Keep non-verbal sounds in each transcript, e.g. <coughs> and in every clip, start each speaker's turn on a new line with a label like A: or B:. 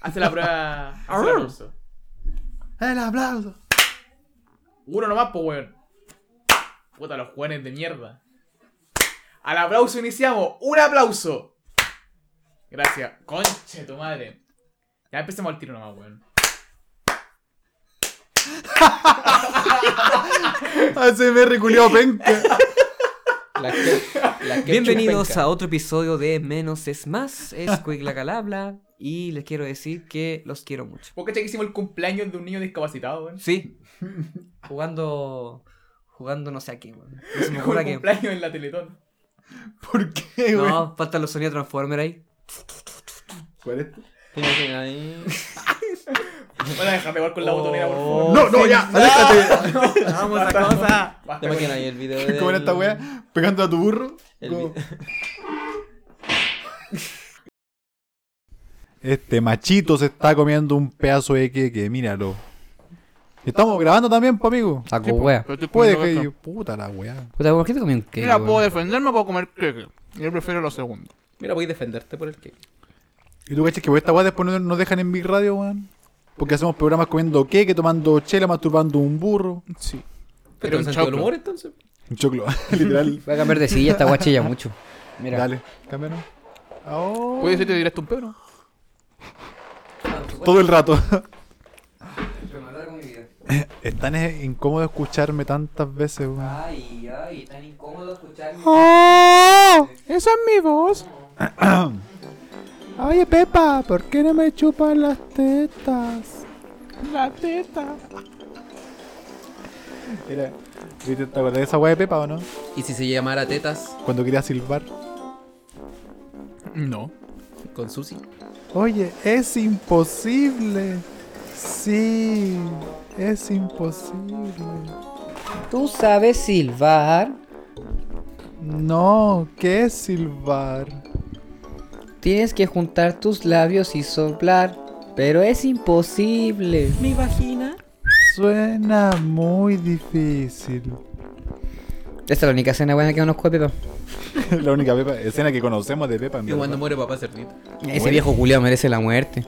A: Hace la prueba. hace el pulso.
B: El aplauso.
A: Uno nomás, po, weón. Puta, los juanes de mierda. Al aplauso iniciamos. ¡Un aplauso! Gracias. Conche tu madre. Ya empecemos al tiro nomás, weón.
B: Ah, ACMR culiao penca.
C: La que- la que
D: Bienvenidos
C: chupenca.
D: a otro episodio de Menos es Más. Es Cuigla Calabla y les quiero decir que los quiero mucho.
A: ¿Vos cachai que hicimos el cumpleaños de un niño discapacitado, weón?
D: Sí, jugando. jugando no sé a qué, weón. No se me
A: Fue <laughs>
D: ocurra
A: el
D: que.
A: cumpleaños en la Teletón.
B: ¿Por qué, güey?
D: No, falta los sonidos de Transformer ahí.
B: ¿Cuál es este?
C: ¿Te imaginas ahí?
A: Bueno, déjame jugar con la
C: Oh.
A: botonera, por favor. <laughs>
B: No, no, ya, aléjate.
D: Vamos a
A: Basta,
D: cosa.
A: basta con-
C: ¿Te imaginas ahí el video
B: Es como en esta
C: del-
B: wea, pegando a tu burro.
C: el
B: como-
C: vi-
B: <laughs> Este machito se está comiendo un pedazo de queque, míralo. Estamos grabando también, po, amigo.
D: Saco wea.
E: Pero estoy
B: Puede
E: comiendo
B: que
E: esto.
B: puta la weá.
D: Puta, ¿por qué te comí un cake,
E: Mira, puedo
D: weón?
E: defenderme o puedo comer queque. Yo prefiero lo segundo.
C: Mira, voy a defenderte por el que.
B: Y tú cachas que por esta weá después no- nos dejan en Big Radio, weón. Porque hacemos programas comiendo queque, tomando chela, masturbando un burro.
E: Sí.
C: Pero
E: Pero
C: un
E: un
C: sentido del
E: choclo.
C: humor entonces.
B: Un choclo, literal.
D: Voy a cambiar de silla, esta guachilla mucho. Mira,
B: Dale, cámbialo. Oh.
E: ¿Puedes decirte directo un pedo?
D: Ah,
B: Todo el rato. <laughs> Es tan eh, incómodo escucharme tantas veces, weón.
D: Ay, ay, tan incómodo escucharme.
B: ¡Oh!
E: Esa es mi voz.
B: <clears throat> Oye, Pepa, ¿por qué no me chupan las tetas?
E: La teta.
B: Era, ¿viste, ¿Te acordás de esa weá de Pepa o no?
C: Y si se llamara Tetas
B: Cuando quería silbar.
E: No.
C: con Susi.
B: Oye, es imposible. Sí, es imposible.
D: <laughs> ¿Tú sabes silbar?
B: No, ¿qué es silbar?
D: Tienes que juntar tus labios y soplar, pero es imposible.
C: Mi vagina.
B: Suena muy difícil. <laughs>
D: Esta es la única escena buena que conozco de Pepa.
B: La única Pepa, escena que conocemos de Pepa en
C: Y cuando
B: verdad.
C: muere papá cerdito.
D: Ese viejo culiao merece la muerte.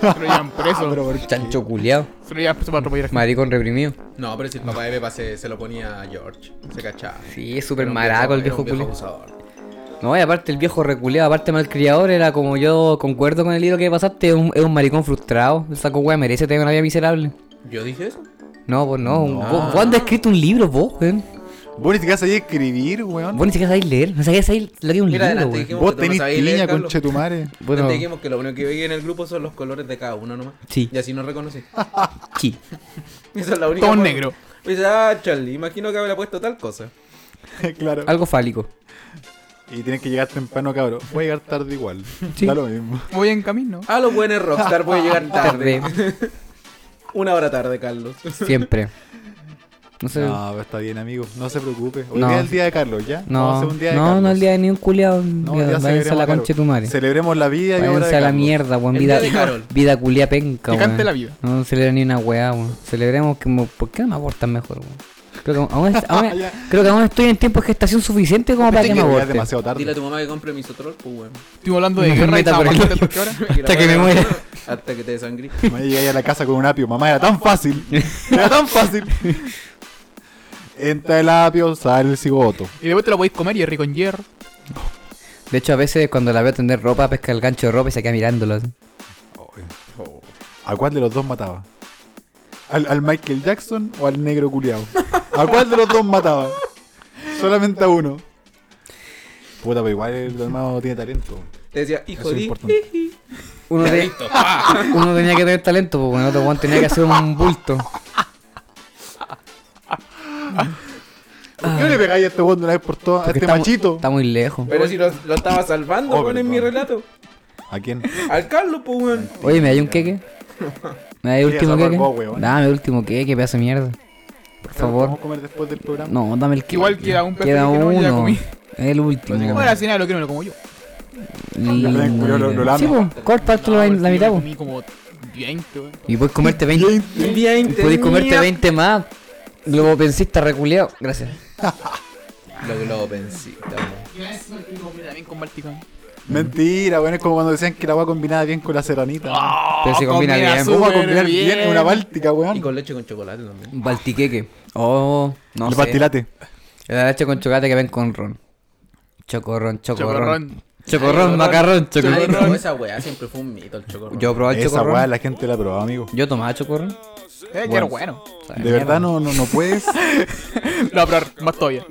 E: Se lo llevan preso.
D: Chancho culiao.
E: Se lo llevan preso para atropellar a gente.
D: Maricón reprimido.
C: No, pero si el papá de Pepa se, se lo ponía a George. Se cachaba.
D: Sí, es súper
C: Era un
D: maraco el
C: era
D: viejo
C: un
D: culiao.
C: abusador.
D: No, y aparte el viejo reculeado, aparte malcriador, era como yo concuerdo con el libro que pasaste, es un, es un maricón frustrado. El saco wea merece tener una vida miserable.
C: ¿Yo dije eso?
D: No, pues no. un-
B: No.
D: Vos, vos andás escrito un libro, vos, weón.
B: Vos ni siquiera sabías escribir, weón.
D: Vos ni siquiera sabés leer. No sabés sabés lo que es un
C: Mira,
D: libro,
C: adelante,
D: weón.
C: dijimos
B: Vos
C: que tú no
B: tenés
C: sabías leer,
B: piña
C: Carlos.
B: con Chetumare.
D: Bueno,
C: Antes dijimos que lo único que veía en el grupo son los colores de cada uno nomás.
D: Sí.
C: Y así nos reconocí.
D: sí.
C: <laughs> Esa es la única.
E: Todo
C: forma.
E: negro.
C: Me dice, ah, Charlie, imagino que habrá puesto tal cosa.
B: <laughs> claro.
D: Algo fálico.
B: Y tienes que llegar temprano, cabrón. Voy a llegar tarde igual. Da lo mismo.
E: Voy en camino.
C: A los buenos rockstar voy a llegar tarde.
D: Tarde.
C: Una hora tarde, Carlos.
D: Siempre. No sé. No,
B: No, pero está bien, amigo. No se preocupe. Hoy
D: No.
B: día es el día de Carlos, ¿ya? Vamos a
D: no,
B: hacer un día de
D: no,
B: Carlos.
D: es el día de ni un culiao. Día- Váyanse a la
B: Carlos.
D: concha de tu madre.
B: Celebremos la vida y obra
D: Váyanse
B: de
D: a la
B: Carlos.
D: mierda, weón.
C: El
D: Vida,
C: día de Carol.
D: <laughs> vida culia penca,
E: Que
D: weón.
E: cante la vida.
D: No celebra ni una weá, weón. Celebremos como. ¿Por qué no me abortan mejor, weón? Creo
B: <laughs>
D: que aún, es- aún-
B: Ya.
D: creo que aún estoy en tiempo de gestación suficiente como para que me
B: Ya es
D: aborten.
B: demasiado tarde.
C: Dile a tu mamá que compre misotrol, pues weón.
E: Estuvimos hablando de
D: Me
E: guerra y
D: meta
E: estaba
D: por el
E: bastante
D: hoyo.
E: peor que ahora.
D: Hasta que
F: <laughs>
D: me muera.
C: Hasta que te desangrí.
B: Mamá llegué a la casa con un apio. Mamá, era tan fácil. Era tan fácil. Entra el apio, sale el cigoto.
E: Y después te lo podéis comer y es rico en hierro.
D: De hecho, a veces cuando la veo tender ropa, pesca el gancho de ropa y se queda mirándolo. así.
B: ¿A cuál de los dos mataba? ¿Al, al Michael Jackson o al negro culiao? ¿A cuál de los dos mataba? Solamente a uno. Puta, pero igual el hermano tiene talento.
C: Te decía, hijo
B: Eso es
C: de.
B: importante.
D: Uno, te- <laughs> uno tenía que tener talento, porque el otro weón tenía que hacer un bulto.
B: ¿Por qué no le pegáis a este weón de una vez por todas? A
D: Porque
B: este
D: está mu-
B: machito.
D: Está muy lejos.
C: Pero si lo, lo estaba salvando,
B: Oh,
C: weón, en
B: perdón.
C: mi relato.
B: ¿A quién?
C: Al Carlos, pues weón.
D: Oye, ¿me hay
B: <laughs>
D: un queque? ¿Me hay
B: Sí,
D: último
B: esa
D: queque?
B: barbacoa, weón.
D: Dame el último queque, pedazo de mierda. Por favor.
B: Vamos a comer después del programa.
D: No, dame el queque.
E: Igual queda un
D: Queda
E: pedazo que no, ya
D: uno.
E: comí.
D: El último.
E: Ahora si nada lo quiero, me lo como yo.
B: verdad, yo lo- lo lamo.
D: Sí, po, cortarte la,
E: pero
D: la
E: si
D: mitad,
E: yo Ah, me comí
A: pues.
D: po.
E: como 20, weón.
D: Y puedes comerte 20. Puedes comerte 20 más. Globo pensista reculeado. Gracias.
C: Lo globensita, weón.
E: Yo también con Balticón.
B: Mentira, weón. Es como cuando decían que la agua combinaba bien con la serranita.
A: Ah,
D: Pero se combina bien.
B: ¿Cómo va a
G: súper
B: combinar bien
G: bien.
B: una báltica,
F: Y
B: weón?
F: con leche con chocolate también.
D: Baltiqueque. Oh, no
B: el
D: sé.
B: pastilate.
D: La leche con chocolate que ven con ron. Chocorrón, chocorrón.
A: Chocorrón.
D: Chocorrón, macarrón,
F: Nadie probó
D: chocorrón.
F: esa weá, siempre fue un mito el chocorrón.
D: Yo probaba el
B: Esa weá
D: chocorrón.
B: la gente la probaba, amigo.
D: Yo tomaba chocorrón.
A: Eh, que era bueno.
D: Sabe
B: De
D: mierda.
B: verdad no, no, no
D: <laughs>
B: puedes.
A: No, pero más todavía.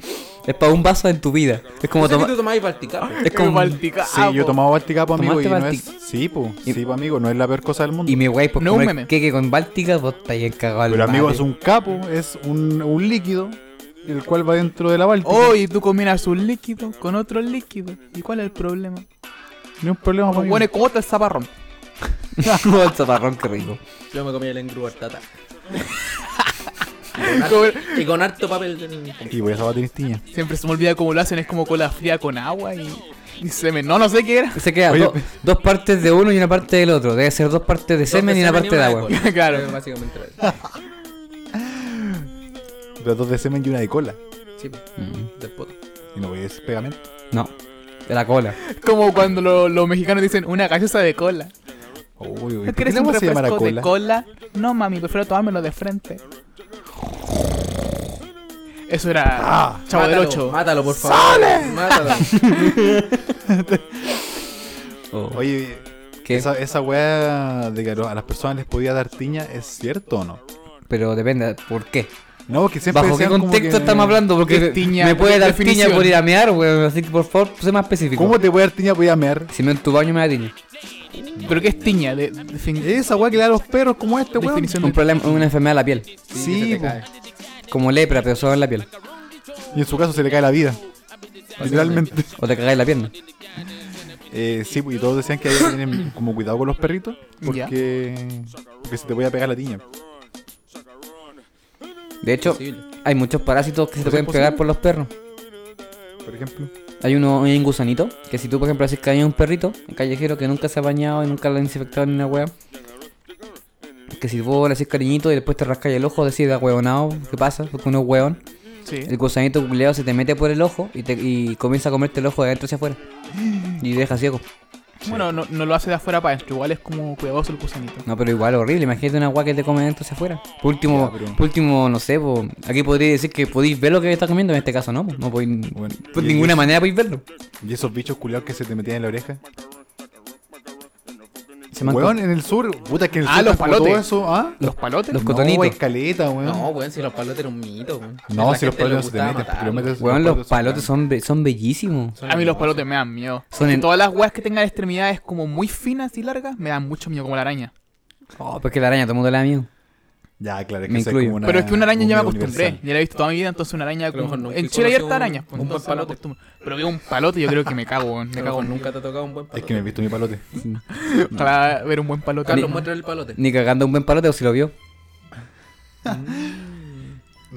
D: Es para un vaso en tu vida. Es como
F: ¿Cómo tomás?
D: tomar.
F: tú tomabas Balticapo?
D: Es como.
A: Baltica.
B: Sí, yo tomaba Báltica, po, amigo, y
D: ¿Tomaste
B: no es...
D: Báltica?
B: Sí, po, sí, po, amigo, no es la peor cosa del mundo.
D: Y mi wey, por
A: No, un
D: comer
A: meme.
D: queque con Báltica, vos estáis encagado al
B: Pero, amigo,
D: mate.
B: es un capo, es un, un líquido, el cual va dentro de la Báltica.
A: Hoy Oh, tú combinas un líquido con otro líquido. ¿Y cuál es el problema?
B: Ni un problema, po, amigo.
A: Bueno, ¿cómo está el zaparrón?
D: <laughs> Como el zaparrón, qué rico.
F: Yo me comía el engru Bartata. Y con harto- y con harto papel de
B: Y voy a sabatir tiña.
A: Siempre se me olvida cómo lo hacen. Es como cola fría con agua y, y semen. No, no sé qué era. <laughs>
D: Se queda
B: Oye,
D: do-
B: pe-
D: dos partes de uno y una parte del otro. Debe ser dos partes de semen y una parte de agua.
A: Claro.
F: Eh, Básicamente.
B: Pero dos de semen y una de cola.
F: Sí, pues, del poto.
B: Y no es pegamento.
D: No, de la cola.
A: Como cuando lo- los mexicanos dicen una gaseosa de cola.
B: Uy, uy.
A: ¿No
B: ¿Por qué
A: quieres
B: le
A: un
B: vamos a llamar a
A: refresco de
B: cola?
A: cola? No, mami, prefiero tomármelo de frente. Eso era
B: Ah,
A: Chavo del
F: Mátalo,
A: 8.
F: Mátalo, por favor. Mátalo.
D: Oh.
B: Oye,
D: ¿Qué?
B: esa, esa weá de que a las personas les podía dar tiña, ¿es cierto o no?
D: Pero depende, ¿por qué?
B: No, que siempre
D: ¿Bajo qué
B: decían como
D: contexto
B: que-
D: estamos hablando? Porque
A: ¿Qué tiña?
D: me puede
A: ¿Qué
D: dar
A: definición?
D: tiña por ir a mear, weón. Así que por favor, sé más específico.
B: ¿Cómo te voy a dar tiña? Voy a mear.
D: Si no en tu baño me da tiña.
A: Pero que es tiña. De, de fin-
B: Esa weá que le da a los perros como este, weón.
A: definición
D: Un
A: de
D: problema, una enfermedad de la piel.
F: se
B: Sí,
F: te
B: po.
F: cae.
D: Como lepra, pero solo en la piel.
B: y en su caso se le cae la vida. Literalmente.
D: O te cagáis la pierna.
B: Eh, sí, po, y todos decían que hay que tener como cuidado con los perritos.
A: Ya.
B: Porque, porque se te voy a pegar la tiña.
D: De hecho,
F: Posible.
D: hay muchos parásitos
B: Pues
D: que se te pueden pegar por los perros.
B: Por ejemplo.
D: Hay uno, hay un gusanito, que si tú, por ejemplo, haces caña a un perrito, un callejero que nunca se ha bañado y nunca lo ha desinfectado ni una wea, que si vos le haces cariñito y después te rascas el ojo, decís, huevonao, ¿qué pasa? Porque uno es hueón.
A: Sí.
D: El gusanito culeado se te mete por el ojo y, te, y comienza a comerte el ojo de adentro hacia afuera. Y deja ciego.
A: Bueno, no, no lo hace de afuera para adentro. Igual es como cuidadoso el gusanito.
D: No, pero igual horrible. Imagínate una agua que te come adentro hacia afuera. Por último, por último no sé, po, aquí podría decir que podéis ver lo que estás comiendo. En este caso no, po. no podéis.
B: Bueno,
D: por
B: y-
D: pues, ninguna manera podéis verlo.
B: Y esos bichos culiados que se te metían en la oreja.
D: Se me han
B: Weón, en el sur. Puta, que en el
A: Ah,
B: sur
A: los
B: está como todo
A: palotes.
B: eso, ¿ah?
A: ¿Los palotes?
D: Los
B: No,
D: cotonitos.
B: wey, caleta, weón.
F: No, weón, si los palotes eran un mito, weón.
B: No,
F: La
B: si los
F: gente le
B: palotes no se te
F: gustaba
B: meten, porque
F: matarlos.
B: los metes-
D: Weón,
B: los
D: los palotes son, be- son bellísimos.
A: A mí los palotes me dan miedo.
D: Son
A: Que
D: en-
A: Todas las weas que tengan extremidades como muy finas y largas me dan mucho miedo, como la araña.
D: Oh, pues que la araña, todo el mundo le da miedo.
B: Ya, claro, es que
D: Me
B: esa es
D: incluyo.
B: como una.
A: Pero es que una araña ya me
B: un miedo
A: acostumbré.
B: universal.
A: Ya la he visto toda mi vida, entonces una araña.
F: lo mejor
A: Como...
F: nunca
A: En
F: he
A: Chile hay
F: conocido
A: harta araña.
F: un buen
A: entonces no
F: palote.
A: acostumbro. Pero veo un palote, yo creo que me cago, weón.
F: Me
A: Me cago
F: cago,
A: nunca.
F: nunca te ha tocado un buen
B: Es
F: palote.
B: que me he visto mi palote.
A: Ojalá ver un buen palote.
F: Carlos, muestra el palote.
D: Ni cagando un buen palote o si lo vio.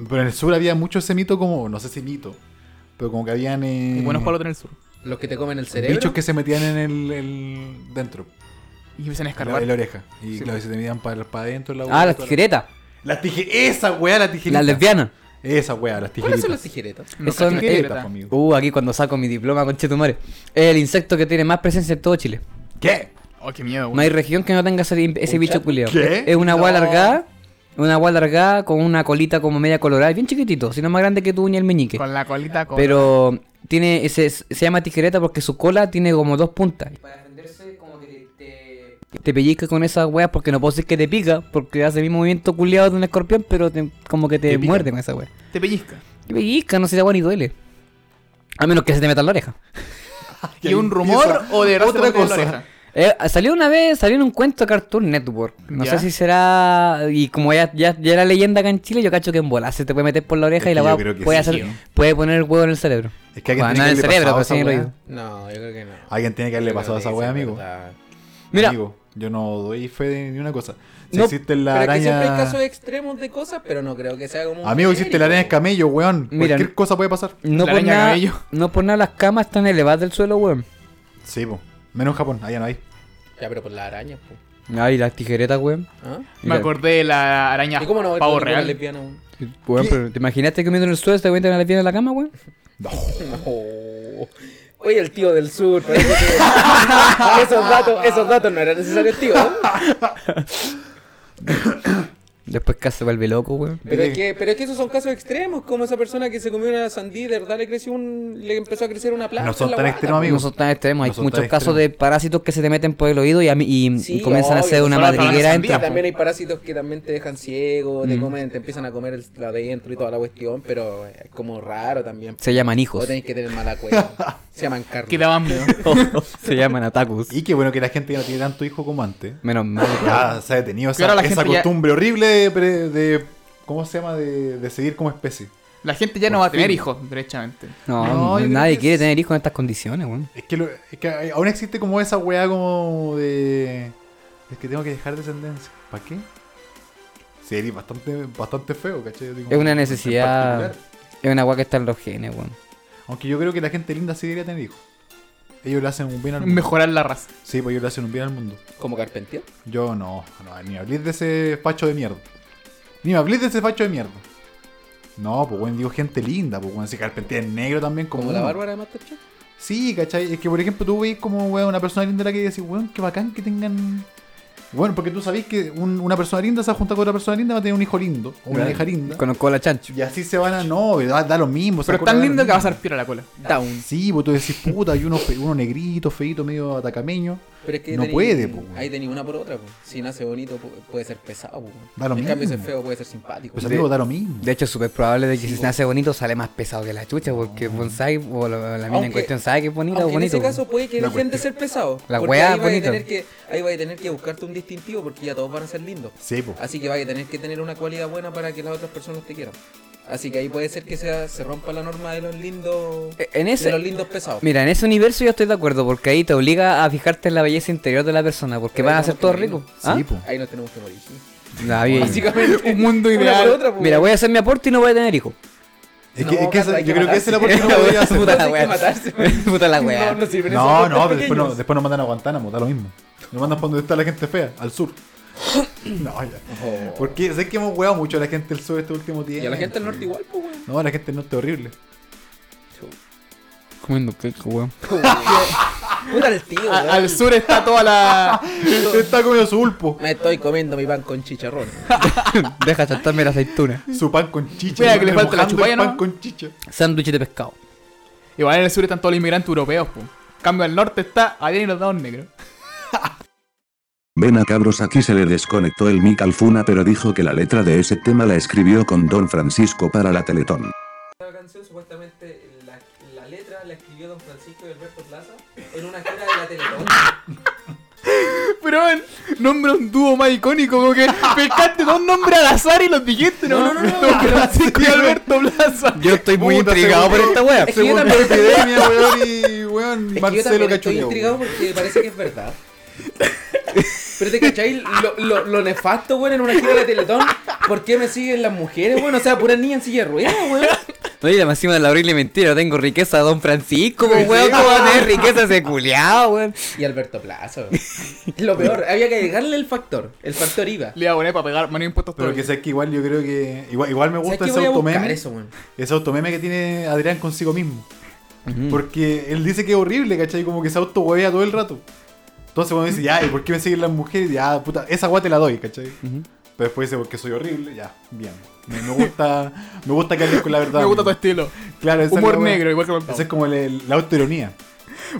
B: Pero en el sur había mucho ese mito como. No sé si mito. Pero como que habían. eh,
A: Y buenos palotes en el sur.
F: Los que te comen el cerebro.
B: Bichos que se metían en el. el- dentro.
A: Y empiezan a
B: En la, en
A: escarbar.
B: la oreja. Y claro, y se te metían para adentro. La
D: Ah, las
B: toda la-
D: tijeretas.
B: Las tijeras. Esa weá, las tijeras.
D: Las lesbianas.
B: Esa weá, las
F: ¿Cuáles son las
B: tijeritas.
F: tijeretas?
A: No,
D: Eso-
A: cacho,
D: eh,
A: tijeretas,
B: po, amigo.
D: Uh, aquí cuando saco mi diploma, conchetumare. Es el insecto que tiene más presencia en todo Chile.
B: ¿Qué?
A: Oh, qué miedo,
D: No
A: weón.
D: hay región que no tenga ese, ese bicho culiado.
B: ¿Qué?
D: Es una agua largada. Una agua largada con una colita como media colorada. es Bien chiquitito, si no más grande que tu uña el meñique.
A: Con la colita, con.
D: Pero tiene ese, se llama tijereta porque su cola tiene como dos puntas. Para defenderse, como que te, te pellizca con esas weas porque no puedo decir que te pica, porque hace el mismo movimiento culiado de un escorpión, pero te- como que te,
B: Te pica.
D: muerde con esa wea.
A: Te pellizca.
D: Te pellizca, no será bueno y duele. A menos que se te meta en la oreja.
A: ¿Y un rumor
B: Empieza
A: o de verdad se
B: otra
A: te meten en la
B: cosa.
A: oreja?
D: Eh, salió una vez, salió en un cuento de Cartoon Network. No
A: Ya.
D: sé si será. Y como ya, ya, ya era leyenda acá en Chile, yo cacho que en bola se te puede meter por la oreja
B: Es
D: y la
B: que yo
D: va
B: creo que
D: puede,
B: sí,
D: hacer,
B: tío.
D: puede poner el huevo en el cerebro.
B: Es que alguien
D: Bueno,
B: tiene
D: no
B: que
D: en el
B: haberle
D: cerebro,
B: pasado
D: pero
B: esa
D: sí en el
B: weá.
D: oído.
F: No, yo creo que no.
B: Alguien tiene que haberle pasado a esa weá, amigo.
D: Mira.
B: Amigo, yo no doy fe de ni una cosa. Si
D: No,
B: hiciste la
F: Pero es que siempre hay
B: araña.
F: casos extremos de cosas, pero no creo que sea como. un
B: Amigo, hiciste la araña de
F: genérico.
B: camello, weón.
D: Mira,
B: Cualquier cosa puede pasar.
A: La
D: No por,
A: araña
D: nada,
A: cabello.
D: no por nada las camas están elevadas del suelo, weón.
B: Sí, po. Menos en Japón, allá no hay.
F: Ya, pero por la araña, pues.
D: Ay, las tijeretas, weón.
F: ¿Ah?
A: Me acordé de la araña
F: ¿Y cómo no voy
A: pavo
F: con ninguna
A: real.
F: lesbiana? weón?
D: Weón, pero ¿te imaginaste comiendo en el suelo y te cuentan a la piedra de la cama, weón?
B: No.
F: Oh.
C: Oye, el tío del sur.
B: <laughs>
C: parece que- esos, datos, esos datos no eran necesarios, tío.
F: ¿eh?
D: Después casi se vuelve loco, weón.
C: Pero es, que, pero es que esos son casos extremos, como esa persona que se comió una sandía y de verdad le, creció un, le empezó a crecer una planta.
B: No son
C: en la
B: tan
C: guata.
B: extremos,
D: No
B: amigos.
D: son tan extremos, hay
B: No son
D: muchos
B: tan
D: casos de parásitos que se te meten por el oído y, a mí- y,
C: Sí,
D: y comienzan a
C: obvio,
D: hacer una
G: solo la
D: madriguera
G: sandía
D: adentro. po.
C: También hay parásitos que también te dejan ciego,
B: Mm.
C: te comen, te empiezan a comer el, la dentro y toda la cuestión, pero es como raro también.
D: Se llaman
C: O
D: hijos.
C: tenés que tener mala cueva.
B: <laughs>
C: Se llaman carne.
G: Que da hambre. ¿no?
D: <laughs> se llaman atacus.
B: Y qué bueno que la gente ya no tiene tanto hijo como antes.
D: Menos mal.
B: Ya se ha detenido
A: ahora
B: esa,
A: la
B: esa
A: gente ya-
B: costumbre horrible de, pre- de- ¿Cómo se llama? De, de seguir como especie.
A: La gente ya no va a tener hijos, derechamente.
D: No,
B: No, yo
D: nadie
B: creo que
D: quiere
B: es-
D: tener hijos en estas condiciones, weón.
B: Es que, lo- es que hay- aún existe como esa weá como de... Es que tengo que dejar descendencia. ¿Para qué? Sería bastante, bastante feo, ¿cachai? Así como-
D: Es una
B: en
D: necesidad.
B: particular.
D: Es una agua que está en los genes, weón.
B: Aunque yo creo que la gente linda sí debería tener hijos. Ellos le hacen un bien al mundo.
A: Mejorar la raza.
B: Sí, pues ellos le hacen un bien al mundo.
C: Como carpentier.
B: Yo no, no, ni hablé de ese facho de mierda. Ni me hablé de ese facho de mierda. No, pues bueno, digo gente linda, pues bueno, ese carpentier es negro también como.
C: Como la
B: uno.
C: bárbara de Masterchef.
B: Sí, ¿cachai? Es que por ejemplo tú veis como weón, una persona linda a la que decís, weón, qué bacán que tengan. Bueno, porque tú sabés que un- una persona linda se va a juntar con otra persona linda, va a tener un hijo lindo, o una hija linda.
D: Con el cola chancho.
B: Y así se van a. No, da, da lo mismo.
A: Pero es tan lindo que va a ser pior a la cola.
C: Down.
B: Sí, pues tú decís, puta, hay uno, fe- uno negrito, feito, medio atacameño.
C: Pero es que
B: No
C: tení-
B: puede, po, weón.
C: Ahí tenés una por otra, po. Si nace bonito, pu- puede ser pesado, po.
B: Da lo
C: En cambio, si
B: mismo.
C: es feo, puede ser simpático.
B: Pues amigo, da lo mismo.
D: De hecho, es súper probable de que si nace bonito sale más pesado que la chucha, porque Bonsai o la, la mina en
C: Aunque-
D: cuestión sabe que es bonita o
C: Aunque en
D: bonito.
C: ese
D: weón.
C: caso puede que
B: La
C: dejen de ser pesado.
D: La
C: porque
D: weá
C: ahí vas a
D: bonita.
C: tener que Ahí vas a tener que buscarte un distintivo porque ya todos van a ser lindos.
B: Sí, pues.
C: Así que vas a tener que tener una cualidad buena para que las otras personas te quieran. Así que ahí puede ser que sea, se rompa la norma de los lindos.
D: Eh, En
C: de los
D: ese.
C: lindos pesados.
D: Mira, en ese universo yo estoy de acuerdo, porque ahí te obliga a fijarte en la belleza interior de la persona, porque
C: Pero
D: van
C: ahí
D: a ser
C: como que
D: todos
C: morimos.
D: ricos. ¿Ah?
B: Sí, pues.
C: Ahí nos tenemos que morir. ¿sí?
D: La bien.
C: Básicamente.
A: Un mundo
C: una
A: ideal.
C: por otra, po,
D: Mira,
C: weón.
D: voy a hacer mi aporte y no voy a tener hijos.
B: Es que,
C: No,
B: es que esa-
C: Carlos, hay
B: yo
C: que
B: creo que esa es la
C: matarse.
B: oportunidad que
C: <laughs>
B: voy a hacer.
D: Puta la
C: Entonces hay que
D: wea. <laughs>
C: matarse, weón.
D: Puta la wea.
C: No, no sirven esos
B: No,
C: aportes
B: no, pero después, no,
C: pequeños.
B: después nos mandan a Guantánamo, da lo mismo. Nos mandan para donde está la gente fea, al sur. <coughs> No, ya. Porque sé que hemos hueado mucho a la gente del sur este último tiempo.
C: Oh. Y a la gente del norte igual, pues, weón.
B: No, a la gente del norte horrible.
D: Comiendo queco, weón.
C: <laughs> Puta el tío, weón.
A: A- al sur está toda la. <laughs>
B: <laughs> está comiendo su ulpo,
C: Me estoy comiendo mi pan con chicharrón.
D: Deja saltarme la aceituna.
B: su pan con chicha.
A: Mira, que le falta la
B: remojando
A: chupalla,
B: el pan
A: ¿no?
B: con chicha.
D: Sándwich de pescado.
A: Igual en el sur están todos los inmigrantes europeos, po. En Cambio al norte está. Ahí tienen los dados negros.
H: Ven a cabros aquí se le desconectó el mic al Funa pero dijo que la letra de ese tema la escribió con Don Francisco para la Teletón.
C: Esta canción supuestamente la, la letra la escribió Don Francisco y Alberto Plaza en una gira de la Teletón.
A: Pero, weón, nombra un dúo más icónico, como que pescaste dos nombres al azar y los dijiste, ¿no? No, no, no. Francisco y Alberto Plaza.
D: Yo estoy muy
B: Puta,
D: intrigado por
B: seguro.
D: esta wea.
C: Es que yo también,
B: <laughs> Epidemia, weón, y weón,
C: es que yo también
B: Marcelo
C: estoy
B: Cachureo.
C: intrigado porque parece que es verdad. Pero te cacháis lo, lo, lo nefasto, weón, en una gira de la Teletón. ¿Por qué me siguen las mujeres, weón? O sea, pura niña en silla de ruedas, weón.
D: No, y además encima de la horrible mentira, tengo riqueza a Don Francisco, po, weón. ¿Cómo va a tener riqueza ese culiao, weón?
C: Y Alberto Plaza, weón. Lo peor, había que agregarle el factor, el factor IVA.
A: Le iba a poner para pegar manos impuestos
B: Pero
A: todo.
B: que sé que igual yo creo que. Igual, igual me
C: ¿Sabes
B: gusta
C: qué
B: ese
C: voy a buscar
B: automeme.
C: eso, weón?
B: Ese automeme que tiene Adrián consigo mismo. Porque él dice que es horrible, ¿cachai? Como que se auto huevea todo el rato. Entonces cuando dice, ya, ¿y por qué me siguen las mujeres? Ya, puta, esa guate la doy, ¿cachai? Pero después dice, porque soy horrible, ya, bien. Me, me gusta <laughs> me gusta que alguien con la verdad.
A: <laughs> Me gusta tu estilo.
B: Claro, esa es
A: Humor
B: la wea.
A: negro, igual que los
B: Esa es como el- el- la autoironía.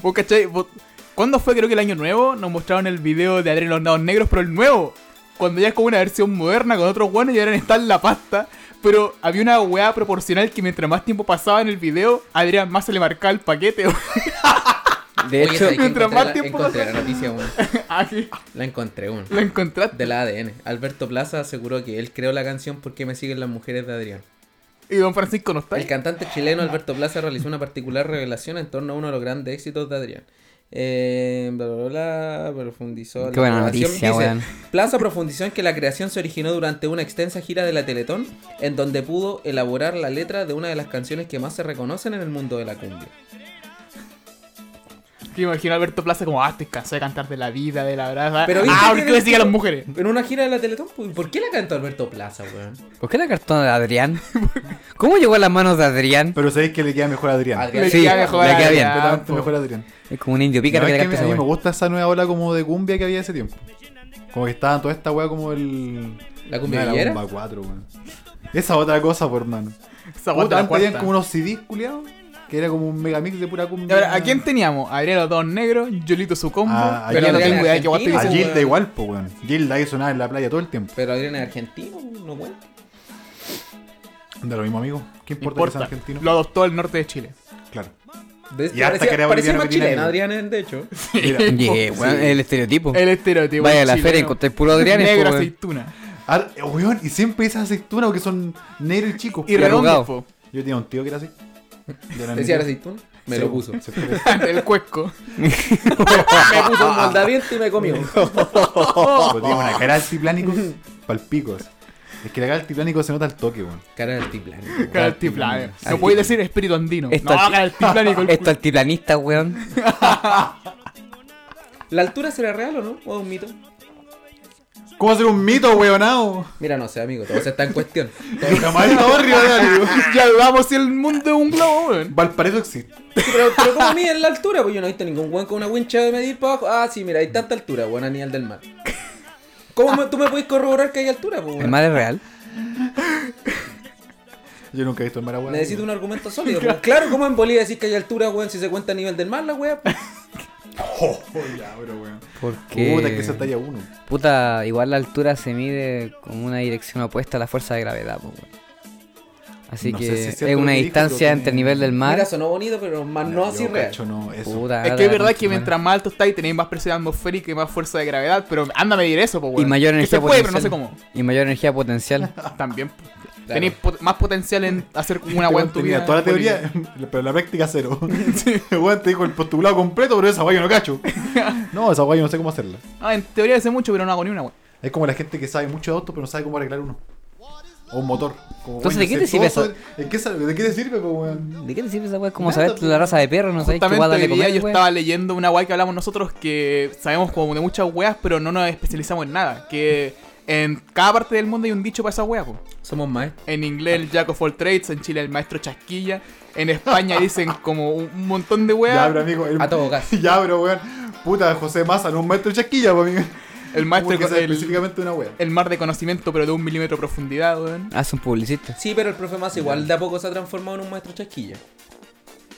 A: ¿Vos cachai? Vos- ¿Cuándo fue? Creo que el año nuevo nos mostraron el video de Adrián y los Nados Negros, pero el nuevo. Cuando ya es como una versión moderna con otros guanes y Adrián está en la pasta. Pero había una weá proporcional que mientras más tiempo pasaba en el video, a Adrián más se le marcaba el paquete. <laughs> weón.
D: De
C: Oye,
D: hecho,
C: ¿sabes qué?
A: mientras
C: Encontré
A: más
C: la-
A: tiempo
C: encontré la noticia, weón.
A: Aquí,
C: La encontré, weón.
A: Lo encontraste.
C: De la ADN. Alberto Plaza aseguró que él creó la canción porque me siguen las mujeres de Adrián.
A: Y don Francisco no está.
C: El cantante chileno Alberto Plaza realizó una particular revelación en torno a uno de los grandes éxitos de Adrián. Eh, bla, bla, bla, bla, profundizó.
D: Qué buena
C: creación.
D: noticia, weón.
C: Plaza profundizó en que la creación se originó durante una extensa gira de la Teletón, en donde pudo elaborar la letra de una de las canciones que más se reconocen en el mundo de la cumbia.
A: Que imagino a Alberto Plaza como, ah, estoy cansado de cantar de la vida, de la verdad.
C: Pero ¿viste
A: ah,
C: que
A: ¿por qué
C: en
A: le
C: el
A: sigue a las
C: tipo-
A: mujeres?
C: En una gira de la Teletón, pues, ¿por qué la cantó Alberto Plaza, weón?
D: ¿Por qué la cartona de Adrián? ¿Cómo llegó a las manos de Adrián?
B: Pero sabéis que le queda mejor a Adrián.
C: Adrián.
A: Le
D: sí,
A: queda mejor
D: le
A: a
D: queda bien.
A: Adrián,
B: Completamente
A: po.
B: mejor a Adrián.
D: Es como un indio pícaro
B: No,
D: que
B: es
D: le
B: que
D: canta
B: a
D: esa
B: mí me
D: wea.
B: gusta esa nueva ola como de cumbia que había hace tiempo. Como que estaban toda esta weá como el.
C: ¿La cumbia
B: no,
C: villera?
B: bomba 4, weón. Esa otra cosa, por hermano.
A: Esa guata
B: Puta,
A: la
B: antes habían
A: cuarta.
B: como unos CDs culiados, que era como un megamix de pura cumbia.
A: Y ahora, ¿a quién teníamos? A Adrián los dos negros, Yolito su combo.
B: Ah,
A: pero
B: Adrián
A: no
B: de
A: tengo idea de qué guata
C: Argentina.
B: A
A: hizo,
B: Gilda
A: weón.
B: igual, pues, weón. Gilda que sonaba en la playa todo el tiempo.
C: Pero Adrián es argentino, no cuenta.
B: De lo mismo, amigo. ¿Qué
A: No
B: importa, que sea
A: importa.
B: argentino?
A: Lo adoptó el norte de Chile.
B: Claro.
C: De-
B: Y harta que
C: parecía
B: era
C: parecía
B: boliviano
C: más
B: que tiene
C: chileno,
B: negro.
C: Adrián, en- de hecho.
B: Mira,
D: <laughs> Yeah, weón, el estereotipo.
A: El estereotipo.
D: Vaya a la
A: chileno.
D: feria,
B: <laughs>
D: encontré puro Adrián.
A: Negro, aceituna.
B: ar- eh, weón, y siempre esas aceitunas que son negro y chico.
A: Y
D: arrugado.
A: redondo, po.
B: Yo tenía un tío que era así. De la
C: Decía
B: negra.
C: aceituna. Me
B: Sí,
C: lo
B: po.
C: puso.
B: Se fue.
A: <laughs> El cuesco.
C: me
B: <laughs>
C: puso un moldaviento y me comió.
D: Oh.
B: Pues tiene una cara de altiplánico palpicos. Es que la cara de altiplánico se nota al toque, weón.
C: Cara del altiplano.
A: Cara altiplano. No podéis decir espíritu andino. No,
D: Esto al-
A: cara
D: <laughs>
A: altiplánico. el
D: Esto altiplanista, weón.
C: ¿La altura será real o no? ¿O es un mito?
B: ¿Cómo hacer un mito, weonao?
C: Mira, no sé, amigo, todo eso está en cuestión. Todo-
B: Jamás
A: <laughs>
B: <laughs> he estado arriba de algo.
A: cu- Ya dudamos si el mundo es un globo, weón.
B: Valparaíso existe.
C: Pero, pero ¿cómo miden la altura? Pues yo no he visto ningún weón con una wincha de medir para abajo. Ah, sí, mira, hay tanta altura, weón, a nivel del mar. ¿Cómo me- tú me puedes corroborar que hay altura, pues,
D: El
C: weón?
D: mar es real.
B: Yo nunca he visto el Maragua.
C: Necesito un argumento sólido. pues. Claro, ¿cómo en Bolivia decís que hay altura, weón, si se cuenta a nivel del mar la weá? pues?
B: Ya, pero weón.
D: ¿Por qué?
B: Puta, que esa talla 1.
D: Puta, igual la altura se mide como una dirección opuesta a la fuerza de gravedad, po, weón. Así
B: No
D: que
B: sé si es cierto
D: es
B: lo
D: una
B: que dijo,
D: distancia
B: pero
D: entre
B: tiene-
D: el nivel del mar.
C: Mira, sonó bonito, pero más no así real.
B: no, eso.
D: Puta,
A: Es que es
D: la
A: verdad que
D: concha,
A: mientras más alto estáis tenéis más presión atmosférica y más fuerza de gravedad, pero anda a medir eso, po,
D: madre.
A: weón.
D: Y mayor
A: Que
D: energía
A: se puede, pero no
D: potencial.
A: sé cómo. Ah,
D: Y mayor
A: <laughs>
D: energía potencial.
A: También. po. Tenéis pot- más potencial
B: <laughs>
A: en hacer una
B: Este
A: weá en
B: weón
A: tu
B: tenía
A: vida.
B: Toda la teoría, <laughs> pero la práctica cero. Weón, te dijo el postulado completo, pero esa guay yo no
D: <laughs>
B: cacho. No, esa guay yo no sé cómo hacerla.
A: Ah, en teoría sé mucho, pero no hago ni una weón.
B: Es como la gente que sabe mucho de autos, pero no sabe cómo arreglar uno. O un motor. Como, weón,
D: Entonces, ¿de qué
B: yo
D: te
B: sé
D: sirve
B: todo
D: eso?
B: sobre- ¿De qué, sirve- de qué te sirve, po, weón?
D: ¿De qué te sirve esa weá? Como
B: Nada,
D: saber
B: pues,
D: la raza de perro, no sabes qué weá
A: Justamente
D: darle
A: hoy
D: de
A: día
D: comer,
A: yo
D: weón.
A: estaba leyendo una weá que hablamos nosotros que sabemos como de muchas weas, pero no nos especializamos en nada. Que en cada parte del mundo hay un dicho para esa wea, po.
C: Somos maestros.
A: En inglés el Jack of all trades, en Chile el maestro chasquilla, en
B: <laughs>
A: España dicen como un un montón de
B: Ya,
A: weas.
B: pero amigo. el-
C: A todo gas.
B: <laughs> Ya, pero weón. Puta, José Massa, no un maestro de chasquilla, po, amigo.
A: El maestro
B: Como que sabe
A: el-
B: específicamente una wea.
A: el mar de conocimiento, pero de un milímetro de profundidad, weón.
D: Haz un publicista.
C: Sí, pero el profe más igual de a poco se ha transformado en un maestro chasquilla.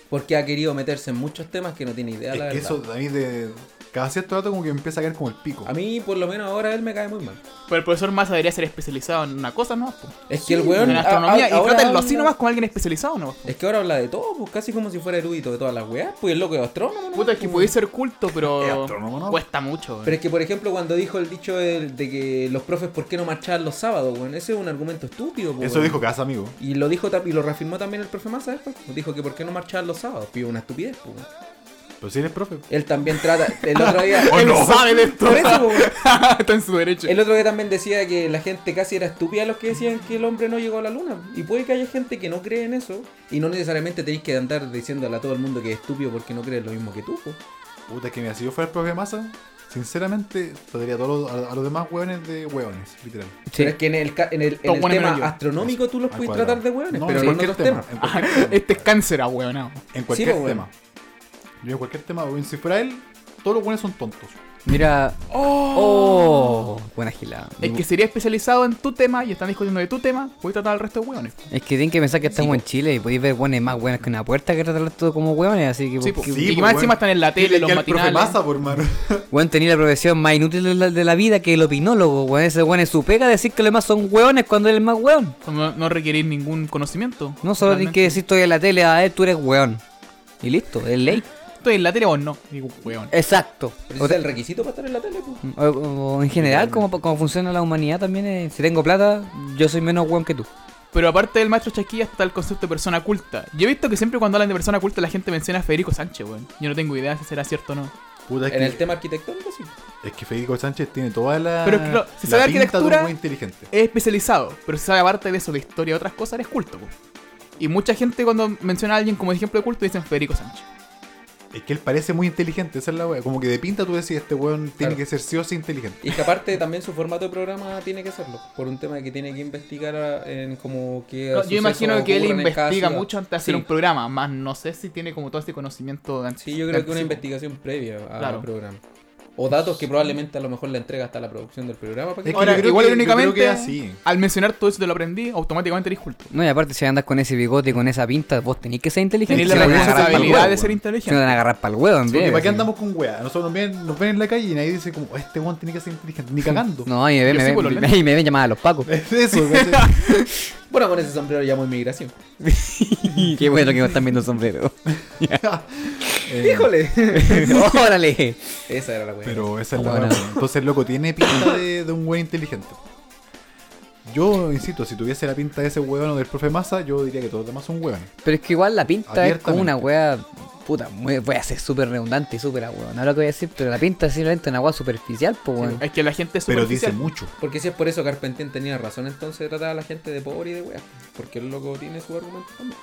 C: Porque ha querido meterse en muchos temas que no tiene idea, la
B: Es que
C: verdad.
B: eso a mí de. Cada cierto rato como que empieza a caer como el pico.
C: A mí, por lo menos ahora, él me cae muy mal.
A: Pero el profesor Massa debería ser especializado en una cosa, ¿no? Po.
C: Es que el weón.
A: en
C: a- a-
A: astronomía. y
C: ahora
A: trátenlo así
C: habla-
A: nomás con alguien especializado, ¿no?
C: Es que ahora habla de todo, pues casi como si fuera erudito de todas las weas. Pues el loco es astrónomo, ¿no? pues.
A: Puta, es que puede ser culto,
B: Es
A: pero
B: astrónomo, ¿no?
A: cuesta mucho. weón.
C: Uh. Pero es que, por ejemplo, cuando dijo el dicho de, de que los profes, ¿por qué no marchaban los sábados, weón? Ese es un argumento estúpido, pues,
B: Eso
C: weón.
B: dijo Casa, amigo.
C: Y lo dijo tam- y lo reafirmó también el profe Massa después. pues. Dijo que por qué no marchaban los sábados. Pidió una estupidez, pues. weón.
B: Pero si eres <laughs> profe.
C: Él también trata. El otro día.
B: <laughs> Oh,
A: Él sabe de esto.
C: Por eso, pues, weón.
A: <laughs> Está en su derecho.
C: El otro día también decía que la gente casi era estúpida los que decían que el hombre no llegó a la luna. Y puede que haya gente que no cree en eso. Y no necesariamente tenéis que andar diciéndole a todo el mundo que es estúpido porque no cree lo mismo que tú. po.
B: Puta, es que mira, si yo fuera el profe Massa, sinceramente, trataría a, todos los- a, a los demás hueones de hueones, literal.
D: Sí.
C: Pero es que en el, ca- en el, en
A: Todos
C: el
A: buenos menos
C: tema
A: yo.
C: astronómico tú los
B: Al
C: puedes
B: Ah, cuadrado.
C: tratar de hueones,
B: No,
C: pero
B: en
C: no en
B: cualquier
C: otros
B: tema.
C: temas.
B: En
A: Ah,
C: <laughs>
B: cualquier tema.
A: <laughs> este es cáncer, ah, weón. no.
B: En cualquier
C: pues, weón.
B: tema. Yo en cualquier tema, weón, si fuera él, todos los hueones son tontos.
D: Mira. ¡Oh! Buena gilada.
A: Es que sería especializado en tu tema y están discutiendo de tu tema, puedes tratar al resto de weones.
D: Es que tienen que pensar que estamos en Chile y podéis ver hueones más buenas que una puerta que tratarlos todo como hueones, así que...
A: Sí,
D: porque-
A: po. y más
B: weón.
A: encima están en la
B: ¿Qué
A: tele,
B: le
A: los
B: queda al
A: matinales.
B: profe Massa, por mano.
D: Weón, tenía la profesión más inútil de la, de la vida que el opinólogo, weón. Ese weón es su pega decir que los demás son weones cuando él es el más weón.
A: Cuando no requerís ningún conocimiento.
D: No solo tienes
A: realmente.
D: que decir estoy en la tele, a ver, tú eres weón. Y listo, es ley.
A: Estoy en la tele o no. Digo, weón.
D: Exacto.
C: Pero
D: O,
C: ese es el requisito para estar en la tele. po.
D: o- o en general, como, como funciona la humanidad también, es, si tengo plata, yo soy menos weón que tú.
A: Pero aparte del maestro Chasquilla está el concepto de persona culta. Yo he visto que siempre cuando hablan de persona culta la gente menciona a Federico Sánchez, weón. Yo no tengo idea si será cierto o no.
B: Puta, es
C: En el
B: que,
C: tema arquitectónico, sí.
B: es que Federico Sánchez tiene toda la.
A: Pero es que lo- si sabe
B: la pinta de un
A: arquitectura-
B: weón inteligente.
A: Es especializado, pero si sabe aparte de eso, de historia y otras cosas, eres culto, po. Y mucha gente cuando menciona a alguien como ejemplo de culto dicen Federico Sánchez.
B: Es que él parece muy inteligente, esa es la wea. Como que de pinta tú decís, este weón tiene
C: Claro.
B: que ser sí o sí inteligente.
C: Y que aparte también su formato de programa tiene que serlo, por un tema de que tiene que investigar a- en como que...
A: No, yo imagino que él investiga
C: mucho
A: mucho antes de hacer
C: Sí.
A: un programa, más no sé si tiene como todo este conocimiento de
C: Sí, yo creo que una investigación previa al
A: Claro.
C: programa. O datos que probablemente a lo mejor la entrega hasta la producción del programa. para
B: Es
C: que-
B: que
A: Ahora,
B: yo creo
A: igual
B: que- yo
A: irónicamente,
B: creo que es así.
A: al mencionar todo eso te lo aprendí, automáticamente eres culto.
D: No, y aparte, si andas con ese bigote y con esa pinta, vos tenés que ser inteligente.
A: Tenés
D: si
A: la
D: no te van a agarrar pa'l
A: responsabilidad
D: huevo,
A: de ser
D: weón. Si no
A: inteligente.
D: te van a agarrar pa'l huevo, en
B: Sí, porque
D: breve,
B: ¿Para qué
D: así.
B: andamos con wea? Nosotros nos ven, nos ven en la calle y nadie dice como, "Oh, este weón tiene que ser inteligente,
C: <laughs>
B: ni cagando. <laughs>
D: No, y me
A: Yo
D: ven, me
A: sí, por
D: ven,
A: lo
D: me, y me ven llamada a los pacos.
B: Es
C: <laughs>
B: eso, ¿cachai?
C: Bueno, con ese sombrero llamo inmigración.
D: <laughs> Qué bueno que no están viendo el sombrero.
B: <laughs> Eh,
C: ¡Híjole!
D: ¡Órale!
C: Esa era la wea.
B: Pero esa es la
D: Bueno.
B: weá. Entonces, loco, tiene pinta de, de un weón inteligente. Yo insisto, si tuviese la pinta de ese weón o del profe Massa, yo diría que todos los demás son weones.
D: Pero es que igual la pinta es como
B: Abiertamente.
D: una wea. Puta, muy- voy a ser súper redundante y súper agua. No es lo que voy a decir, pero la pinta es simplemente una wea superficial, pues weón.
A: Es que la gente es
B: Pero dice
A: superficial.
B: mucho.
C: Porque si es por eso Carpentier tenía razón entonces de tratar a la gente de pobre y de wea. Porque el loco tiene su argumento también.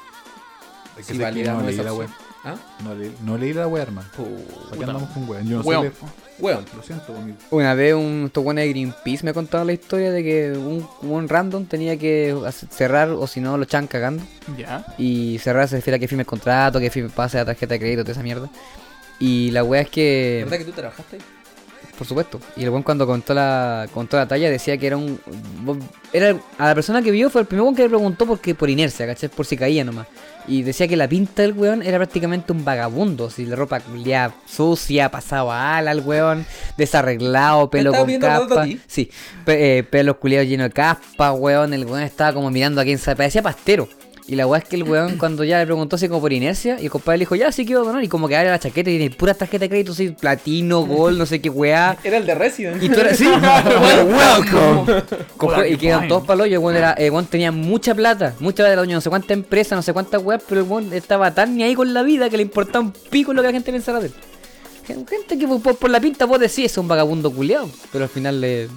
B: Es
C: Si
B: sé
C: validamos
B: no leí
C: esa
B: la
C: opción.
B: wea.
C: ¿Ah?
B: No leí, no leí la wea, hermano. ¿Para qué
A: Puta.
B: andamos con weón? Yo no
A: Weón.
B: sé. leer.
C: Weón.
B: Lo siento, amigo.
D: Una vez un estos weones de Greenpeace me contaban la historia de que un, un random tenía que hacer- cerrar o si no lo echan cagando.
A: Ya.
D: Y cerrar se refiere a que firme el contrato, que firme, pase la tarjeta de crédito, toda esa mierda. Y la wea es
B: Eh,
D: que.
C: ¿Verdad que tú trabajaste ahí?
D: Por supuesto. Y el buen cuando contó la, contó la talla decía que era un... Era, a la persona que vio fue el primer buen que le preguntó porque por inercia, ¿cachai? Por si caía nomás. Y decía que la pinta del weón era prácticamente un vagabundo. Si la ropa culiá sucia, pasaba ala al weón, desarreglado, pelo
C: estaba
D: con
C: viendo todo
D: capa.
C: a ti?
D: Sí, pe- eh, pelos culiados llenos de caspa, weón. El weón estaba como mirando a quien se parecía pastero. Y la weá es que el weón cuando ya le preguntó así como por inercia, y el compadre le dijo, ya sí que iba a donar, y como que abre la chaqueta y tiene puras tarjetas de crédito, así, platino, gol, no sé qué weá.
C: Era el de Resident.
D: Y tú eras, sí, welcome. y quedan todos palos. Y el weón era- el weón tenía mucha plata, mucha plata, dueño de no sé cuánta empresa, no sé cuántas weas, pero el weón estaba tan ni ahí con la vida que le importaba un pico lo que la gente pensara de él. Gente que por, por la pinta vos decís es un vagabundo culeado, pero al final le.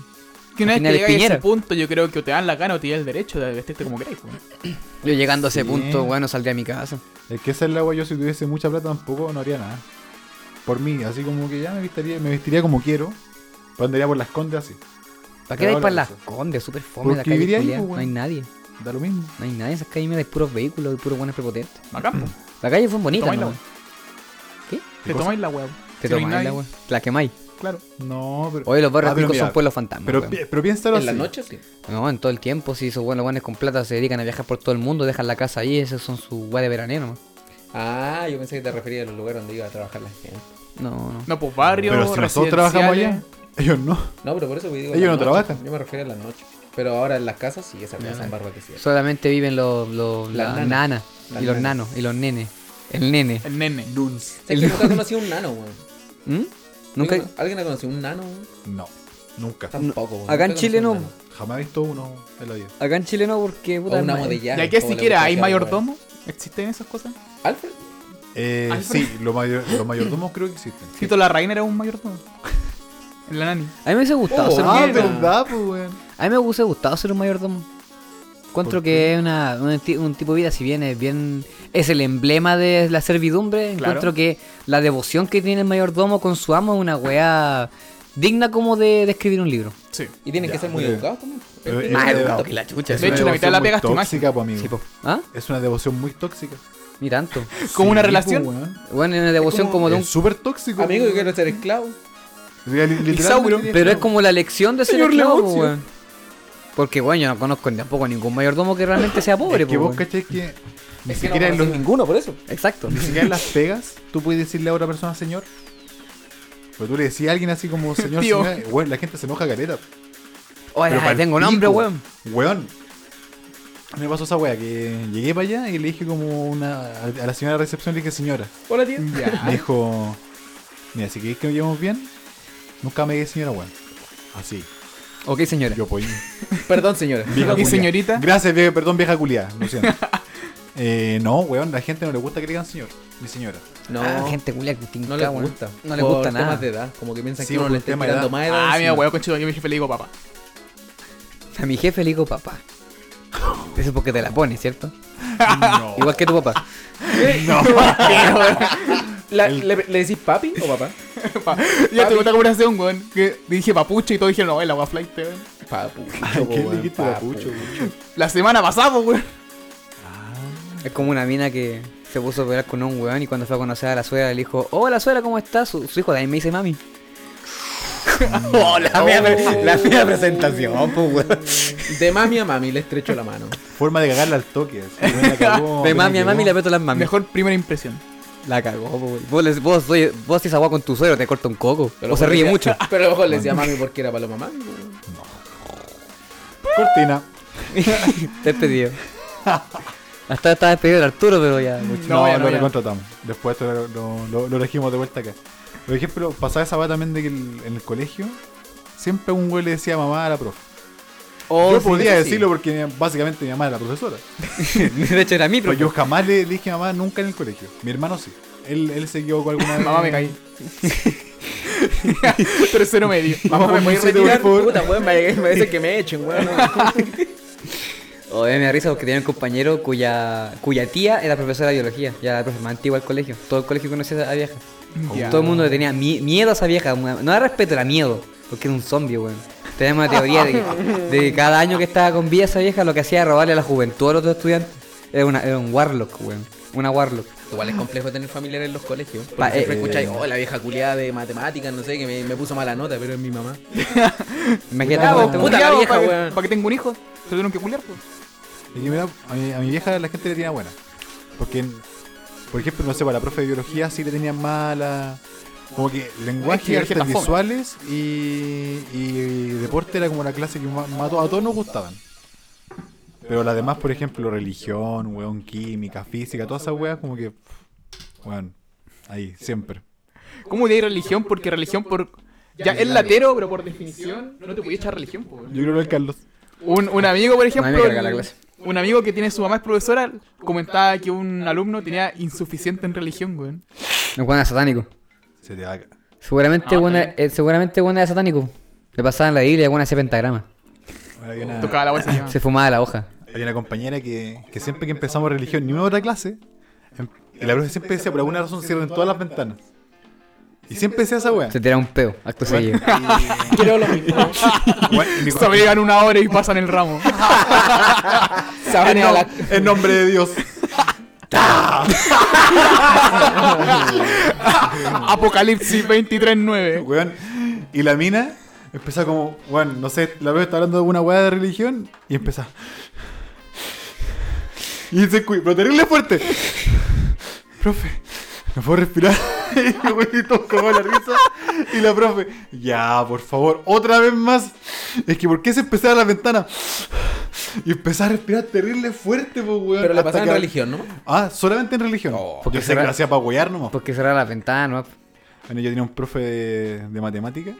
A: Que una
D: Al
A: vez que
D: final es
A: llegáis a
D: Piñera.
A: ese punto, yo creo que o te dan la gana o te da el derecho de vestirte como queráis. weón.
D: Yo llegando a ese
B: Sí.
D: punto, weón, no saldría a mi casa.
B: Es que esa es la wea. Yo si tuviese mucha plata tampoco no haría nada. Por mí, así como que ya me vestiría, me vestiría como quiero. Pero andaría por las condes así.
D: ¿Para qué
B: Pero
D: vais para
B: ahora
D: las
B: eso.
D: condes? Súper fome la
B: Porque
D: calle
B: viviría ahí,
D: culiao.
B: pues,
D: No hay
B: weón.
D: nadie,
B: Da lo mismo.
D: no hay nadie. Esas calles mira, hay puros vehículos y puros buenos prepotentes.
A: Bacán, po.
D: La calle fue bonita,
A: Tomáis
D: ¿no?
A: la-
B: ¿Qué
A: Te
B: cosa?
A: tomáis la hueá.
D: Te
A: Si no hay
D: tomáis
A: nadie.
D: la weón. La quemáis.
A: Claro.
B: No, pero.
D: Hoy los barrios
B: Ah, pero
D: ricos son
B: mira,
D: pueblos fantasmas.
B: Pero,
D: weón.
B: pi- pero piénsalo
C: En la
B: así.
C: noche, sí.
D: No, en todo el tiempo, si esos buenos buenos con plata se dedican a viajar por todo el mundo, dejan la casa ahí, esos son sus weas de veraneo nomás.
C: Ah, yo pensé que te refería a los lugares donde iba a trabajar la gente.
D: No, no.
A: No, pues barrios,
B: Pero si nosotros trabajamos allá, ellos no.
C: No, pero por eso que digo.
B: Ellos
C: las
B: no
C: noches.
B: trabajan.
C: Yo me refería a las noches. Pero ahora en las casas sí, esas cosas son barbaquecidas.
D: Solamente viven los, los
C: Las
D: las
C: nanas.
D: nanas
C: Las
D: y los
C: nanas.
D: nanos y los nenes. El nene.
A: El nene.
C: Sé que nunca conocí a un nano, weón.
D: ¿Mm? Nunca.
C: Digo, ¿Alguien ha conocido un nano? weón?
B: No, nunca.
A: Ah,
C: Tampoco, weón.
D: Acá en
C: Nunca
D: Chile
C: conocí a
D: no.
C: un nano.
B: Jamás he visto uno en la vida.
D: Acá en Chile no, porque puta.
C: O una
D: es más-
A: ¿Y
C: modellada.
A: aquí siquiera hay mayordomo? ¿Existen esas cosas?
C: Alfred.
B: Eh,
A: Alfred.
B: sí, los, mayor- los mayordomos creo que
D: <laughs>
B: existen.
A: Tito la reina era un mayordomo. <laughs> En la nani.
D: A mí me hubiese gustado
C: Oh,
D: ser
C: ah,
D: mayordomo.
C: verdad,
B: pues, weón.
D: A mí me hubiese gustado ser un mayordomo. Encuentro
B: ¿Por
D: que es una, un, ti- un tipo de vida, si bien es bien es el emblema de la servidumbre,
A: Claro.
D: encuentro que la devoción que tiene el mayordomo con su amo es una weá digna como de, de escribir un libro.
A: Sí.
C: Y tienen
B: Ya,
C: que
B: eh,
C: ser muy
B: pero-
C: educados también. Este,
B: Pero es
D: Más
B: una
D: educado
B: devo-
D: que la chucha.
B: Eh, es
A: De
B: una
A: hecho, la mitad de la pega
B: devoción muy
A: es tu imagen.
B: tóxica, pues, amigo.
D: Sí, po. ¿Ah?
B: Es una devoción muy tóxica.
D: Ni tanto.
A: Como una
B: Sí,
A: relación. Ah,
B: pues, weón.
D: Bueno, es una devoción como, de
B: Es
D: un...
B: súper tóxico.
C: Amigo, yo
B: weón.
C: quiero ser esclavo.
B: Li- li- literalmente
A: Isauro.
B: tiene
D: Pero es
B: esclavo.
D: como la lección de ser
A: Señor
D: esclavo, pues,
A: Leoncio.
D: weón. Porque, bueno, yo no conozco tampoco ningún mayordomo que realmente sea pobre,
B: Es que
D: po,
B: vos
D: weón.
B: cachés que ni
C: Es que no
B: siquiera en
C: conocí
B: los-
C: ninguno, por eso.
B: <laughs>
D: Exacto.
B: ni siquiera en las pegas tú puedes decirle a otra persona señor. Pero tú le decís a alguien así
A: <laughs>
B: como señor,
A: Tío.
B: señora, weón, la gente se enoja careta.
D: Oye,
B: Pero
D: Oh, ay,
B: pa'l
D: tengo nombre,
B: pico,
D: weón.
B: Weón. Me pasó esa wea que llegué para allá y le dije como una. A la señora de recepción le dije señora.
C: Hola, tío.
A: Ah.
B: Me dijo. Mira, si queréis que nos llevemos bien, nunca me digas señora weón. Así.
D: Ok, señora.
B: Yo pues.
C: Perdón, señora.
B: vieja
A: ¿Y
B: culiá.
A: señorita?
B: Gracias, vieja, perdón, vieja culia. Lo siento. <laughs> Eh, no, weón, la gente no le gusta que le digan señor, ni señora.
C: No,
D: Ah, gente culia que tinca,
C: no les
D: weón.
C: gusta.
D: No les gusta
C: Por
D: nada.
C: temas de edad. Como que piensan
B: Sí,
C: que uno
B: por un
C: le está
B: tema de
C: tirando
B: edad.
C: más edad.
A: Ah, mira,
C: encima.
A: hueá, conchito, aquí mi jefe le digo papá. <laughs>
D: A mi jefe le digo papá. Eso es porque
B: <laughs>
D: te la pones, ¿cierto?
B: No.
D: <laughs> Igual que tu papá.
B: no.
C: La- le, le decís papi o papá?
A: Pa- ya tengo una conversación, weón. Que dije papucho y todos dijeron, no, es la weá flight, weón.
C: Papucho,
B: ¿Qué
C: po,
B: le
C: weón,
B: dijiste
C: papu.
B: papucho?
A: La semana pasada, weón.
D: Es como una mina que se puso a pelear con un weón y cuando fue a conocer a la suegra le dijo, hola suegra, ¿cómo estás? Su, su hijo también me dice mami.
F: Oh, la, mía, la
A: Oh.
F: mía presentación, pues, weón.
C: De mami a mami le estrecho la mano.
B: Forma de cagarla al toque. así, me la cagó,
D: de
B: me
D: mami a
B: llegó.
D: mami le aprieto las mamis.
A: Mejor primera impresión.
D: La cagó, po, wey. Vos, les- vos, oye, vos haces agua con tu suegro, te corta un coco. o se ríe
C: <laughs>
D: mucho.
C: Pero a lo mejor le decía mami porque era paloma mami. weón.
B: Cortina.
D: Despedido. Hasta estaba despedido el Arturo, pero ya. mucho.
A: No,
B: No,
A: ya no,
B: lo
A: ya.
B: recontratamos. Después lo, lo, lo- lo elegimos de vuelta acá. Por ejemplo, pasaba esa va también de que el- en el colegio siempre un güey le decía mamá a la profe.
D: Oh,
B: yo podía decirlo porque básicamente mi mamá era la profesora.
D: <laughs> De hecho era mi,
B: Pero
C: Pues
B: yo
D: pero
B: jamás le dije mamá nunca en el colegio. Mi hermano sí. Él, él se equivocó alguna vez.
A: Mamá, me caí. <laughs> Tercero medio.
B: Vamos
A: Mamá,
B: con
A: me
C: <laughs>
A: voy
B: un siete,
A: retirar.
B: por favor.
C: Puta, weón, me, me dicen que
D: <laughs>
C: me echen, weón. no.
D: O me da risa porque tenía un compañero cuya, cuya tía era profesora de biología, ya la profe más antigua del colegio. Todo el colegio conocía a esa vieja.
A: Ya.
D: Todo el mundo le tenía mi- miedo a esa vieja. una- No era respeto, era miedo. Porque era un zombie, weón. Teníamos una teoría de
C: <laughs>
D: que, de que cada año que estaba con vida esa vieja lo que hacía era robarle a la juventud a los otros estudiantes. Era, una, era un warlock, weón. Una
C: <laughs>
D: warlock.
C: Igual es complejo tener familiares en los colegios. Porque
D: Pa-
C: siempre
D: eh,
C: escucháis, oh, la vieja culiada de matemáticas, no sé, que me, me puso mala nota, pero es mi mamá.
D: Imagínate
A: Ya,
D: cómo
A: vos,
D: te-
C: pues, puta la
A: culiao,
C: vieja,
A: pa' que-
C: weón.
A: Pa' que tengo un hijo. Se tuvieron que culiar, pues.
B: Y que mira, a mi, a mi vieja la gente le tenía buena. Porque, en- por ejemplo, no sé, para la profe de biología sí le tenían mala. Como que lenguaje,
A: que
B: artes
A: la fome.
B: visuales y, y deporte era como la clase que ma- ma- a todos nos gustaban. Pero las demás, por ejemplo, religión, weón, química, física, todas esas weas, como que. pff, Weón, ahí, siempre.
A: ¿Cómo de religión? Porque religión por. Ya es latero, pero por definición no te podía echar religión, po, weón.
B: Yo creo que el Carlos.
A: Un, un amigo, por ejemplo.
D: carga la
A: el-
D: clase.
A: Un amigo que tiene su mamá es profesora comentaba que un alumno tenía insuficiente en religión, weón.
D: No, weón, era satánico.
B: Se te va a-
D: Seguramente, weón, eh, seguramente weón era satánico. Le pasaban la Biblia y weón hacía pentagrama.
B: Había una,
A: Tocaba la bolsa
B: Ah.
A: y
D: <laughs> Se fumaba la hoja.
B: había una compañera que, que siempre que empezamos religión, ni una otra clase, em- y la profe siempre decía, por alguna razón cierren todas las ventanas. Y siempre decía esa weá.
D: Se tiraba un peo,
B: Ah,
D: acto seguido.
C: Creo lo mismo.
A: <laughs>
B: Weá, mi-
A: Se obligan una hora y pasan el ramo. <laughs>
C: Saben a la-
B: En nombre de Dios.
A: Apocalipsis 23.9.
B: Weón. Y la mina empezaba como, weón, no sé, la profe está hablando de una weá de religión y empezaba. Y dice, pero terrible fuerte. Profe, no puedo respirar. <laughs> Y el weón como la risa. Y la profe, ya, por favor, otra vez más. Es que, ¿por qué se empezaba la ventana? Y empezaba a respirar terrible fuerte, pues, weón.
C: Pero le
B: Hasta
C: pasaba en
B: que-
C: religión, Oh, ¿no?
B: Ah, solamente en religión.
D: Porque
B: porque se
D: será-
B: hacía para wear nomás.
D: <laughs> Porque cerraba la ventana.
B: Bueno, yo tenía un profe de, de matemática.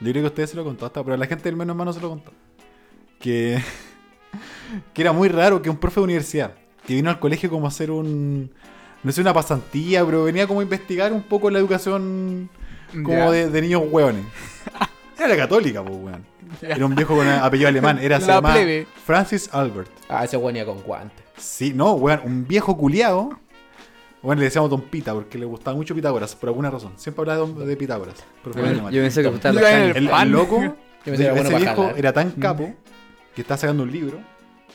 B: Yo creo que ustedes se lo contó hasta, pero la gente del menos mano se lo contó. Que, <laughs> que era muy raro que un profe de universidad que vino al colegio como a hacer un. No sé, una pasantía, pero venía como a investigar un poco la educación
A: Ya.
B: como de, de niños hueones. Era la católica, pues, weón. Era un viejo con apellido alemán, era se
A: <laughs> La
B: llamaba
A: plebe.
B: Francis Albert.
C: Ah, ese weón iba con guantes.
B: Sí, no, weón, un viejo culiado. Bueno, le decíamos Don Pita porque le gustaba mucho Pitágoras, por alguna razón. Siempre hablaba de, de Pitágoras. profe de
D: Yo
B: matemáticas.
D: pensé que gustaba los
A: Iba en
D: caños.
A: el-
B: el, el
A: pan.
C: <laughs>
B: loco,
C: que
B: de-
C: era bueno
B: ese
C: para
B: viejo
C: jalar. Mm.
B: era tan capo que estaba sacando un libro.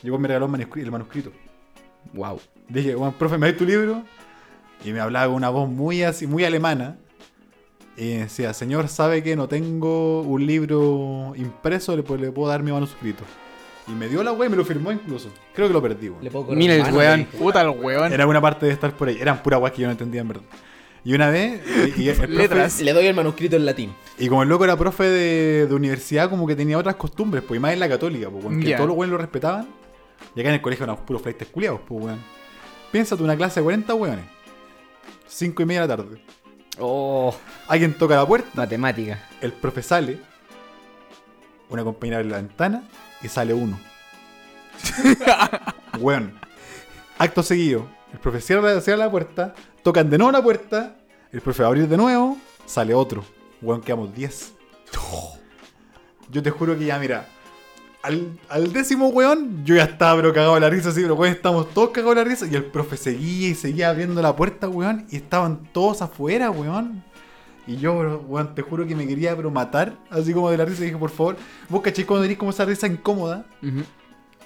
B: Llegó y me regaló el manuscri- el manuscrito.
D: Wow.
B: Dije, bueno, profe, ¿me das tu libro? Y me hablaba con una voz muy así, muy alemana. Y decía, señor, ¿sabe que no tengo un libro impreso? Le, pues, le puedo dar mi manuscrito. Y me dio la wea y me lo firmó incluso. Creo que lo perdí, weón.
C: Le puedo correr
D: Mira
C: la
D: el
C: mano,
D: weón.
A: Puta el weón.
B: Era una parte de estar por ahí. Eran pura guas que yo no entendía en verdad. Y una vez, y,
A: <laughs>
B: y el profe-
A: Letras.
C: Le doy el manuscrito en latín.
B: y como el loco era profe de, de universidad, como que tenía otras costumbres, pues y más en la católica, pues, weón, que
A: Ya.
B: todos los buenos lo respetaban. Y acá en el colegio eran puros flightes culiados, pues, weón. Piénsate una clase de 40 weones. 5 y media de la tarde.
D: Oh,
B: Alguien toca la puerta,
D: matemática.
B: el profe sale, una compañera abre la ventana y
A: <laughs>
B: sale uno. Weón. Acto seguido. El profe cierra, cierra la puerta, tocan de nuevo la puerta, el profe va a abrir de nuevo, sale otro. Weón, quedamos 10. Yo te juro que ya, mira, al, al décimo weón, yo ya estaba pero cagado de la risa, así, pero weón, estamos todos cagados de la risa. Y el profe seguía y seguía abriendo la puerta, weón, y estaban todos afuera, weón. Y yo, bro, weón, te juro que me quería, pero matar, así como de la risa. Y dije, por favor, vos caché cuando tenés como esa risa incómoda,
D: Ujú.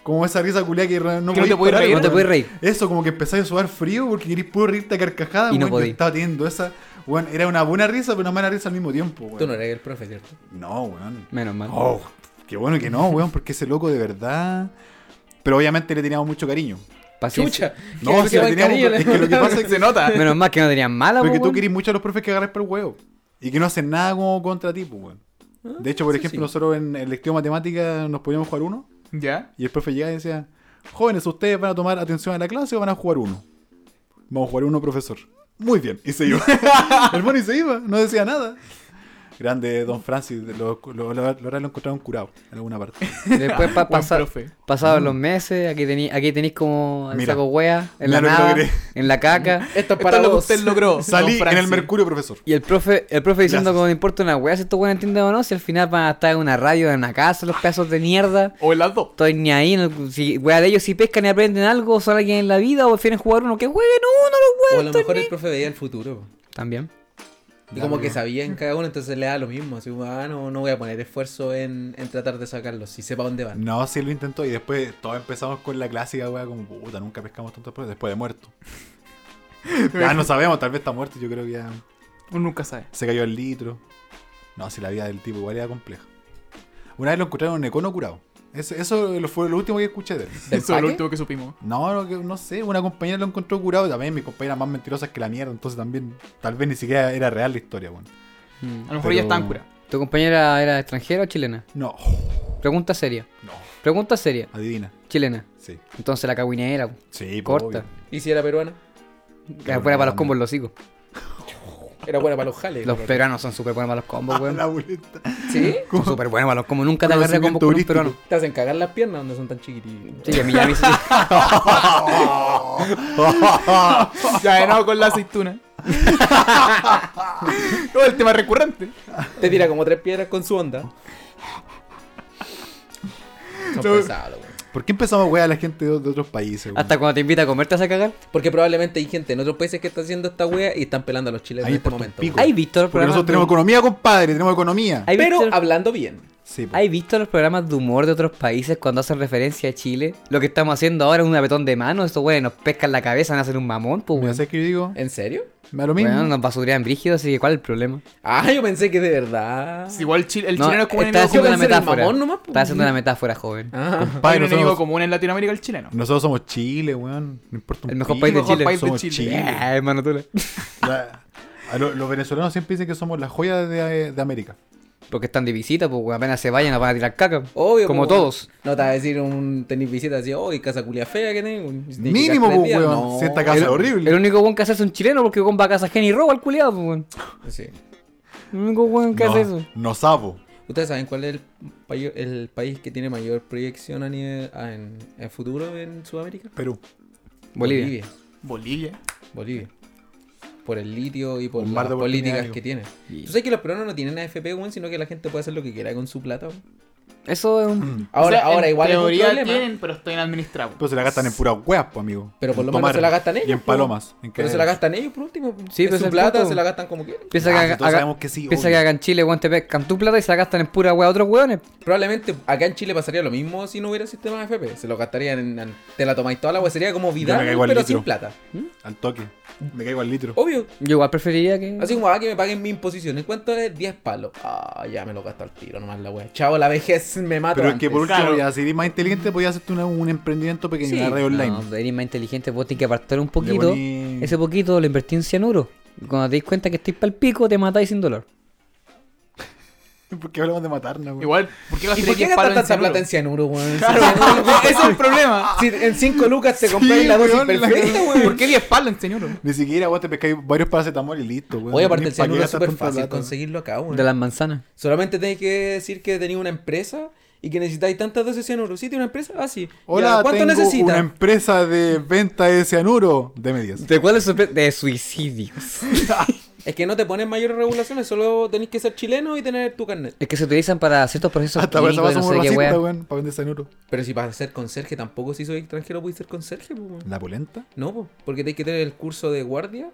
B: como esa risa culia que no,
A: Que no te podés
B: parar,
A: reír.
D: No te
B: weón.
D: puedes reír.
B: Eso, como que empezáis a sudar frío porque querís puro reírte a carcajada,
D: Y no
B: weón. yo
D: podí.
B: estaba teniendo esa. Weón, era una buena risa, pero una mala risa al mismo tiempo, weón.
C: Tú no eres el profe, ¿cierto?
B: No, weón.
D: Menos mal.
B: Oh, qué bueno que no, weón, porque ese loco de verdad. Pero obviamente le teníamos mucho cariño.
D: Paciencia.
B: No, si le teníamos. es que
A: <laughs>
B: lo que pasa es que,
A: Se
B: <laughs>
A: nota.
D: Menos mal que no tenían mala,
B: porque tú
D: weón.
B: querís mucho a los profes que agarres por el huevo. Y que no hacen nada como contra ti, pues, weón. De hecho, por
C: eso
B: ejemplo,
C: sí.
B: nosotros en el lectivo de matemática nos poníamos a jugar uno.
A: ¿Ya?
B: Y el profe llegaba y decía: Jóvenes, ¿ustedes van a tomar atención a la clase o van a jugar uno? Vamos a jugar uno, profesor. Muy bien. Y se iba. <laughs> el mono y se iba. No decía nada. Grande Don Francis. Lo, lo, lo, lo encontraron curado en alguna parte.
D: Después
B: <laughs>
D: pa-
A: Buen
D: pasa-
A: profe.
D: pasados los meses, aquí tenéis aquí tenéis como el
B: Mm. Mira.
D: saco wea, en
B: Mira
D: la
B: lo que
D: nada,
B: logré.
D: en la
B: <laughs>
D: caca.
C: Esto es
A: Esto
C: para
A: es lo que
C: vos.
A: usted logró.
B: Salí
A: <laughs> don
B: en el
A: Francis.
B: Mercurio, profesor.
D: Y el profe, el profe diciendo
B: Gracias.
D: como no importa una wea si estos weones entienden o no, si al final van a estar en una radio, en una casa, los pedazos de mierda.
A: O el las dos.
D: Estoy ni ahí, no- si wea de ellos si pescan y aprenden algo, son alguien en la vida o prefieren jugar uno, que jueguen uno los
C: O a
D: weones.
C: lo
D: estoy
C: mejor
D: ni-
C: el profe veía el futuro.
D: También.
C: Y como que sabía en cada uno, entonces le da lo mismo. Así como, ah, no, no voy a poner esfuerzo en, en tratar de sacarlos. Si sepa dónde van.
B: No, sí lo intentó y después todos empezamos con la clásica, weá, como puta, nunca pescamos tantos peces después
A: <laughs>
B: de muerto. <laughs> ya no sabemos, tal vez está muerto, yo creo que ya
A: Uno nunca sabe.
B: se cayó el litro. No, si la vida del tipo igual era compleja. Una vez lo encontraron en Econo curado. Ese- eso lo- fue lo último que escuché de él.
A: Eso es lo último que supimos.
B: No, no, que- no sé, una compañera lo encontró curado también, mis compañeras más mentirosas que la mierda, entonces también, tal vez ni siquiera era real la historia, weón.
A: A lo mejor
B: Pero-
A: ya están
B: <laughs>
A: curados.
D: ¿Tu compañera era extranjera o chilena?
B: No, <sighs>
D: Pregunta seria.
B: no,
D: Pregunta seria.
B: adivina,
D: Chilena.
B: sí.
D: Entonces la cagüinera, po.
B: Sí, pues,
D: corta.
B: obvio.
C: ¿Y si era peruana?
D: La fuera para los combos los hijos.
C: Era buena para los jales.
D: Los
C: cabrón.
D: peruanos son súper buenos para los combos, weón.
B: Ah, La boleta.
C: ¿Sí?
D: Son súper buenos para los combos. Nunca te agarré combo con un
B: Conocimiento
D: peruano.
C: Te hacen cagar las piernas donde son tan chiquititos.
D: Sí, a mí ya me
A: Ya de nuevo con la aceituna. no, el tema recurrente.
C: Te tira como tres piedras con su onda. Son pesados, güey.
B: <laughs> ¿Por qué empezamos a wear a la gente de, de otros países? weón?
D: Hasta cuando te invita a comer te hace cagar.
C: Porque probablemente hay gente en otros países que está haciendo esta wea y están pelando a los chilenos
B: Ahí
C: en este
B: por tu
C: momento.
B: pico.
C: güey.
D: ¿Hay visto los
B: Porque
D: programas?
B: nosotros tenemos
D: de-
B: economía, compadre, tenemos economía.
D: ¿Hay
C: Pero
D: visto,
C: hablando bien.
B: Sí, pues. po.
D: ¿Hay visto los programas de humor de otros países cuando hacen referencia a Chile? Lo que estamos haciendo ahora es un apetón de mano. Estos güeyes nos pescan la cabeza, nos hacen un mamón, pues,
B: Mira,
D: weón.
B: ¿sabes qué yo digo?
C: ¿En serio?
B: Me da lo mismo.
D: Bueno, nos basurean brígidos, así que ¿cuál es el problema?
C: Ah, yo pensé que de verdad.
A: Si igual el, chile- el
D: No,
A: chileno es como un
D: estás
A: enemigo
D: haciendo
A: común.
D: una
C: ser el
D: metáfora.
C: mamón nomás, pues.
D: Estás haciendo una metáfora, joven. <laughs>
C: Ah,
B: Compadre,
A: Hay un enemigo
B: nosotros,
A: común en Latinoamérica el chileno.
B: nosotros somos Chile, weón. No importa un
D: El mejor
B: pico,
D: país de
A: mejor
D: Chile.
A: país de
B: somos
A: Chile.
B: Chile.
D: Ah, hermano, tú le-
B: La- a lo- los venezolanos siempre dicen que somos la joya de, de América.
D: Porque están de visita, pues weón, apenas se vayan nos van a tirar caca.
C: Obvio.
D: Como
C: pues,
D: todos.
C: No te va a decir un tenis visita así, oh, y casa culia fea que tengo. Tienes que
B: Mínimo,
C: quedar tres
B: pues,
C: días".
B: weón.
C: No.
B: Si esta casa es horrible.
D: El único weón que hace eso es un chileno porque weón va a casa ajena y roba al culiado, pues weón.
C: Sí.
D: El único weón que
B: no,
D: hace eso.
B: No sabo.
C: ¿Ustedes saben cuál es el, payo- el país que tiene mayor proyección a nivel, a- en, en futuro en Sudamérica?
B: Perú.
D: Bolivia.
A: Bolivia.
C: Bolivia. Por el litio y por
B: Un mar
C: las
B: de
C: políticas
B: oportunidades,
C: que tiene. Tú sabes que los peruanos no tienen AFP, weón, sino que la gente puede hacer lo que quiera con su plata, weón.
D: Eso es un.
C: Ahora,
A: O sea,
C: ahora
A: en
C: igual es un
A: teoría
C: problema.
A: tienen, pero estoy en administrado.
B: Pero se la gastan en puras weas, pues, amigo.
C: Pero por
B: En
C: lo menos
B: tomar
C: se la gastan ellos.
B: Y en
C: po.
B: palomas. En
C: Pero se la gastan ellos por último.
D: Sí,
C: Sí,
D: pero
C: pero
D: es el
C: su plata
D: punto.
C: se la gastan como quieren.
D: Piensa
B: Ah,
D: que,
B: si
D: acá-
B: todos
D: acá-
B: sabemos que sí,
D: piensa
B: obvio.
D: que acá en Chile, weón, te pescan tu plata y se la gastan en pura weá a otros weones.
C: Probablemente acá en Chile pasaría lo mismo si no hubiera sistema de AFP. Se lo gastarían en. en- te la tomáis toda la agua. Sería como Vidal,
B: caigo al
C: pero
B: litro.
C: sin plata.
B: Al toque. Me caigo al litro.
C: Obvio.
D: Yo igual preferiría que.
C: Así como, ah, que me paguen mi imposición. ¿En cuánto es? 10 palos. Ah, ya me lo gasto al tiro nomás la wea. Chavo, la vejez me mata.
B: Pero es que por último,
A: Claro.
B: ya, si eres más inteligente, podías hacerte una- un emprendimiento pequeño,
C: Sí.
B: una red online.
D: No, pues, eres más inteligente, vos tenés que apartar un
B: Le
D: poquito.
B: poní-
D: Ese poquito lo invertí en cianuro. Y Cuando te dis cuenta que estáis pa'l pico, te matáis sin dolor.
B: <laughs> ¿Por qué hablamos de matarnos, weón?
A: Igual, ¿por qué vas
C: ¿Y
A: a
C: por
A: tener
C: qué
A: que
C: gastas
A: parar en
C: tanta
A: cianuro?
C: plata en cianuro, weón?
A: Claro, <laughs> ese es el problema.
C: Si en 5 lucas te compras la dosis
B: weón, la-
C: perfecta, weón.
A: Este ¿Por qué 10 palos en cianuro?
B: Ni siquiera, vos te pescáis varios paracetamol y listo, weón.
C: Oye, aparte
B: Ni
C: el
B: pa' qué
C: cianuro es
B: gastar
C: súper
B: tanta
C: fácil
B: plata.
C: conseguirlo acá, weón.
D: De las manzanas.
C: Solamente tenéis que decir que tenéis una empresa y que necesitáis tantas dosis de cianuro. ¿Sí tiene una empresa? Ah, sí.
B: Hola,
C: Ya, ¿Cuánto
B: tengo una
C: necesitas?
B: empresa de venta de cianuro. Deme 10.
D: ¿De cuál es su... De suicidios.
C: Es que no te ponen mayores regulaciones, solo tenés que ser chileno y tener tu carnet.
D: Es que se utilizan para ciertos procesos
B: Hasta por esa
D: clínicos y
B: pasa
D: no
B: somos
D: sé qué,
B: racistas,
D: weón.
B: weón, para vender cianuro.
C: Pero si para ser conserje tampoco, si soy extranjero, puedes ser conserje, pues, weón.
B: ¿La polenta?
C: No, po, porque tenéis que tener el curso de guardia,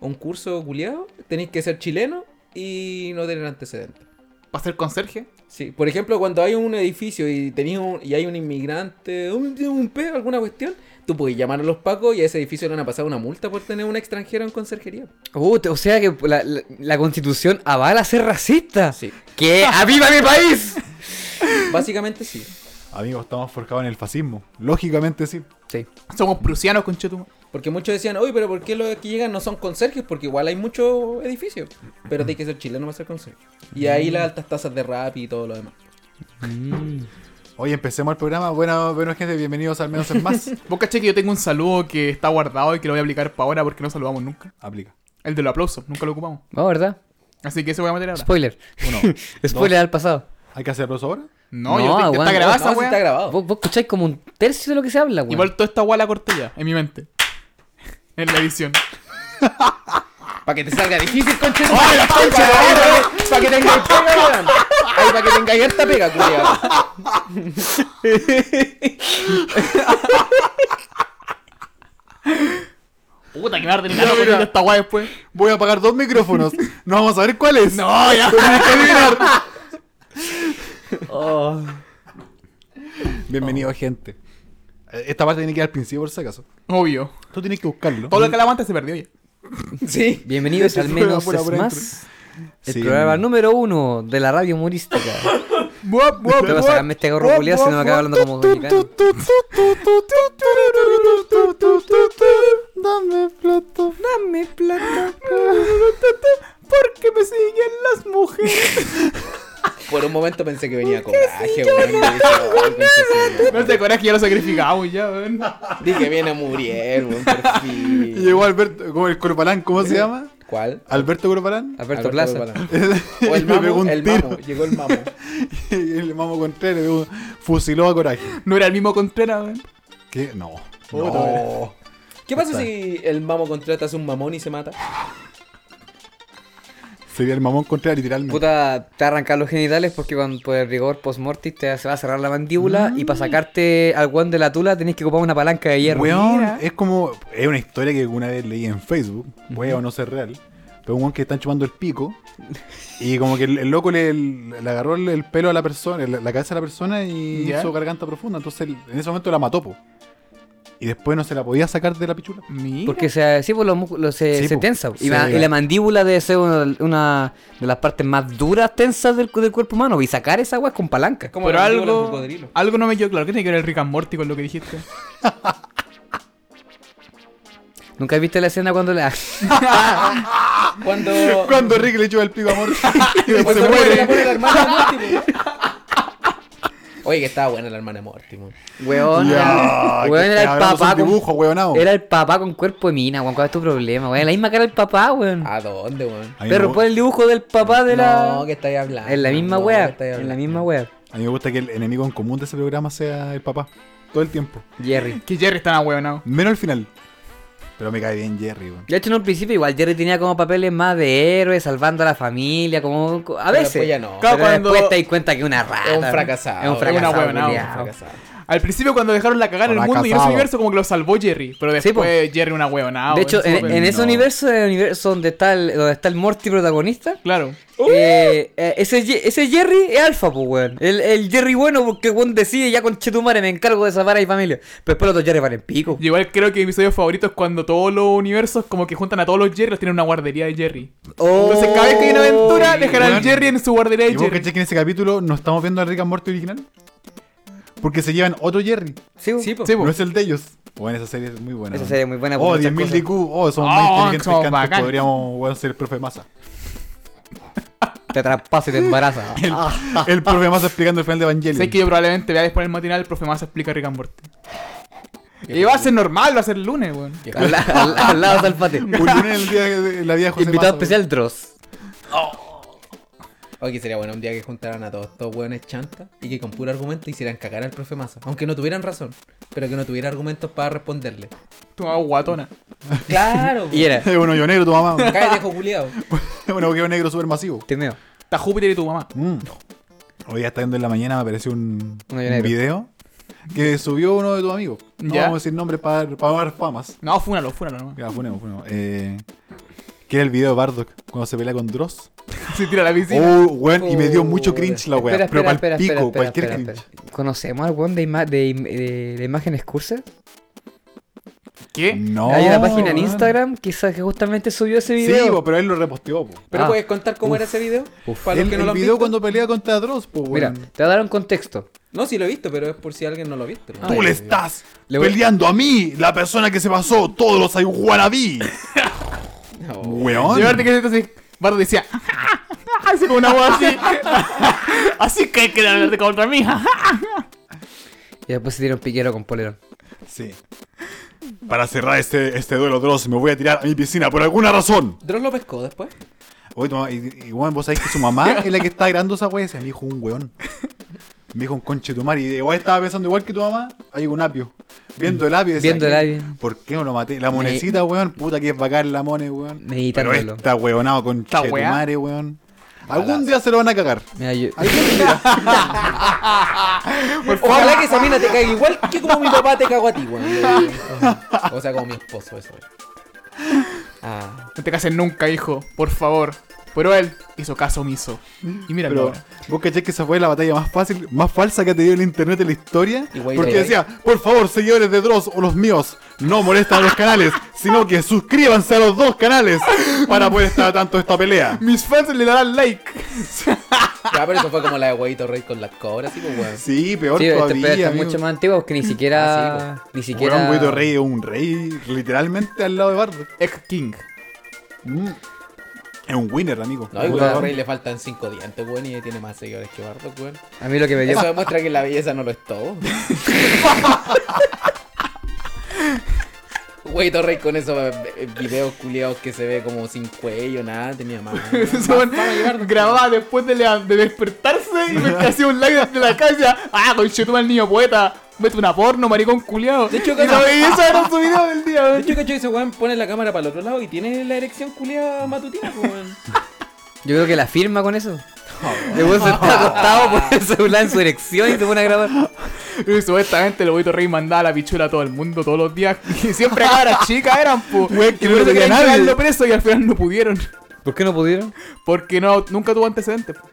C: un curso culiado, tenéis que ser chileno y no tener antecedentes.
A: ¿Para ser conserje?
C: Sí, por ejemplo, cuando hay un edificio y tenéis un, y hay un inmigrante, un, un peo, alguna cuestión, tú puedes llamar a los pacos y a ese edificio le van a pasar una multa por tener un extranjero en conserjería.
D: Uh, te- o sea que la, la- la constitución avala ser racista.
C: Sí,
D: ¡Que aviva mi país!
C: básicamente sí.
B: Amigos, estamos forjados en el fascismo. Lógicamente sí.
D: Sí.
A: Somos prusianos, conchetum.
C: Porque muchos decían, uy, pero ¿por qué los que llegan no son conserjes? Porque igual hay muchos edificios. Pero hay que ser chileno para ser conserje. Y ahí las altas tasas de rap y todo lo demás.
B: Oye, empecemos el programa. Bueno, bueno, gente, bienvenidos al menos en
C: <laughs>
B: más.
A: Vos caché que yo tengo un saludo que está guardado y que lo voy a aplicar para ahora porque no saludamos nunca.
B: Aplica.
A: El del aplauso, nunca lo ocupamos.
D: No, ¿verdad?
A: Así que ese voy a meter ahora.
D: Spoiler.
B: Uno.
D: <laughs> Spoiler al pasado.
B: ¿Hay que hacer aplauso ahora?
A: No,
D: No,
A: yo te,
D: aguanta.
A: está grabada
C: No,
A: Ah, esa
C: sí
A: weá.
C: está
B: Oh.
C: grabado.
D: Vos, vos escucháis como un tercio de lo que se habla, weón.
A: Igual toda esta weá la corté ya, en mi mente. <laughs> En la edición.
C: Para que te salga difícil, conche.
D: <laughs>
C: Para que tengáis pega, weón. Ay, para que tengáis harta pega, culiao.
A: Puta, que me arde el gato poniendo esta weá después.
B: Voy a apagar
A: <laughs>
B: dos micrófonos. No vamos a ver cuáles. <laughs>
A: No, ya. Oh.
B: Bienvenido, gente. Eh, Esta parte tiene que ir al principio, por si acaso.
A: Obvio.
B: Tú tienes que buscarlo.
A: Todo lo que la aguanta se perdió ya.
C: Sí.
B: <laughs>
D: Bienvenidos al
B: Fuera,
D: menos
B: fuera,
D: es
B: fuera,
D: más. El
B: Sí.
D: programa número uno de la
B: <laughs>
D: radio humorística.
A: Buap, buap,
D: Tengo que
A: buap.
D: sacarme este gorro culiao, si no me acabo hablando como dominicano.
B: Dame plato.
D: Dame plata.
A: Porque me siguen las mujeres.
C: Por un momento pensé que venía con coraje, weón. Dije, "Ay, pensé que venía".
A: No te acuerdas que ya lo sacrificamos ya, weón.
C: Dije, viene a morir, weón, por
B: Y
C: fin.
B: <laughs> llegó Alberto, como el Corpalán, ¿cómo
A: Eh.
B: se llama?
C: ¿Cuál?
B: Alberto Corpalán.
D: Alberto Plaza.
C: Corbalán.
B: Y
C: O
B: <laughs>
C: el
B: me pegó
C: mamo,
B: un
C: el
B: tiro.
C: mamo, llegó el mamo.
B: <laughs> Y el mamo Contreras le pegó- fusiló a coraje.
A: No era el mismo Contreras, weón.
B: ¿Qué? No.
C: No. ¿Qué pasa si el mamo contratas un mamón y se mata?
B: Sería el mamón Contreras, literalmente.
D: Puta, te arrancar los genitales porque cuando por el rigor post-mortis te se va a cerrar la mandíbula y para sacarte al guan de la tula tenés que ocupar una palanca de hierro.
B: Weón,
A: Mira.
B: es como. Es una historia que alguna vez leí en Facebook. Puede o no ser real. Pero un weón que están chupando el pico. Y como que el, el loco le, le agarró el, el pelo a la persona, el- la cabeza a la persona y
A: Ya.
B: hizo garganta profunda. Entonces él- en ese momento la mató, po. Y después no se la podía sacar de la pichula.
A: Mira.
D: Porque se, sí, pues, los músculos se,
B: Sí,
D: se
B: pues.
D: tensa. Y,
B: Sí.
D: la, y la mandíbula debe ser una, una de las partes más duras tensas del, del cuerpo humano. Y sacar esa agua es con palanca.
C: Como
A: Pero
C: la mandíbula de un
A: algo,
C: cocodrilo.
A: algo no me quedó claro. ¿Qué tiene que ver el Rick and Morty con lo que dijiste?
D: ¿Nunca viste la escena
B: <laughs>
D: cuando la...
C: Cuando,
B: Cuando Rick le chupa el pico a Morty. <laughs> y después
D: Pues
C: cuando
B: se
C: muere
B: muere.
C: la pone la hermana de Morty, po. Oye, que estaba buena la hermana de Morty, po.
D: Weón, <laughs>
B: Ya,
D: weón,
B: que
D: era el
B: hagamos
D: papá
B: un dibujo,
A: Oh.
B: weonao.
D: Era el papá con cuerpo de mina, weón. ¿Cuál es tu problema, weón? La misma cara del papá, weón.
A: Ah,
C: ¿A dónde, weón?
B: A mí, me,
D: Perro,
B: gu-
D: pon el dibujo del papá de la...
C: No, que estáis hablando.
D: En la misma
C: no,
D: wea.
C: que
D: En
C: estáis
D: la
C: hablando.
D: misma wea.
B: a mí me gusta que el enemigo en común de ese programa sea el papá. Todo el tiempo.
D: Jerry.
A: Que Jerry está ahueonado.
B: Menos al final. Pero me cae bien Jerry, weón.
D: De hecho, en un principio igual Jerry tenía como papeles más de héroe, salvando a la familia, como... A
C: Pero
D: veces.
C: después ya no.
D: Pero
A: Claro, cuando-
D: después te das cuenta que es una rata.
C: Es un fracasado.
D: Es un
C: es una
D: fracasado.
A: huevonao,
D: culiao.
A: un
C: fracasado.
A: Al principio cuando dejaron la cagada en el mundo y en ese
B: Fracasado.
A: universo como que lo salvó Jerry. Pero
D: Sí, po.
A: después Jerry una hueonado.
D: De
C: Ah,
D: hecho, en, en ese universo, el universo donde está el, donde está el Morty protagonista,
A: Claro.
B: ¡Oh!
D: eh, eh, ese, Ye- ese Jerry es alfa, pues, weón. El, el Jerry bueno, porque weón decide ya con Chetumare me encargo de salvar a mi familia. Pero después los otros Jerry valen pico.
A: Y igual creo que mi episodio favorito es cuando todos los universos como que juntan a todos los Jerry los tienen en una guardería de Jerry.
B: Oh.
A: Entonces cada vez que hay una aventura
D: Oh,
A: dejarán al
B: weón.
A: Jerry en su guardería
B: ¿Y
A: de
B: vos
A: Jerry.
B: caché que en ese capítulo no estamos viendo al Rick and Morty original? Porque se llevan otro Jerry.
D: Sí, po.
C: Sí, po.
A: Sí, po.
B: No es el de ellos. Bueno, esa serie es muy buena.
D: Esa
B: weón.
D: serie es muy buena por
B: Oh,
D: muchas
B: 10.000
D: cosas.
B: DQ. Oh, somos
A: Oh,
B: más inteligentes
A: somos
B: que antes.
A: bacán.
B: Podríamos weón, ser el profe
D: <laughs>
B: Massa.
D: Te traspasa y te embaraza.
B: <laughs> El, el profe Massa explicando el final de Evangelion.
A: Sé que yo probablemente vea después en el matinal el profe más explica Rick and Morty. Y va a ser normal, va a ser el lunes, weón.
D: al, la- al- al lado <laughs> del patio.
B: Un lunes en el día de- en la vida de José
D: Invitado
B: Massa,
D: especial, Dross.
C: Oye, que sería bueno un día que juntaran a todos estos hueones chantas y que con puro argumento hicieran cagar al profe Massa. Aunque no tuvieran razón, pero que no tuviera argumentos
D: <laughs>
C: para responderle.
A: Tomaba guatona.
C: Claro,
D: Y
B: <laughs>
D: era,
B: Es un hoyo negro tu mamá.
C: Cállate, viejo
D: <laughs>
C: culiao.
B: Es un hoyo negro supermasivo.
D: te meo.
A: Está Júpiter y tu mamá.
B: Mm. Hoy hasta viendo en la mañana me apareció un,
D: Un hoyo
B: un
D: negro.
B: video que subió uno de tus amigos. No
A: Ya.
B: vamos a decir nombres para dar- para dar famas.
A: No, <laughs> fúnalo, fúnalo nomás.
B: Ya, funemos, funemos. Eh, que era el video de Bardock cuando se pelea con Dross.
A: Se tira a la piscina.
B: Oh, weón, y me dio mucho
D: Oh,
B: cringe la
D: espera,
B: weá. Pero
D: espera,
B: pa'l
D: espera, espera,
B: pico,
D: espera,
B: cualquier
D: espera,
B: cringe.
D: espera. ¿Conocemos al weón de, ima- de, im- de- de imágenes cursor?
A: ¿Qué?
B: No.
D: Hay una página en
B: weón.
D: Instagram que, sa- que justamente subió ese
B: Sí,
D: video.
B: po, pero él lo reposteó. po.
C: ¿Pero
D: Ah,
C: puedes contar cómo era ese video? Para los
B: El,
C: que no
B: el
C: lo han
B: video
C: visto.
B: cuando pelea contra Dross, po,
D: Mira,
B: weón.
D: te voy a dar un contexto.
C: No, sí lo he visto, pero es por si alguien no lo ha visto. ¿no?
D: Ah,
B: Tú
D: ya,
B: le
D: ya.
B: estás
D: Le voy-
B: peleando a mí, la persona que se pasó todos los
D: <laughs>
A: Y
B: ayuguanabí.
A: aparte
B: Oh, Weón.
A: que entonces Bardo decía. Así como una voz así. <laughs> así que hay que hablarte contra mí. ¿ah?".
D: Y después se dieron piquero con polerón.
B: Sí. Para cerrar este, este duelo, Dross, me voy a tirar a mi piscina por alguna razón.
C: ¿Dross lo pescó después?
B: Oye, tu mamá, y, y, weón, vos sabés que su mamá es la que está grabando esa weá. Ese me dijo un weón. Me dijo un conche tu madre. Y igual estaba pensando igual que tu mamá. Hay un apio. Viendo el apio. decía,
D: Viendo el apio.
B: ¿Por qué no lo maté? La monecita, weón. Puta que es bacán la mone, weón. Pero
D: Meditándolo.
B: está weonado con
A: Esta
B: tu
A: weá.
B: madre, weón. Algún día se lo van a cagar.
D: Mira, yo-
C: Ojalá que esa mina te caiga igual que como mi papá te cagó a ti, weón. <laughs> O sea, como mi esposo, eso. weón. Ah,
A: No te cases nunca, hijo, por favor. Pero él hizo caso omiso. Y mira,
B: Pero vos cachés que esa fue la batalla más fácil, más falsa que ha tenido el internet en la historia.
C: Y güey,
B: porque
C: güey.
B: decía, por favor, seguidores de Dross o los míos, no molestan a los canales, sino que suscríbanse a los dos canales para poder estar a tanto de esta pelea.
A: mis fans le darán like.
C: ya, pero eso fue como la de Huevito Rey con las cobras, así, pues, weón.
B: Sí, peor
D: Sí, este
B: todavía.
D: pedo está
B: amigo.
D: mucho más antiguo que ni siquiera.
C: Ah,
D: ni
B: Weón,
D: siquiera.
B: Güito Rey es un rey literalmente al lado de Bardo.
A: Egg King.
B: Mm. Es un winner, amigo.
C: No,
B: Puta,
C: y Huevito
B: Bardo.
C: Rey le faltan cinco dientes, weón, y tiene más seguidores que Bardo, weón.
D: A mí lo que me dio.
C: Eso demuestra que la belleza no lo es todo. Huevito Rey con esos eh, eh, videos culiados que se ve como sin cuello, nada, tenía más.
A: Son grabadas después de, la- de despertarse y
B: <laughs>
A: me hacía un live desde la calle. Ah, conchetumal el niño poeta. Vete una porno, maricón culiao.
C: De hecho,
A: y,
C: que-
A: la-
C: <laughs>
A: y eso era su video del día,
C: De
A: weón.
C: hecho, cacho, ese weón pone la cámara para el otro lado y tiene la erección culiada matutina, pues, weón.
D: Yo creo que la firma
B: <laughs>
D: con eso. El weón se está acostado por el celular en su dirección y se pone a grabar.
A: Y supuestamente el huevito rey mandaba la pichula a todo el mundo todos los días. Y siempre cabras chicas eran, pues.
B: Weón, que no lo
A: querían
B: quería nadie.
A: llevarlo preso y al final no pudieron.
D: ¿Por qué no pudieron?
A: Porque no, nunca tuvo antecedentes. po.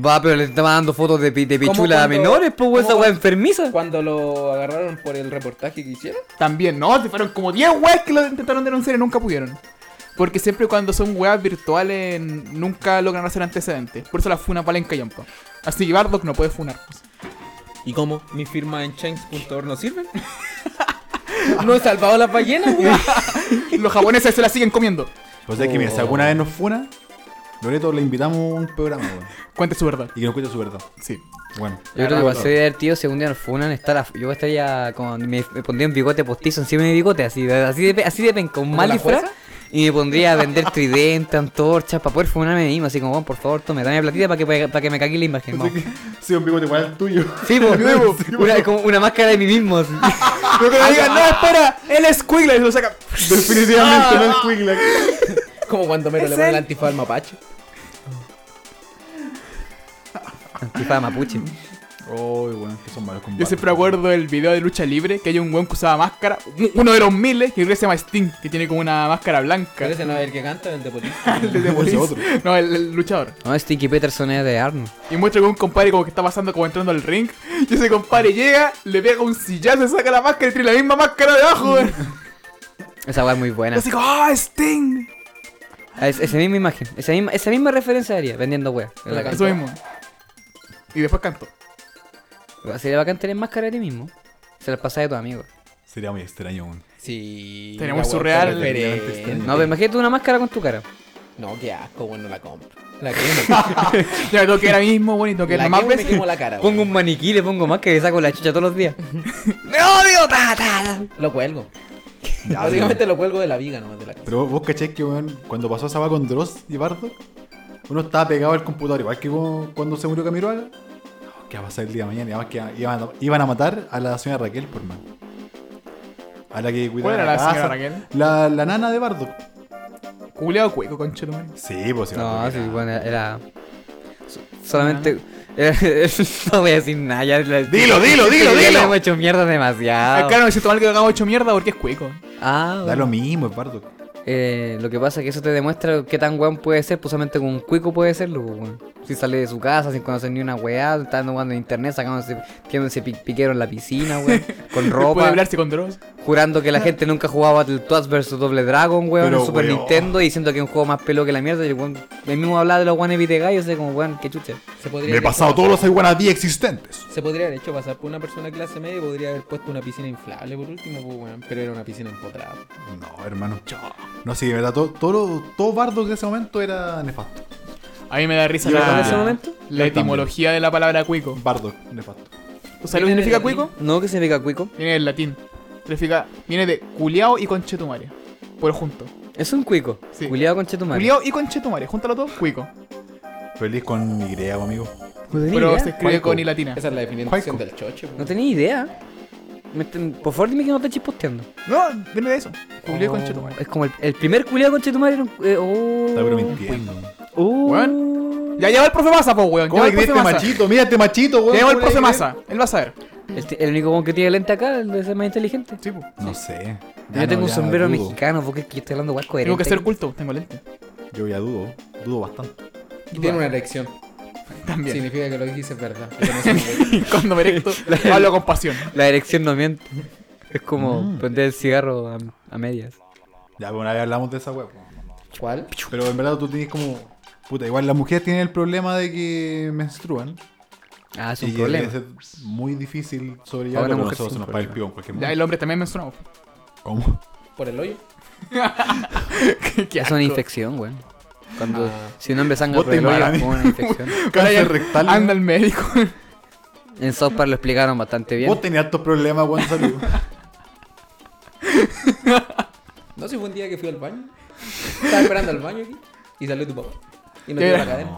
D: Va, pero le está mandando fotos de, pi- de
C: ¿Cómo
D: pichula a
C: cuando-
D: menores, pues weón, esa
C: cómo
D: weá
C: cuando-
D: enfermiza.
C: Cuando lo agarraron por el reportaje que hicieron.
A: También, no, se fueron como 10 weas que lo intentaron denunciar y nunca pudieron. Porque siempre cuando son weas virtuales n- nunca logran hacer antecedentes. Por eso la funa pala en Callampa. Así que Bardock no puede funar. pues.
C: ¿Y cómo? ¿Mi firma en chains.org no sirve? <laughs> ¿No he salvado las ballenas, weón?
A: Los japoneses se la siguen comiendo.
B: O sea que mira, si alguna vez nos funa, Loreto le invitamos a un programa, weón,
A: Cuente su verdad.
B: Y que nos cuente su verdad.
A: Sí.
B: Bueno.
D: Yo creo que cuando soy divertido, si algún día nos funan, está la- yo estaría con. Me, me pondría un bigote postizo encima de mi bigote, así, de- así, de, pe- así de pen, con mal
C: la
D: disfraz.
C: jueza?
D: Y me pondría a vender tridente, antorchas, para poder funarme mismo. Así como, "Weón, por favor, tome, dame platita para que, para que me cague la imagen. vamos".
B: Sí, un bigote igual al tuyo.
D: Sí,
C: <laughs>
D: po, una, como una máscara de mí mismo. así.
A: Pero que le digan, no, espera, él es Quigley y lo saca. Ah,
B: Definitivamente no es Quigley.
C: <laughs> Como cuando Mero le pone el antifaz al mapache.
D: Antifaz mapuche.
B: Oh, weón, que son malos
A: Yo siempre acuerdo del video de lucha libre que hay un weón que usaba máscara. u- Uno de los miles, que creo que se llama Sting, que tiene como una máscara blanca.
C: Pero ese no es el que canta, el de política.
A: El de The
B: Ese
A: Police.
B: otro.
A: <laughs> No, el, el luchador.
D: No, Stinky Peterson es de Arno.
A: Y muestra que un compadre como que está pasando como entrando al ring. Y ese compadre llega, le pega un sillazo, saca la máscara y tiene la misma máscara debajo. weón.
D: Esa weá es muy
A: Y
D: buena.
A: así como, ¡ah, Sting!
D: Ah, es- esa misma imagen, esa misma, esa misma referencia haría, vendiendo weá. en la
A: Eso mismo. Y después cantó.
D: calle. Sería bacán tener máscara de ti mismo. Se las pasas de tus amigos.
B: Sería muy extraño, weón.
C: Sí.
A: Tenemos
C: la
A: surreal.
C: guapa referente.
D: No, pero imagínate una máscara con tu cara.
C: No, qué asco, bueno, la compro. La quemo.
A: Ya me toqué ahora mismo, bueno, y toqué
C: la
A: la más
C: quemo y me
A: veces.
C: quemo la cara.
D: Pongo
C: weón.
D: un maniquí, le pongo máscara y saco la chucha todos los días. ¡Me odio! ta, ta, ta!
C: Lo cuelgo. Básicamente lo cuelgo de la viga nomás de la
B: Pero vos caché que, weón, cuando pasó esa va con Dross y Bardo, uno estaba pegado al computador, igual que como cuando se murió Camiroaga. No, ¿Qué va a pasar el día de mañana? Y además que iban a, iban a matar a la señora Raquel, por más. A la que
A: ¿Cuál
B: cuidaba
A: era la
B: casa.
A: señora Raquel?
B: La, la nana de Bardo.
A: <laughs> Culeado cueco, conchetumare.
B: Sí, pues sí.
A: Ah,
D: No,
B: Bardo
D: sí,
B: era-
D: bueno, era. so- Solamente. <laughs> no voy a decir nada. Ya, la-
B: Dilo, dilo, dilo,
D: <laughs> Ya le
B: dilo.
D: hemos hecho mierda demasiado.
A: Ah, claro, me siento mal que lo hagamos hecho mierda porque es cueco.
D: Ah,
B: Da
D: bueno.
B: lo mismo, es Bardo.
D: Eh, lo que pasa es que eso te demuestra qué tan weón puede ser, pues solamente con un cuico puede serlo, pues, weón. Si sale de su casa sin conocer ni una weá, estando jugando en internet, sacándose, tirándose pi- piquero en la piscina, <laughs> weón, con
A: Puede
D: ropa,
A: hablarse con Dross.
D: jurando que la gente nunca jugaba Battletoads vs Double Dragon, weón,
B: Pero,
D: en Super
B: weón.
D: Nintendo, y diciendo que es un juego más pelo que la mierda, y el weón, el mismo hablaba de los weones vitegallos, yo sé como weón, qué chucha.
C: Se podría
B: Me he
C: haber
B: pasado
C: hecho-
B: todos los Iguanadí existentes.
C: Se podría haber hecho pasar por una persona de clase media y podría haber puesto una piscina inflable por último, pues, weón, pero era una piscina empotrada.
B: No, hermano. No, sí, de verdad, todo, todo, todo Bardo de ese momento era nefasto.
A: A mí me da risa
B: Yo
A: la,
D: Ah.
B: en ese
D: momento.
A: la
B: Yo
A: etimología de la palabra cuico.
B: Bardo, nefasto.
A: ¿Tú sabes lo que
C: Viene
A: significa
C: del latín.
A: cuico?
D: No, que significa cuico.
A: Viene del latín. Significa, viene de culeado y conchetumare. Por junto.
D: Es un cuico.
A: Sí.
D: Culeado con chetumare.
A: Culeado y conchetumare. Júntalo todo, cuico.
B: Feliz con mi griego, amigo.
D: No tenía
A: Pero
D: idea.
A: se escribe con i latina.
C: Esa es la
B: Juanco.
C: definición del choche, pues,
D: No tenía idea. Me estén- Por favor dime que no te chisposteando.
A: No, viene de eso. Culeado y
D: Oh,
A: conchetumare.
D: Es como el, el primer culiado con Chetumare era un. eh, oh.
B: Está pero mintiendo.
D: Oh.
A: Ya lleva el profe Massa, po, weón.
B: ¿Cómo
A: Lleva
B: le
A: el
B: crees
A: profe
B: este
A: Massa.
B: machito? Mira este machito, weón.
A: Ya lleva el
B: ¿Cómo le
A: profe
B: crees?
A: Massa. Él va a saber.
D: El, t- el único como que tiene lente acá, el de ser más inteligente.
A: Sí, po.
B: No sé.
D: yo
B: Ya
D: tengo
B: Ah, no,
D: un
B: ya
D: sombrero
B: dudo.
D: mexicano, porque yo estoy hablando guay coherente.
A: Tengo que ser
D: aquí.
A: culto. Tengo lente.
B: Yo ya dudo. Dudo bastante.
C: Y tiene una erección.
A: <laughs> También.
C: Significa que lo que dices es verdad. que no soy un güey.
A: <laughs> Cuando me erecto, hablo con pasión.
D: <laughs> La dirección no miente. Es como
A: Ah.
B: Mm.
D: prender el cigarro a, a medias.
B: Ya, bueno, una vez hablamos de esa weón.
C: ¿Cuál?
B: Pero en verdad tú tienes como. Puta, igual las mujeres tienen el problema de que menstruan.
D: Ah, es un
B: y que
D: problema.
B: debe ser muy difícil sobrellevar.
D: Ahora
B: Pero
D: mujer
B: nosotros
D: sin
B: se nos para el
D: problema.
B: pibón en cualquier
A: Ya,
B: momento.
A: el hombre también mencionado.
D: <laughs>
B: ¿Cómo?
C: ¿Por el hoyo?
A: Qué- <laughs> qué
D: Es
A: asco.
D: una infección, güey. Cuando,
C: Ah.
D: si un hombre sangra
B: Vos
D: por
B: te
D: el hoyo,
B: imaginas.
D: es como
A: <laughs>
D: una infección.
B: Cáncer rectal.
A: Anda al médico. <laughs>
D: En South Park lo explicaron bastante bien.
B: Vos tenías estos problemas, weón, de salud.
C: No sé, fue un día que fui al baño. Estaba esperando al baño aquí y salió tu papá. Y no tiró la cadena.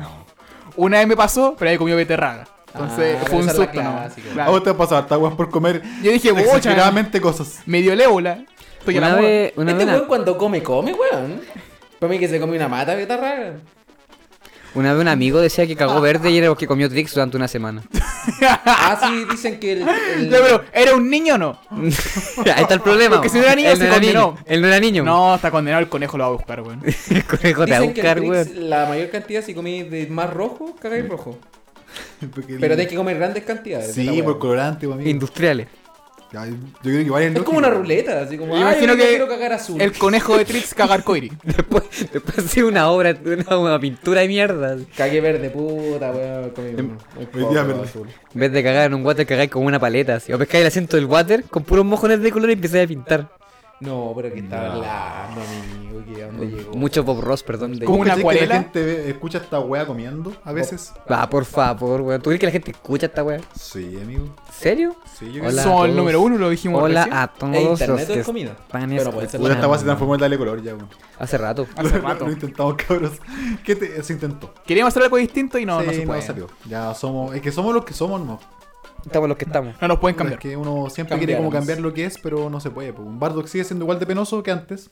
A: Una vez me pasó, pero ahí comió beterraga. Entonces
C: Ah,
A: fue un
C: esa es la
A: susto, ¿no?
C: clásica.
B: A vos
A: Claro.
B: te ha pasado harta weón por comer.
A: Yo dije, bocha,
B: exageradamente cosas.
A: me dio el ébola. Estoy a la
D: Una
A: moda.
D: vez, una
C: Este
D: vez,
C: weón cuando come, come, weón. Come que se come una mata, ¿qué raga.
D: Una vez un amigo decía que cagó verde y era porque comió Trix durante una
A: <laughs>
D: semana.
C: Ah, sí,
D: <laughs>
C: dicen que el. el-
A: <laughs> Ya, pero, ¿era un niño o no?
D: Ahí está el problema.
A: Porque si
D: weón.
A: no era niño,
D: Él
A: se condenó.
D: Él no era niño. weón.
A: No, está condenado el conejo, lo va a buscar, weón.
D: <laughs> El conejo te va a
C: Dicen que
D: buscar,
C: el Trix,
D: weón.
C: la mayor cantidad, si comís de más rojo, cagáis rojo.
B: Porque-
C: Pero tenés que comer grandes cantidades. esta
B: Sí,
C: weá.
B: por colorante, pues, amigo.
D: Industriales.
B: Ya, Yo creo que igual es
C: Es como
B: lógico.
C: una ruleta, así como.
A: Yo
C: ah,
A: imagino
C: yo
A: que
C: quiero cagar azul.
A: El conejo de Trix cagar coiri.
D: Después, después hacía una obra, una, una pintura de mierda. En
C: Cagué verde, puta, weón. Comí un- un
B: Hoy día
C: poco
B: verde.
C: azul.
D: vez de cagar en un water, cagáis con una paleta. Así. O pescáis el asiento del water con puros mojones de color y empezáis a pintar.
C: No, pero que estaba hablando, amigo, que a dónde llegó.
D: Mucho Bob Ross, perdón.
C: ¿Dónde
A: Como una
B: ¿Cachai que
A: acuarela.
B: La gente ve- escucha esta wea comiendo a veces.
D: Va, por favor, weón. ¿Tú crees que la gente escucha esta weá?
B: Sí, amigo.
D: ¿En serio?
B: Sí, yo
D: Hola
B: creo
D: a
A: Somos el
D: todos.
A: número uno, lo dijimos
D: Hola
A: recién.
D: a
C: Eh,
D: todos
C: internet
D: los
C: es
D: que
C: comida.
D: están
B: que.
C: Pero puede ser
B: Puta, esta wea se
D: escuchando.
B: transformó en dale color ya, weón.
D: Hace rato.
A: Hace
B: <laughs> Lo-
A: rato.
B: Lo intentamos, cabros. ¿Qué te- se intentó?
A: Queríamos hacer algo distinto y no,
B: Sí,
A: no se puede.
B: salió. Ya somos. Es que somos los que somos, no.
D: Estamos los que estamos.
A: No nos pueden
B: Es
A: cambiar.
B: que uno siempre quiere como
C: Cambiamos.
B: cambiar lo que es, pero no se puede. pues. Un Bardock sigue siendo igual de penoso que antes.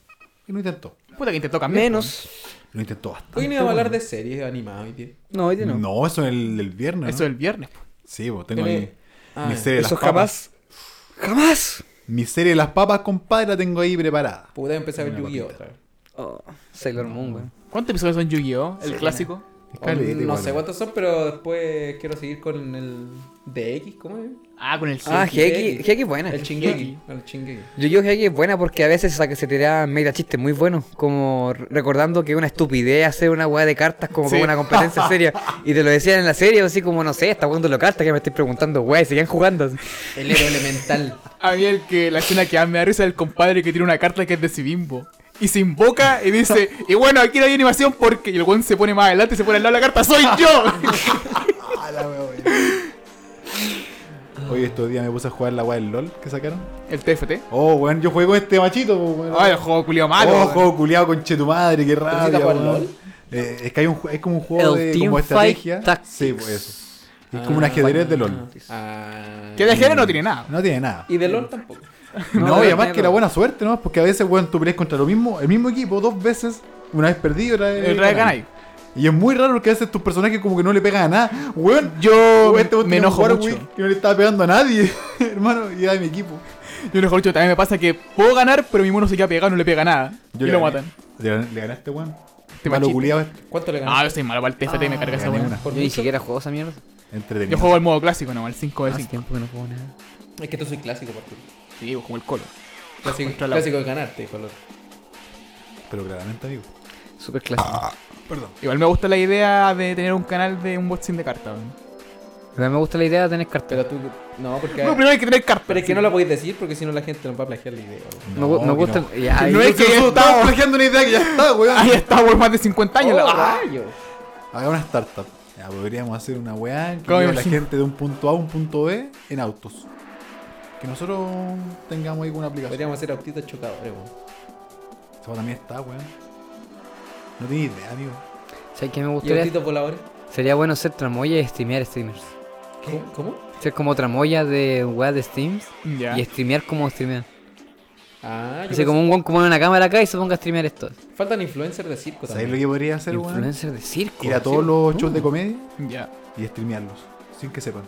B: Y lo intentó.
A: Puta que intentó cambiar.
D: Menos.
B: Lo intentó bastante.
C: Hoy no iba a hablar de series animadas hoy día.
D: No, hoy día no.
B: No, eso es el, el viernes.
A: Eso
B: ¿no?
A: es el viernes. po.
B: Sí, pues tengo
C: Tiene-
B: ahí.
C: Ah,
B: mi serie de
D: Eso
B: las papas.
D: jamás. ¡Jamás!
B: Mi serie de las papas, compadre, la tengo ahí preparada.
C: Puta, empecé a ver
B: Una
C: Yu-Gi-Oh!
B: papita.
C: otra vez.
D: Oh, Sailor Moon, weón.
A: ¿Cuántos episodios son Yu-Gi-Oh? El clásico.
B: Escalete,
C: no
B: igual.
C: sé cuántos son, pero después quiero seguir con el DX, ¿cómo es?
A: Ah, con el
D: Ah,
A: Suki.
D: Heki. Heki es buena.
C: El Chingeki. El Chingeki.
D: Yo digo Heki es buena porque a veces saca- se tiraban mega chistes muy buenos. Como re- recordando que es una estupidez hacer una weá de cartas como
A: Sí.
D: para una
A: <laughs>
D: competencia seria. Y te lo decían en la serie, así como, no sé, está jugando lo cartas que me estoy preguntando, weá, y seguían jugando.
C: El héroe elemental.
A: A mí el que, la escena que más me da risa es el compadre que tiene una carta que es de Sibimbo. Y se invoca y dice, y bueno, aquí no hay animación porque... Y el weón se pone más adelante y se pone al lado de la carta, ¡soy yo!
B: Ah, la wea, wea. Oye, estos días me puse a jugar la weá del LOL que sacaron.
A: el TFT.
B: Oh, weón, yo juego este machito, po, weón.
A: Ay, el juego culiao malo.
B: oh,
A: weón.
B: juego culiado con che tu madre, qué rabia.
C: jugar
B: weón.
C: LOL?
B: Eh, es que hay, un, ju- es como un juego
D: El
B: de como
D: Team Fight
B: estrategia.
D: Tactics.
B: Sí, pues eso. Y Es como un ajedrez de LOL.
C: Ah,
A: Que de ajedrez no tiene nada.
B: No tiene
C: <laughs>
B: nada.
C: y de LOL tampoco.
B: No,
D: No,
B: y
D: de
B: además
D: verdad,
B: que la
D: no.
B: buena suerte, ¿no? Porque a veces, weón, tú peleas contra lo mismo, el mismo equipo dos veces, una vez perdido, otra vez.
A: El Ray Ganai.
B: Y es muy raro porque a veces tus personajes como que no le pegan a nada. Weón,
A: Yo
B: weón, este weón
A: me
B: tiene un
A: enojo
B: Warwick
A: mucho.
B: que no le estaba pegando a nadie, <laughs> hermano, y era de mi equipo.
A: Yo mejor dicho, también me pasa que puedo ganar, pero mi mono se queda pegado, no le pega nada.
B: Yo
A: y
B: le
A: lo
B: gané.
A: matan.
B: Le, gan- le ganaste, weón.
A: Te
B: Malo
A: machiste.
B: culiado este.
C: ¿Cuánto le
A: Ah,
C: ganaste?
A: yo soy malo para el TFT, me carga esa
B: gané
A: buena.
B: una.
C: ¿Por
D: Yo Ah, ni
C: mucho?
D: siquiera juego esa mierda.
A: Yo
B: Entretenido.
A: juego el modo clásico nomás, el 5 de
D: Hace
A: 5.
D: tiempo que no juego nada.
C: Es que tú soy clásico, Arturo.
A: Ah, Sí, pues, como el colo.
C: Clásico,
A: la-
C: clásico de ganarte, color.
B: Pero claramente, amigo.
D: Super clásico.
A: Ah. Igual me gusta la idea de tener un canal de un boxing de cartas. weón.
D: Pero me gusta la idea de tener cartas.
C: Pero tú. No, porque.
A: No, primero hay que tener cartas.
C: pero es que no la podéis decir porque si no la gente nos va a plagiar la idea. güey.
D: No, me
B: que
D: gusta.
B: no.
D: Ya,
A: No
D: yo-
A: es que ya
B: Estaba
A: está.
B: plagiando una idea que ya está, weón.
A: Ah, ya está, por más de 50 años. la-
C: ¡Oh,
A: ah.
C: rayo!
B: Haga una startup. Ya, podríamos hacer una weá que
A: ¿Cómo me
B: lleve a la
A: imagino?
B: gente de un punto A a un punto B en autos. Que nosotros tengamos ahí una aplicación.
C: Podríamos hacer autitos chocadores, güey.
B: Eso también está, weón. No tenía idea, amigo.
D: ¿Sabes qué me
C: ¿Y
D: gustaría?
C: autitos voladores?
D: Sería bueno ser tramoya y streamear streamers.
C: ¿Cómo? ¿Cómo?
D: Ser como tramoya de weá de streams
A: Ya.
D: y streamear como streamean.
C: Ah, yo Este
D: Así como un guan como una cámara acá y se ponga a streamear esto.
C: pensé- Faltan influencers de circo
B: ¿Sabéis
C: también.
B: lo que podría hacer, weón?
D: Influencer de circo.
B: Ir a todos los shows de
D: Uh.
B: comedia
A: Ya.
B: y streamearlos. Sin que sepan.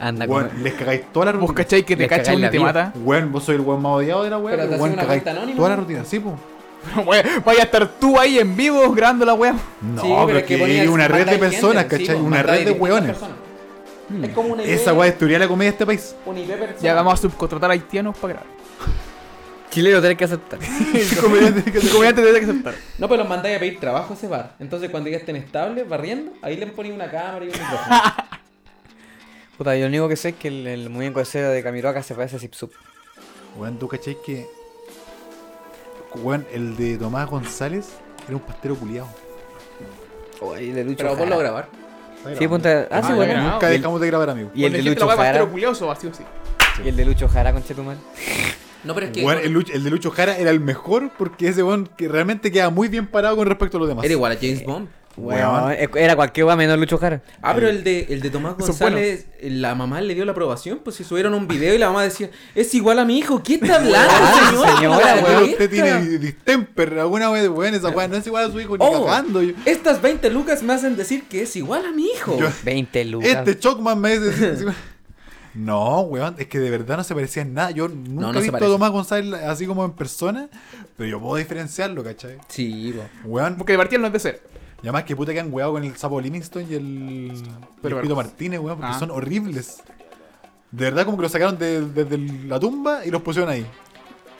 D: Anda,
B: Weón,
D: como-
B: les cagáis toda la
A: ¿Vos
B: rutina.
A: cacháis que te
D: Le
A: cacha
D: cagáis
A: uno y
D: la
A: te
D: vida.
A: mata?
B: Weón, vos sois el weón más odiado de la weá.
C: Pero
B: Pero
C: te
B: weón,
C: hacen una
B: cagáis
C: cuenta anónima,
B: toda la
C: ¿no?
B: rutina. Sí, po.
A: <laughs> Wea, Vaya a estar tú ahí en vivo grabando la wea.
B: No,
C: Sí, pero
B: pero,
C: es
B: que,
C: ponías-
B: hay una red de
C: mandáis gente,
B: personas,
C: sí,
B: ¿cachai?
C: pues,
B: una
C: mandáis
B: red de
C: distintas
B: weones. Hmm.
C: personas. Es como una idea.
B: Esa weá destruiría la comedia de este país.
C: Una IP persona.
A: Ya vamos a subcontratar haitianos para grabar.
D: Chileno tenés que aceptar.
B: <laughs>
A: El comediante tiene que aceptar.
C: No, pero los mandáis a pedir trabajo a ese bar. Entonces, cuando ya estén estables, barriendo, ahí le ponéis una cámara y un
B: <laughs>
C: micrófono.
D: Puta, yo lo único que sé es que el, el muñeco ese de Camiroaca se parece a Zipsup.
B: Weón, ¿tú cachai que. Weón, el de Tomás González era un pastero culiado.
D: Oh, y el de Lucho
C: Pero
D: Jara.
C: ponlo a grabar.
D: Sí, punta. Ah, sí,
A: Ah,
D: bueno.
A: grabado.
B: Nunca dejamos de grabar, amigo.
D: Y el
A: Cuando
D: de
A: dijiste la
D: Lucho
A: wea,
D: Jara.
A: pastero culioso, así o sí.
D: Y el de Lucho Jara, conchetumal.
C: No, pero es que.
B: Weón, el, Lucho- el de Lucho Jara era el mejor porque ese weón que realmente queda muy bien parado con respecto a los demás.
C: Era igual a James Bond.
B: Weón.
D: Weón, era cualquier weá menos
B: <laughs>
D: Lucho Jara.
C: Ah, pero el de, el de Tomás
A: Eso es bueno.
C: González, la mamá le dio la aprobación, pues si subieron un video y la mamá decía, es igual a mi hijo, ¿qué está hablando,
D: Ah,
C: señora?
D: señora,
C: ¿Qué
B: Weón,
C: está?
B: usted tiene distemper alguna vez, weón, esa weón no es igual a su hijo ni
C: Oh,
B: cagando. Yo-
C: estas 20 lucas me hacen decir que es igual a mi hijo.
B: Yo-
D: 20 lucas.
B: Este Chocman me
C: <laughs>
B: dice. No, weón, es que de verdad no se parecía en nada. Yo nunca
C: no
B: he
C: se
B: visto a
C: parece.
B: Tomás González así como en persona, pero yo puedo diferenciarlo, ¿cachai?
C: Sí, bo.
B: Weón,
A: Porque de partida no es de ser.
B: Y además que puta que han weado con el sapo Livingston y el,
A: Pero
B: y el Pito Martínez, weón, porque
A: Ah.
B: son horribles. De verdad como que los sacaron de- desde el- la tumba y los pusieron ahí.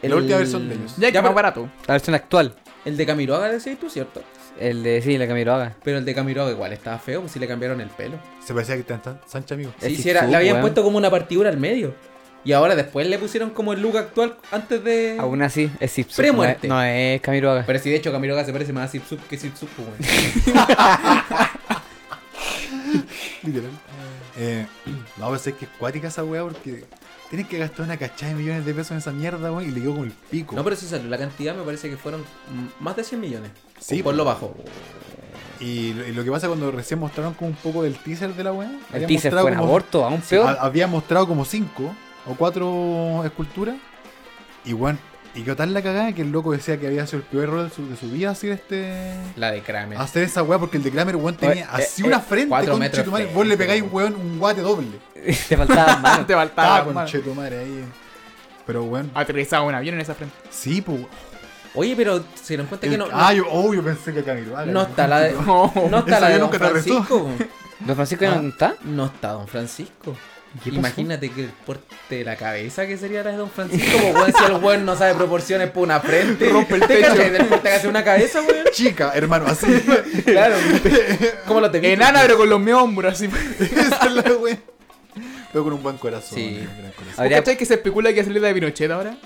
B: La
C: El-
B: última versión de ellos.
A: Ya que
C: Ya,
A: es más
C: pero-
A: barato.
D: La versión actual.
C: El de Camiroaga decís tú, ¿cierto?
D: El de, sí, la Camiroaga.
C: Pero el de Camiroaga igual estaba feo, pues si le cambiaron el pelo.
B: Se parecía que tan Sancha, amigo.
D: Es
C: Sí, sí, era,
D: Jesús,
C: le habían
D: weón.
C: puesto como una partidura al medio. Y ahora después le pusieron como el look actual antes de...
D: Aún así, es Zipsup.
C: Premuerte.
D: No, es- no es Camiroaga.
C: Pero si de hecho Camiroaga se parece más a Zipsup que Zipsup, pues, bueno.
B: Literal. Eh, <clears throat> no, pero es que es cuática esa weá porque tienen que gastar una cachada de millones de pesos en esa mierda, weón, y le quedó como el pico.
C: No, pero sí salió. La cantidad me parece que fueron mm, más de 100 millones.
B: Sí,
C: Sí. Por lo bajo.
B: y, lo- y lo que pasa cuando recién mostraron como un poco del teaser de la weá.
D: El
B: habían
D: teaser
B: mostrado
D: fue en
B: como-
D: aborto, aún
B: Sí,
D: peor.
B: ha- había mostrado como cinco o cuatro esculturas. Y bueno, y quedó tan la cagada que el loco decía que había sido el peor error de su, de su vida hacer este.
C: La de Kramer.
B: Hacer esa weá porque el de Kramer, weón, tenía
C: Eh,
B: así
C: eh,
B: una frente
C: cuatro
B: con
C: metros
B: Chetumare.
C: de
B: Vos le
C: frente,
B: pegáis, weón, un guate doble.
D: <laughs>
B: <laughs>
D: Te faltaba mano.
A: <laughs> Te
B: Estaba
A: faltaba.
B: con
A: hermano.
B: Chetumare ahí. Pero weón,
A: Aterrizaba un avión en esa <laughs> frente.
B: sí, pues.
C: Oye, pero se dieron cuenta que no.
B: ah, yo, oh, yo pensé que Camilo.
C: no, no está
B: <laughs>
C: la de. No,
A: No.
C: está la
B: yo
C: de Don
B: nunca te arrestó.
C: Francisco.
D: ¿Don Francisco
B: Ah.
D: ya no está?
C: No está Don Francisco.
D: ¿Qué pasó?
C: Imagínate que el porte de la cabeza que sería la de Don Francisco, pues weón, si el weón no sabe proporciones por una frente. Rompe el techo. Del porte que hace una cabeza, weón.
B: Chica, hermano,
C: <laughs>
B: así.
C: Claro. ¿Cómo lo te viste?
A: Enana, pero con los meos hombros así.
B: Esa es la weón. Pero con un buen corazón.
C: Sí.
B: un gran corazón.
D: Habría-
A: ¿Cachai que se especula que salió de Pinochet ahora?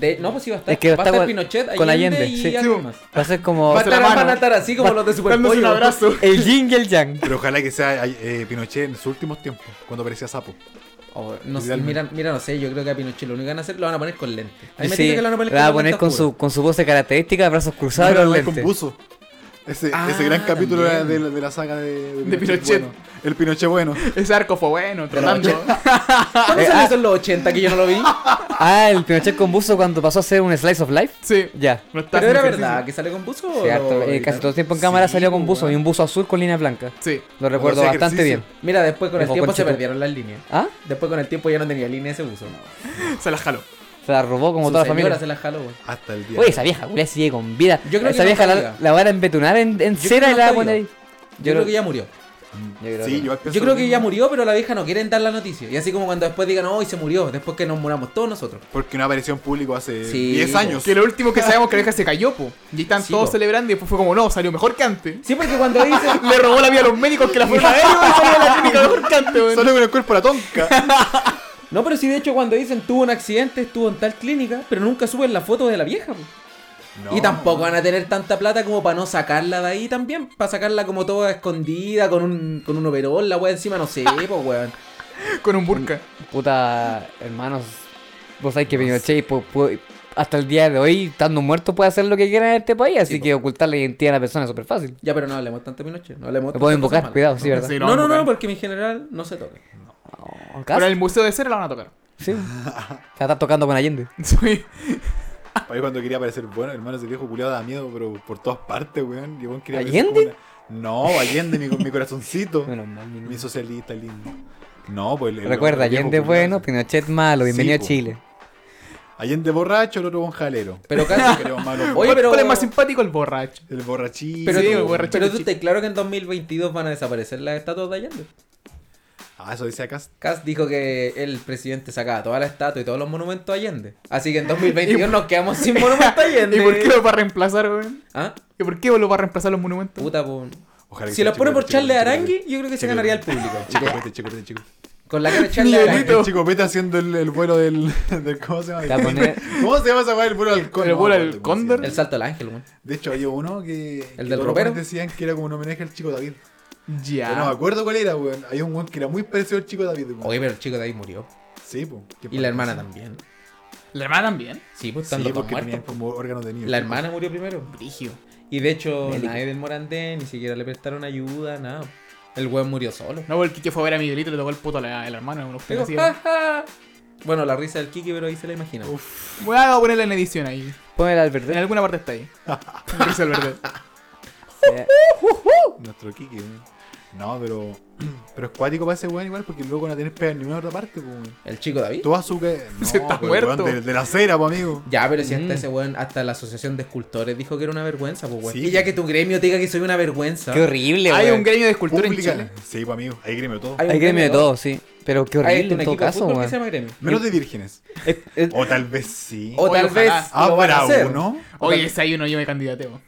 C: De- no, pues iba a estar.
D: Es que
C: va
D: está
C: a estar
D: con-
C: Pinochet,
D: con
C: Allende,
D: Allende,
C: y
D: sí. pues,
C: alguien más.
D: Va a ser como
C: Va a
A: Hace la
C: estar, van
A: mano.
C: a estar así como los de
A: Dándose un
C: Superpollo.
D: <laughs>
A: abrazo.
D: el Jing y el Yang.
B: Pero ojalá que sea eh, Pinochet en sus últimos tiempos, cuando parecía sapo.
C: Oh, no sé,
B: Idealmente.
C: mira, mira, no sé, yo creo que a Pinochet lo único que van a hacer lo van a poner con lente. A mí me
D: Sí,
C: tinca que lo van a poner
D: la va a
C: lentes
D: poner con
C: oscuros.
D: su, con su voz de característica, brazos
B: No,
D: cruzados y
B: pero
D: los
B: no es con
D: lentes.
B: buzo. Ese,
C: Ah,
B: ese gran capítulo era de,
C: también.
B: la- de la saga de,
A: De Pinochet.
B: bueno. el Pinochet bueno.
A: Ese arco fue bueno, tratando.
C: ¿Cuándo salió eso en los 80 que yo
D: <laughs>
C: no lo vi?
D: Ah, el Pinochet con buzo cuando pasó a ser un slice of life.
A: <laughs> Sí.
D: Ya.
A: No estás
C: Pero era
A: en ejercicio.
C: verdad que sale con buzo. o
D: Sí, harto-
C: lo
D: eh, casi
C: editaron?
D: todo el tiempo en cámara
C: Sí,
D: salió con buzo
C: weón.
D: y un buzo azul con líneas blancas.
A: Sí.
D: Lo recuerdo
B: hacía
D: bastante bien.
B: ejercicio.
C: Mira, después con el
D: Dijo,
C: tiempo se
D: "Conche tu-".
C: perdieron las líneas.
D: ¿Ah?
C: Después con el tiempo ya no tenía línea ese buzo.
A: Se la jaló.
D: Se la robó como
C: Su
D: toda la
C: señora
D: familia.
C: se las jaló, güey.
B: Hasta el día.
D: Oye, esa vieja, culia sigue con vida.
C: Yo creo
D: esa
C: que no
D: vieja
C: está
D: la,
C: viva.
D: la van a embetunar en, en
C: Yo
D: cera
C: creo
D: y la
C: que no
D: van a
C: está
D: poner ahí.
C: viva. Yo creo que ya murió.
D: yo creo
B: sí,
D: que-
B: yo,
C: Yo creo que ya murió, pero la vieja no quieren dar la noticia. Y así como cuando después digan, hoy se murió, después que nos muramos todos nosotros.
B: Porque no apareció en público hace
C: Sí,
B: 10
C: po.
B: años.
A: Que lo último que sabemos que la vieja se cayó, po. Y están
C: Sí,
A: todos
C: po.
A: celebrando y después fue como, no, salió mejor que antes.
C: Sí, porque cuando dicen, <laughs>
A: Le robó la vida a los médicos que la fueron a ver, weón, salió de la clínica mejor que antes, weón.
B: Solo con el cuerpo a la
C: <laughs>
B: tonca.
C: no, pero sí, de hecho, cuando dicen tuvo un accidente, estuvo en tal clínica, pero nunca suben la foto de la vieja. po.
B: No.
C: Y tampoco van a tener tanta plata como para no sacarla de ahí también. Para sacarla como toda escondida, con un, con un overol, la wea encima,
D: <laughs>
C: no sé, pues weón.
A: Con un burka.
D: Puta, hermanos, vos sabés que Pinochet po- po- hasta el día de hoy, estando muerto, puede hacer lo que quiera en este país, así
C: Sí, po.
D: que ocultar la identidad de la persona es súper fácil.
C: Ya, pero no hablemos tanto de mi noche. No hablemos
D: Lo puedo
C: tantas cosas
D: invocar,
C: malas.
D: cuidado, sí, ¿verdad?
A: Sí,
C: No, no, no,
A: invocar.
C: porque mi general no se toca.
D: No,
A: Pero en
D: casi,
A: el museo de cera la van a tocar. <laughs>
D: sí. Se está tocando con Allende.
A: Sí.
B: A mí cuando quería parecer bueno, hermano, ese viejo culiado da miedo, pero por todas partes, weón. Y weón quería parecer
D: ¿Allende?
B: como una- No, Allende, mi, mi corazoncito.
D: Menos mal, menos
B: mi
D: mal.
B: socialista lindo. No, pues el- el-
D: Recuerda,
B: el viejo
D: Allende
B: culiao.
D: bueno, Pinochet malo,
B: Sí,
D: bienvenido a
B: po.
D: Chile.
B: Allende borracho, el otro bonjalero.
D: <laughs>
C: Pero casi.
B: Creo malo.
C: Oye, pero.
A: ¿Cuál es más simpático? El borracho.
B: El borrachito.
C: pero
A: Sí,
C: tú,
A: borracho
C: pero
A: de
C: tú
A: Chile.
C: estás claro que en 2022 van a desaparecer las estatuas de Allende.
B: Ah, eso dice acá.
C: Cass dijo que el presidente sacaba toda la estatua y todos los monumentos a Allende. Así que en 2022 nos quedamos sin monumento a Allende.
A: ¿Y por qué lo va a reemplazar, weón?
C: ¿Ah?
A: ¿Y por qué lo va a reemplazar los monumentos?
C: Puta, pues, po.
B: Ojalá que
C: Si
B: sea
C: lo pone por
B: Checopete,
C: Charles
B: Checopete,
C: Arangui, yo creo que se
B: Checopete.
C: ganaría el público.
B: Checopete, checopete, checopete.
C: Con la cara de Charles
A: Miguelito.
C: Arangui.
B: El chico Pete haciendo el, el vuelo del, del- ¿Cómo se llama?
D: Te va a poner-
B: ¿Cómo se llama esa weá? El vuelo del cóndor.
A: El vuelo
B: No,
A: del
B: ¿cómo se llama?
A: cóndor.
C: El salto del ángel, weón.
B: De hecho, había uno que. que
C: del
B: todos los
C: ropero?
B: weones Decían que era como un homenaje al chico David. Yo no me
A: Ya.
B: acuerdo cuál era, weón. Había un weón que era muy parecido al chico David, weón.
C: Oye, pero el chico de ahí murió.
B: Sí, po. Qué
C: Y la hermana
B: paja.
C: también.
A: ¿La hermana también?
C: Sí, pues están
B: Sí,
C: los dos
B: porque tenían
C: muertos.
B: como órganos de niño.
C: La hermana murió primero. Y de hecho, nadie del Morandé ni siquiera le prestaron ayuda, nada. El weón murió solo.
A: No, porque el Kike fue a ver a Miguelito y le tocó el puto a la, a la hermana. Unos
C: Digo,
A: así,
C: "Ja,
A: weón.
C: ja". Bueno, la risa del Kiki, pero ahí se la imagina.
A: Voy a ponerla en edición ahí.
D: Pon el
A: En
D: Albert.
A: alguna parte está
C: <laughs>
A: ahí. Risa al verde.
D: Eh,
B: Nuestro Kiki, weón. No, pero. <clears throat> Pero es cuático para ese weón igual porque luego no tenés pega en ninguna otra parte, po, weón.
C: El chico David.
B: Toda su que. No,
A: Se está
B: pues,
A: muerto.
B: weón, de, de la cera, po, amigo.
C: Ya, pero si hasta
D: Mm.
C: ese weón, hasta la asociación de escultores dijo que era una vergüenza, pues weón.
B: Sí.
C: Y ya que tu gremio te diga que soy una vergüenza.
D: Qué horrible,
A: Hay un
D: weón.
A: gremio de escultura en
B: Pública.
A: Chile.
B: Sí, pues, amigo. Ahí gremio todo.
C: un
D: Hay gremio de
C: ¿no?
D: todo, sí. Pero qué
C: Hay un
D: horrible en
C: equipo
D: todo
C: de
D: caso,
C: fútbol que se
D: weón.
C: llama gremio.
B: Menos de vírgenes.
D: Es- es-
B: O tal vez sí.
C: O
A: Oye,
C: tal
A: ojalá.
C: vez.
B: ah,
C: lo van a
B: para
C: hacer.
B: uno.
A: Oye, ese hay uno, yo me candidateo.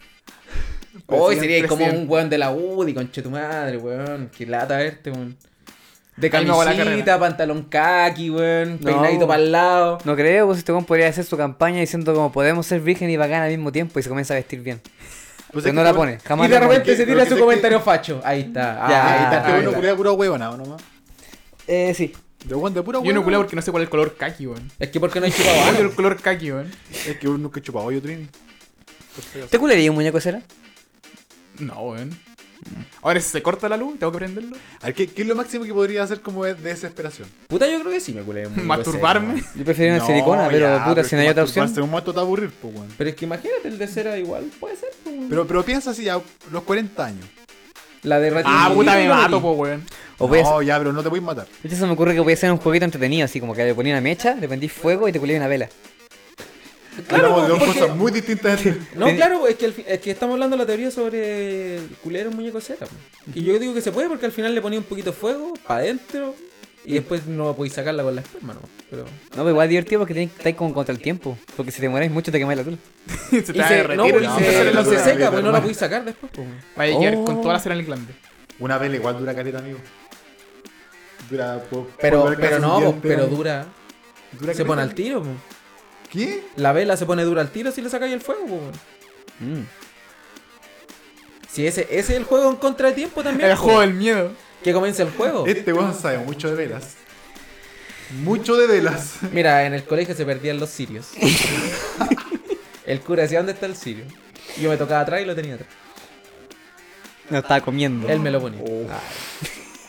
C: Hoy
A: Presidente,
C: sería como
A: presidente.
C: un weón de la UDI, conche tu madre, weón. Qué lata este, weón. De
A: Ahí me hago la
C: camisita, pantalón kaki, weón.
D: No,
C: Peinadito
D: weón.
C: para el lado.
D: No creo, pues este weón podría hacer su campaña diciendo como podemos ser virgen y bacán al mismo tiempo y se comienza a vestir bien.
B: Pues
D: Pero
B: es
D: no
B: que
D: la
B: igual-
D: pone, jamás
C: y de
D: la pone.
C: repente
B: que-
C: se
B: lo
C: tira
B: que
C: su
B: sé
C: comentario facho. Ahí está. Ah,
D: ahí está,
B: Pero
C: ahí
B: uno
C: está.
B: culea pura huevonao nomás.
D: Eh, sí.
B: De weón, de pura
A: Yo no
B: huevonao.
A: culé porque no sé cuál es el color kaki, weón.
C: <laughs> Es que porque no hay
A: ¿Cuál es el
C: chupado
A: color kaki, weón?
B: Es que uno que chupaba hoyo trini.
D: ¿Te culería un muñeco de cera?
A: No, weón. Ahora si se corta la luz, tengo que prenderlo.
B: A ver, ¿qué, qué es lo máximo que podría hacer como de desesperación?
C: Puta, yo creo que sí me culé. muy
A: Masturbarme.
C: grosero.
D: Yo preferiría una
B: No,
D: silicona, pero
B: ya,
D: puta,
B: pero
D: si no hay otra opción.
B: masturbarse en un momento te va a aburrir, pues, weón.
C: Pero es que imagínate, el de cera igual puede ser. pues, weón.
B: Pero, pero piensa así, ya los 40 años.
C: La de ratito.
A: Ah, puta, me mato, po, weón. <laughs>
D: O voy a hacer-
B: No, ya, pero no te voy a
D: <laughs>
B: matar.
D: de hecho, se me ocurre que voy a hacer un jueguito entretenido, así como que le ponía una mecha, le prendí fuego y te culé una vela.
B: Hablamos de dos
C: porque-
B: cosas muy distintas.
C: No, claro, es que, al fin- es que estamos hablando de la teoría sobre el culero en muñeco cera. po. Y yo digo que se puede porque al final le ponía un poquito de fuego para adentro y después no podéis sacarla con la esperma, ¿no? Pero...
D: No, pero igual es divertido porque tenés- estáis como contra el tiempo. Porque si te mueres mucho te quemáis la tula.
A: se te
C: Y
A: va
C: se-
A: a
C: no,
A: derretir.
C: y
A: No,
C: se-
B: pero la
C: no se
B: dura,
C: seca,
B: la
C: pues no
B: dura.
C: la podéis sacar después. po.
A: Vaya a llegar con toda la cera en el glande.
B: Una vela igual dura caleta, amigo. Dura, po-
C: Pero,
B: puedo ver
C: pero
B: casi
C: no,
B: un día
C: po, pero
B: entero.
C: dura.
B: Dura
C: Se pone
B: caleta.
C: al tiro, po.
B: ¿Qué?
C: La vela se pone dura al tiro si le sacáis el fuego, po, weón.
A: Mm.
C: Si ese, ese es el juego en contra de tiempo también.
A: El
C: po.
A: juego del miedo.
C: Que comience el juego.
B: Este weón sabe mucho de velas. Mucho de velas.
C: Mira, en el colegio se perdían los sirios. el cura decía, ¿dónde está el sirio? Yo me tocaba atrás y lo tenía atrás.
D: No estaba comiendo.
C: Él me lo ponía.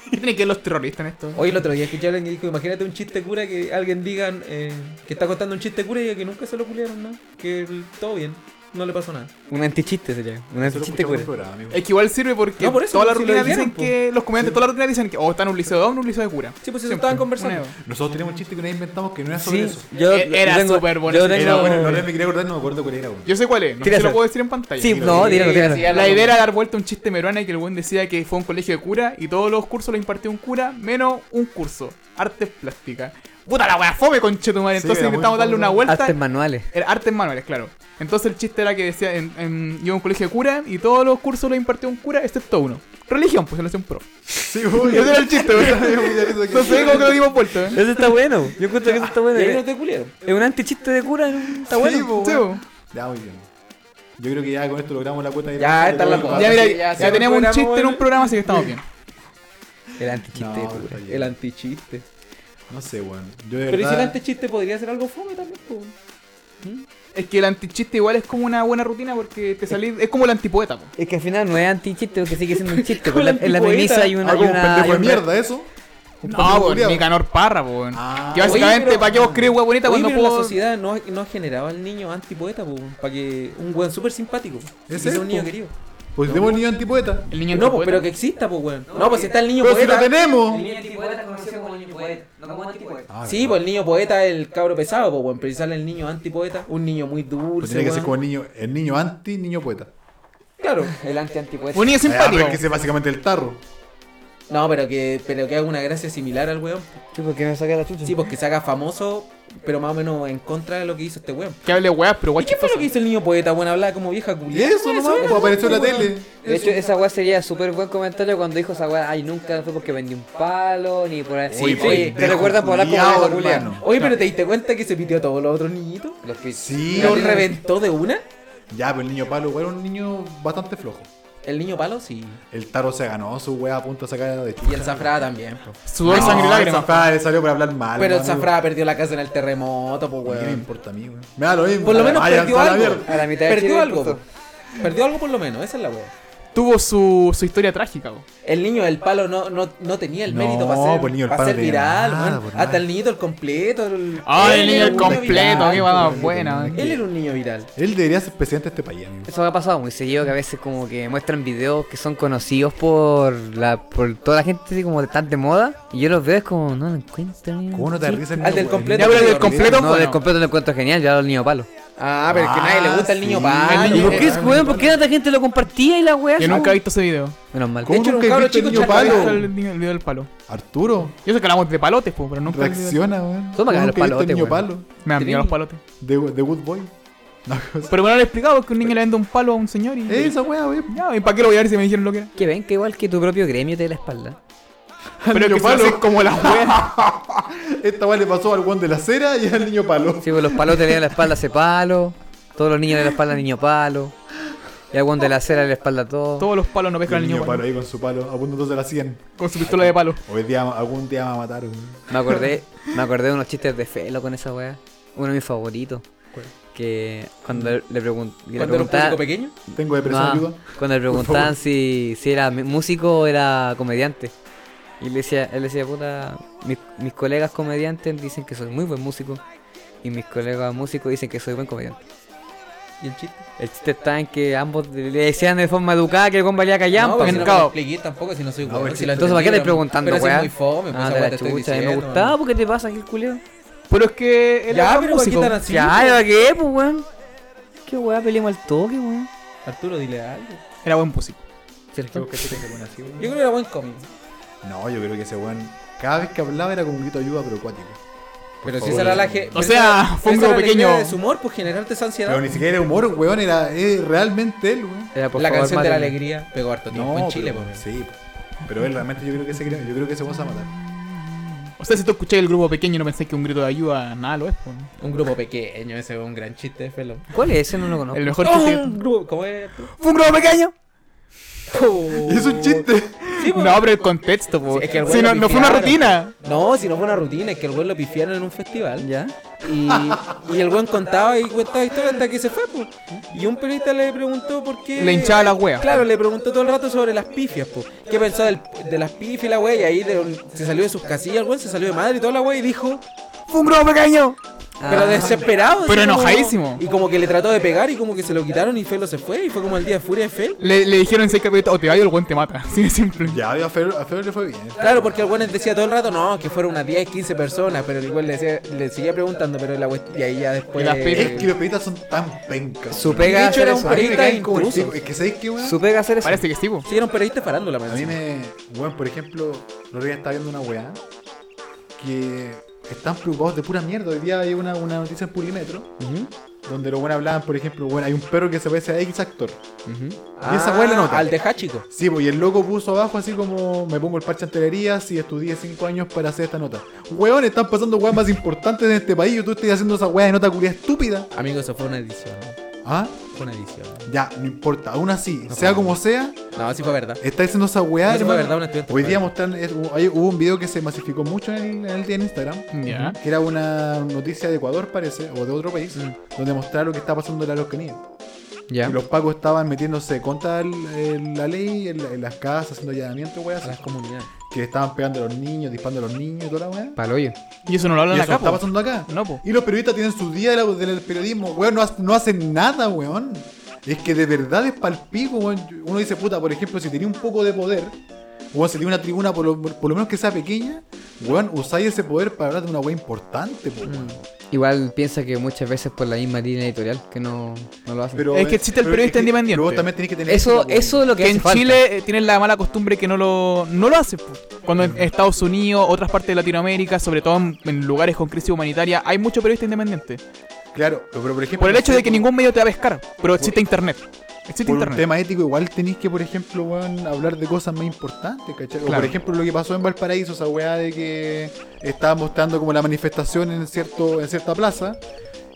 A: ¿Qué tienen que ver los terroristas en esto?
C: Hoy el otro día escuché a alguien que dijo, imagínate un chiste cura que alguien diga eh, que está contando un chiste cura y que nunca se lo culiaron, ¿no? Que el- todo bien, no le pasó nada.
D: Un antichiste sería. Un
B: Eso lo escuchamos
D: antichiste
B: en
D: cura.
B: el programa, amigo.
A: Es que igual sirve porque
C: No, por eso,
A: toda la
C: si lo
A: rutina
C: dijeron,
A: dicen
C: po.
A: que los comediantes, toda la rutina dicen que o está en un liceo de hombre o un liceo de cura.
C: Sí, pues eso
A: Siempre.
C: estaban conversando.
A: Una-
B: Nosotros tenemos un chiste que nos inventamos que no era sobre
D: Sí,
B: eso.
D: yo
A: E- era
D: yo tengo-
A: súper bueno
D: Yo
A: ese
D: tengo...
B: Era bueno, no me quería acordar, no me acuerdo cuál era. bueno.
A: Yo sé cuál es, no sé si
D: Tíraselo.
A: lo puedo decir en pantalla.
D: Sí,
A: Pero-
D: no, tíralo, tíralo.
A: La idea era dar vuelta a un chiste meruana y que el buen decía que fue a un colegio de cura y todos los cursos los impartió un cura, menos un curso, artes plásticas. Puta la wea fome, conchetumare.
B: Sí,
A: Entonces
B: era muy
A: intentamos darle
B: fome.
A: una vuelta.
D: Artes manuales.
A: Era artes manuales, claro. Entonces el chiste era que decía, en, en- yo iba a un colegio de cura y todos los cursos los impartió un cura, excepto uno. Religión, pues se lo hacía un pro.
B: Sí, uy,
A: Ese era
B: <laughs>
A: el chiste, ¿verdad? Entonces como que lo dimos vuelta. ¿eh?
D: Eso está bueno. Yo encuentro que eso está bueno.
C: Y ahí no
D: Es
C: te culiaron.
D: un antichiste de cura. ¿no? Está bueno.
A: Sí, po.
B: Ya, muy bien. Yo creo que ya con esto logramos la cuota.
C: Ya, esta es la
A: Ya, mira,
C: Sí, ya,
A: ya,
C: sí, el
A: tenemos un
C: programa,
A: chiste en un
C: bueno.
A: programa, así que estamos bien.
D: El antichiste de cura.
C: El antichiste.
B: No sé, weón. Yo de
C: Pero ¿y si el
B: verdad.
C: antichiste podría ser algo fome también, po?
A: Es que el antichiste igual es como una buena rutina porque te salís. Es como el antipoeta, po.
D: Es que al final no es antichiste porque sigue siendo un chiste.
C: Como
D: pero
C: el
D: en la
C: antipoeta.
D: premisa hay una.
B: Algo
D: hay
B: un
D: una-
B: pendejo de
D: hay una-
B: mierda, eso. Un pendejo
A: No,
B: culiao.
A: weón, Nicanor Parra, po. weón.
B: Ah.
A: que básicamente,
C: Oye, pero-
A: ¿para qué vos crees wea bonita
C: Oye,
A: cuando
C: pero en la
A: puedo...?
C: sociedad no, no generaba al niño antipoeta, po, para que un weón súper simpático.
B: Ese
C: y que sea
B: es,
C: un niño
B: po.
C: querido.
B: Pues tenemos el niño antipoeta.
A: El niño
C: No, po,
A: antipoeta.
C: pero que exista, pues, weón. No, pues si está el niño
B: Pero si
C: poeta.
B: lo tenemos.
D: niño antipoeta es conocido como niño poeta, no como antipoeta.
B: Ah,
C: Sí,
B: verdad.
C: pues el niño poeta es el cabro pesado, pues, weón. Pero si sale el niño antipoeta, un niño muy
B: Pues
C: dulce.
B: tiene que ser
C: weón.
B: como el niño, el niño anti, niño poeta.
C: Claro.
D: El anti-antipoeta.
A: Un niño
B: Ah, pero
A: simpático.
B: es que ese es básicamente el tarro.
C: No, pero que, pero que haga una gracia similar al weón.
D: ¿Por qué me saca la chucha?
C: Sí, pues que se haga famoso, pero más o menos en contra de lo que hizo este weón.
A: Que hable weas, pero
B: Oh,
C: ¿Y
A: guay
C: qué fue
A: chistoso.
C: lo que hizo el niño poeta? Bueno, hablaba como vieja
B: Y
C: culia.
B: eso nomás, pues apareció en la tele.
D: De hecho, esa weá sería súper buen comentario cuando dijo esa weá, ay, nunca fue porque vendí un palo, ni por ahí.
B: Uy,
D: Sí,
B: pendejo
D: te recuerdan por hablar
B: culiao,
D: como de
B: hermano.
C: Oye, pero ¿te diste cuenta que se pitió a todos los otros niñitos?
D: Los pis.
B: Sí,
C: ¿Y lo
B: horrible.
C: reventó de una?
B: Ya, pero el niño palo, weón, era un niño bastante flojo.
C: El niño palo, sí.
B: El tarro se ganó su wea a punto de sacar de chucha.
C: Y el Zafrada también. po.
A: Sudor,
B: No,
A: sangre y
B: El
A: lágrimas.
B: Zafrada le salió por hablar mal.
C: Pero el
B: hermano.
C: Zafrada perdió la casa en el terremoto, pues,
B: ¿Qué me
C: weón.
B: importa a mí, weón? Me da lo mismo.
C: Por lo menos
B: Vayan
C: perdió
B: a la
C: algo.
B: mierda.
D: A la mitad de
C: Perdió
D: Chile,
C: algo.
D: justo.
C: po. Perdió algo por lo menos, esa es la weón.
A: Tuvo su, su historia trágica, po.
C: El niño del palo no, no, no tenía el
B: No,
C: mérito para ser,
B: pues el niño del
C: pa'
B: palo
C: ser
B: no tenía
C: viral,
B: nada,
C: weón.
B: pues, nada.
C: Hasta el niñito el completo. el-
A: Ah, el
C: Él
A: niño
C: era
A: el
C: un niño
A: completo,
C: viral,
A: que va a dar buena.
C: Él era un niño viral.
B: Él debería ser presidente de este país, amigo.
D: Eso me ha pasado muy seguido que a veces como que muestran videos que son conocidos por la por toda la gente así como de tan de moda y yo los veo es como no lo encuentro. ni un
B: ¿Cómo no te
D: chiste.
B: arriesgas
C: Al del completo.
A: Ya, pero el del
C: Horrible.
A: completo,
D: No,
A: bueno.
D: del completo lo encuentro genial, ya los niño palo.
C: Ah, pero es que a nadie le gusta el niño
B: sí.
C: palo.
A: El
D: ¿Y
A: niño
D: por qué es
B: palo.
D: weón? ¿Por qué tanta gente lo compartía y la weá?
A: Yo
D: son-
A: nunca he visto ese video.
D: Menos mal.
B: ¿Cómo
C: hecho, era un
B: nunca has
C: cabro
B: visto el
C: chico
B: niño
A: He visto
B: palo?
A: El, niño- el video del palo.
B: Arturo,
A: Yo sé que hablamos de palotes, po, pero nunca.
B: reacciona, weón. ¿Cómo
D: Toma,
B: nunca has
D: cara, los
B: visto el
D: palotes,
B: niño
D: weón.
B: palo?
A: Me han pillado los palotes.
B: De de Good Boy. No, cosa-
A: Pero bueno, lo he explicado porque un niño le vende un palo a un señor y.
B: Esa wea, weón.
A: Ya, ¿y para qué lo voy a ver si me dijeron lo que era?
D: Que ven que igual que tu propio gremio te da la espalda.
A: Pero es que
B: niño
A: se hace
B: palo.
A: como la wea.
B: Esta wea le pasó al weón de la cera y al niño palo.
D: Sí, pues los palos te le dan la espalda a ese palo, todos los niños le dan la espalda al niño palo, y al weón de la acera le dan la espalda a todos.
A: Todos los palos no
B: El
A: pescan al niño palo.
B: ahí con su palo, apuntándose a la 100.
A: Con su pistola de palo.
B: Hoy día, algún día me mataron.
D: Me acordé, me acordé de unos chistes de Felo con esa weá. Uno de mis favoritos. Que cuando le, pregun- le
C: Cuando era un público
D: preguntaban.
C: pequeño.
B: Tengo depresión,
D: No,
B: ayuda.
D: Ah, cuando le preguntaban si, si era mi- músico o era comediante. Y le decía, él decía, puta, mis, mis colegas comediantes dicen que soy muy buen músico. Y mis colegas músicos dicen que soy buen comediante.
C: ¿Y el chiste?
D: El chiste está en que ambos le decían de forma educada que el compa valía
C: no,
D: callampa.
C: porque si no me lo
D: mercado.
C: expliqué tampoco si no soy
B: pero
C: weón. Si
B: sí,
C: lo
D: Entonces, ¿para qué estáis
C: entendí,
D: preguntando,
C: pero- Pero
D: weá?
C: si es muy fome, pues
D: Ah,
C: esa
D: de
C: weá
D: la
C: te estoy
D: chucha, a mí me
C: diciendo,
D: gustaba,
C: weón.
D: porque te pasa aquí el culeo?
A: Pero es que. él
C: Ya,
A: era
C: pero ¿para qué
A: músico.
C: tan así?
D: ya, ¿para qué, pues, weón? ¿Qué weá peleamos al toque, weón?
C: Arturo, dile algo.
A: Era buen músico.
D: ¿Cierto?
C: Yo creo que era buen cómic.
B: No, yo creo que ese weón, cada vez que hablaba era con un grito de ayuda, pero acuático.
C: Pero si
B: favor.
C: esa era la que.
A: O sea, fue un grupo
C: esa era la
A: pequeño.
C: idea de su humor, pues generarte esa ansiedad.
B: Pero ni siquiera era humor, weón, era eh, realmente él, weón.
D: Era, por
C: la
D: favor,
C: canción de la
D: mátenme.
C: alegría pegó harto tiempo en Chile,
B: pero,
C: pues.
B: Sí, pero él realmente yo creo que se cree, yo creo que se va a
C: <laughs>
B: matar.
A: O sea, si tú escucháis el grupo pequeño y no pensáis que un grito de ayuda nada lo es, po.
C: Un grupo pequeño, ese es un gran chiste de Felo.
D: ¿Cuál es ese? No lo conozco.
A: El mejor chiste.
C: ¡Oh! Un grupo, ¿cómo es?
A: ¡Fue un grupo pequeño!
C: Oh.
B: Es un chiste.
A: No, pero el contexto, po.
C: Sí, es que el
A: si
C: güey
A: no,
C: lo
A: no fue una
C: pifiaron.
A: rutina.
C: No, si no fue una rutina, es que el güey lo pifiaron en un festival.
D: ¿Ya?
C: Y, y el güey contaba y contaba historias hasta que se fue, pues. Y un periodista le preguntó por qué.
A: Le hinchaba las weas.
C: Claro, le preguntó todo el rato sobre las pifias, pues. ¿Qué pensó del- de las pifias, la wea? Y ahí de- se salió de sus casillas, el güey se salió de madre y toda la wea y dijo.
A: Fue un grupo pequeño.
C: Pero desesperado.
A: Ah. Pero
C: así como-
A: enojadísimo.
C: y como que le trató de pegar y como que se lo quitaron y Felo se fue. Y fue como el día de furia de Fel.
A: Le, le dijeron en seis capítulos, o te va o el weón te mata. <laughs> Así de simple.
B: Ya, a Fer, a Fer le fue bien.
C: Claro, porque el güey decía todo el rato, no, que fueron unas 10, 15 personas, pero el güey le, decía- le seguía preguntando, pero la wea, y ahí ya después... eh,
A: Y las
B: Es
A: pifas.
B: que los periodistas son tan pencas.
D: Su
B: weón.
D: pega
C: De hecho,
D: hacer
C: era
D: eso.
C: un
B: A mí me
C: periodista
B: caen como el
C: intruso.
B: pico. Es que sabéis que, weón.
D: Su pega hacer eso.
A: Parece que sí, po.
C: Sí, era un periodista parándola,
B: A mí me. Weón, por ejemplo, el otro día estaba viendo una weá que están preocupados de pura mierda. Hoy día hay una, una noticia en Pulimetro donde los buenos hablaban, por ejemplo, bueno, hay un perro que se parece a X actor. Y esa weá la nota.
C: Ah, Al de Hachiko.
B: Sí, pues y el loco puso abajo así como me pongo el parche antelería si estudié 5 años para hacer esta nota. Weón, están pasando weas más importantes en este país y tú estás haciendo esa wea de nota culia estúpida.
C: Amigo, eso fue una edición.
B: Ah,
C: Fue una edición.
B: ya, no importa. Aún así, sea como sea,
C: No, sí fue verdad.
B: está haciendo esa
C: No,
B: weá.
C: sí fue
B: hermano.
C: verdad, un estudiante.
B: Hoy día mostran, es- hubo hay- hubo un video que se masificó mucho en el, en el día en Instagram.
A: Ya.
B: Que era una noticia de Ecuador, parece, o de otro país, donde mostraba lo que está pasando en la Araucanía.
D: Ya.
B: Y los pacos estaban metiéndose contra el- el- la ley, en, la- en las casas, haciendo allanamiento, weá.
C: A las comunidades.
B: que le estaban pegando a los niños, disparando a los niños y toda la weá.
D: Palo yo.
A: Y eso no lo
B: Y
A: hablan
B: eso
A: acá,
B: está
A: po.
B: pasando acá.
A: No, po.
B: Y los periodistas tienen su día de la- del periodismo, weón, no, ha- no hacen nada, weón. Es que de verdad es palpico, weón. Uno dice, puta, por ejemplo, si tenía un poco de poder, weón, si tenía una tribuna por lo, por lo menos que sea pequeña, weón, usáis ese poder para hablar de una weá importante, po, weón.
A: Mm.
D: Igual piensa que muchas veces por la misma línea editorial que no, no lo hacen.
B: Pero,
A: Es que existe el
B: pero
A: periodista
B: es que-
A: independiente.
B: pero vos también tenés que tener
D: eso,
B: ética,
D: eso es lo que,
A: Que
D: hace
A: en
D: falta.
A: Chile eh, tienen la mala costumbre que no lo, no lo hacen. po. Cuando
B: Mm.
A: en Estados Unidos, otras partes de Latinoamérica, sobre todo en, en lugares con crisis humanitaria, hay mucho periodista independiente.
B: weón. Claro, pero, pero por ejemplo.
A: Por el hecho de que
B: por-
A: ningún medio te va a pescar. Pero existe internet. Existe
B: Por un
A: internet.
B: tema ético, igual tenéis que, por ejemplo, weón, hablar de cosas más importantes, ¿cachai? O,
A: Claro.
B: por ejemplo, lo que pasó en Valparaíso, esa weá de que estaba mostrando como la manifestación en cierto en cierta plaza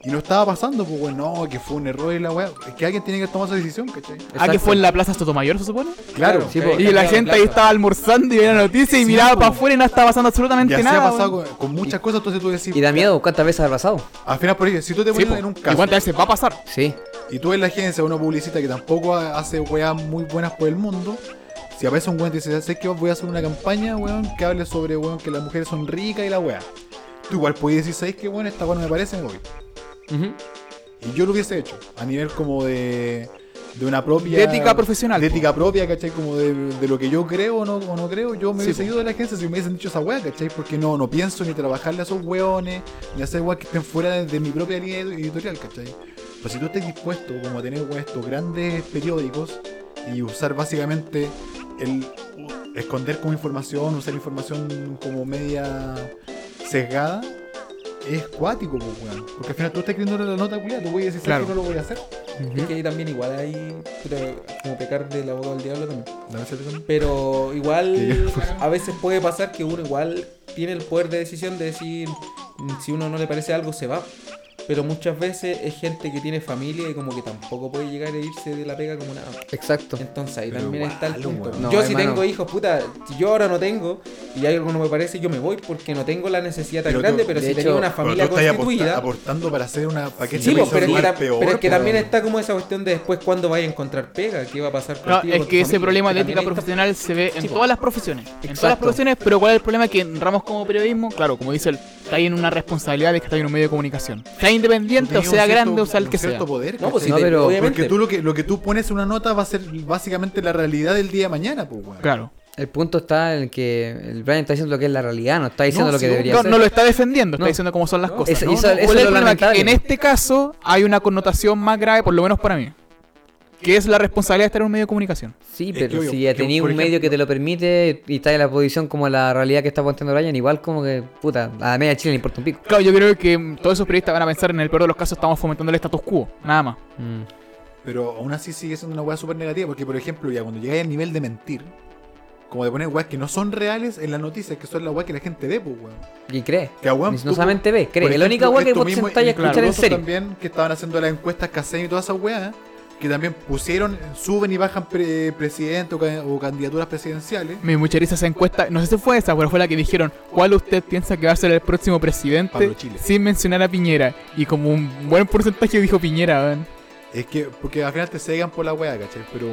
B: y no estaba pasando, pues, weón, no, que fue un error y la weá. Es que alguien tiene que tomar esa decisión, ¿cachai?
A: Ah, que
D: Exacto.
A: fue en la Plaza Sotomayor, se supone.
B: Claro.
D: Sí, pues, po.
A: Y la gente ahí estaba almorzando y veía la noticia y
B: Sí,
A: miraba
B: po.
A: para afuera y no estaba pasando
B: Y
A: absolutamente
B: así
A: nada.
B: ha pasado
A: weón.
B: con, con muchas cosas, entonces tú decís.
D: Y da miedo, pues, ¿cuántas veces ha pasado?
B: Al final, por ejemplo, si tú te
A: Sí,
B: pones
A: po.
B: este en un
A: ¿Y
B: caso
A: cuántas veces va a pasar?
D: Sí.
B: y tú ves la agencia o una publicista que tampoco ha- hace weas muy buenas por el mundo, si aparece un weón y dice, sé que voy a hacer una campaña, weón, que hable sobre, weón, que las mujeres son ricas y la wea. Tú igual podías decir, ¿sabes qué, weón? Esta weón me parece, me voy. Y yo lo hubiese hecho, a nivel como de, de una propia...
A: De ética profesional,
B: De
A: po.
B: ética propia, ¿cachai? Como de, de lo que yo creo o no, o no creo. Yo me
A: Sí,
B: hubiese
A: po.
B: ido de la agencia si me hubiesen dicho esa wea, ¿cachai? Porque no, no pienso ni trabajarle a esos weones, ni hacer weas que estén fuera de, de mi propia línea edu- editorial, ¿cachai? Pues si tú estás dispuesto como a tener weón, estos grandes periódicos y usar básicamente el u- esconder como información, usar información como media sesgada, es cuático, pues, weón. Porque al final tú estás creyendo la nota culiada, tú voy a decir
A: Claro.
B: que no lo voy a hacer.
C: Es que ahí también igual hay pero, como pecar del abogado del diablo también.
B: Dame cierto también.
C: Pero igual
B: Sí.
C: a veces puede pasar que uno igual tiene el poder de decisión de decir mm, si uno no le parece algo se va. Pero muchas veces es gente que tiene familia y como que tampoco puede llegar a irse de la pega como nada.
D: Exacto.
C: Entonces ahí
B: Pero
C: también
B: igual,
C: está el punto.
B: weón.
D: No,
C: yo si
D: hermano.
C: tengo hijos, puta, si yo ahora no tengo y hay algo que no me parece, yo me voy porque no tengo la necesidad tan
B: Pero tú-
C: grande, pero
D: de
C: si
D: hecho,
C: tenía una
B: Pero tú
C: familia
B: estás aporta-
C: constituida.
B: aportando para hacer una este paquete
C: Sí, pues, pero, es que, ta-
B: peor,
C: pero es que
B: pues,
C: también
B: weón.
C: está como esa cuestión de después cuándo vaya a encontrar pega, qué va a pasar
A: No,
C: contigo,
A: es
C: con tu
A: que ese
C: familia,
A: problema de
C: también
A: ética
C: está-
A: profesional se ve en
C: Sí, po.
A: todas las profesiones. En todas las
D: Exacto.
A: profesiones, pero ¿cuál es el problema? Que en ramos como periodismo, claro, como dice él, cae en una responsabilidad de que está en un medio de comunicación. Sea
B: Tú
A: independiente o
B: tenías
A: sea
B: un cierto-
A: grande o sea el
B: un
A: que sea.
B: cierto poder,
C: No, pues
B: ¿cachai?
C: sí,
D: Este, No,
C: te-
D: pero-
C: obviamente.
B: Porque tú lo que, lo que tú pones en una nota va a ser básicamente la realidad del día de mañana, pues, weón.
A: Claro.
D: El punto está en que el Brian está diciendo lo que es la realidad, no está diciendo
B: No,
D: lo que
B: sí,
D: debería
A: No,
D: ser.
A: no lo está defendiendo, está
D: No.
A: diciendo cómo son las cosas.
D: Eso-
A: ¿no?
D: eso-
A: ¿Cuál
D: eso
A: es
D: es
A: el
D: lo
A: problema? Que en
D: lamentable.
A: este caso hay una connotación más grave, por lo menos para mí, que es la responsabilidad de estar en un medio de comunicación.
D: Sí,
B: Es que
D: pero
B: obvio,
D: si ya
B: que,
D: tenías
B: por
D: un medio que
B: ejemplo-
D: te lo permite y está en la posición como la realidad que está planteando Brian, igual como que, puta, a la media Chile le importa un pico.
A: Claro, yo creo que mm, todos esos periodistas van a pensar en el peor de los casos estamos fomentando el status quo, nada más.
D: Mm.
B: Pero aún así sigue siendo una weá súper negativa, porque por ejemplo, ya cuando llegáis al nivel de mentir, como de poner weas que no son reales en las noticias, que son las weas que la gente ve, pues weón.
D: Y cree.
B: Que, weón,
D: Ni-
B: tú,
D: no solamente ve,
B: por
D: cree. Es la
B: ejemplo,
D: única weá que
B: esto
D: vos
B: mismo
D: sentáis a
B: incluso
D: escuchar en
B: nosotros
D: serio.
B: también que estaban haciendo las encuestas que hacen y todas esas weas, que también pusieron, suben y bajan pre- presidente o, ca- o candidaturas presidenciales.
A: Me dio mucha risa esa encuesta. No sé si fue esa, pero fue la que dijeron: ¿Cuál usted piensa que va a ser el próximo presidente?
B: Pablo Chile.
A: Sin mencionar a Piñera. Y como un buen porcentaje dijo Piñera, weón.
B: Es que, porque al final te cegan por la weá, ¿cachai? Pero.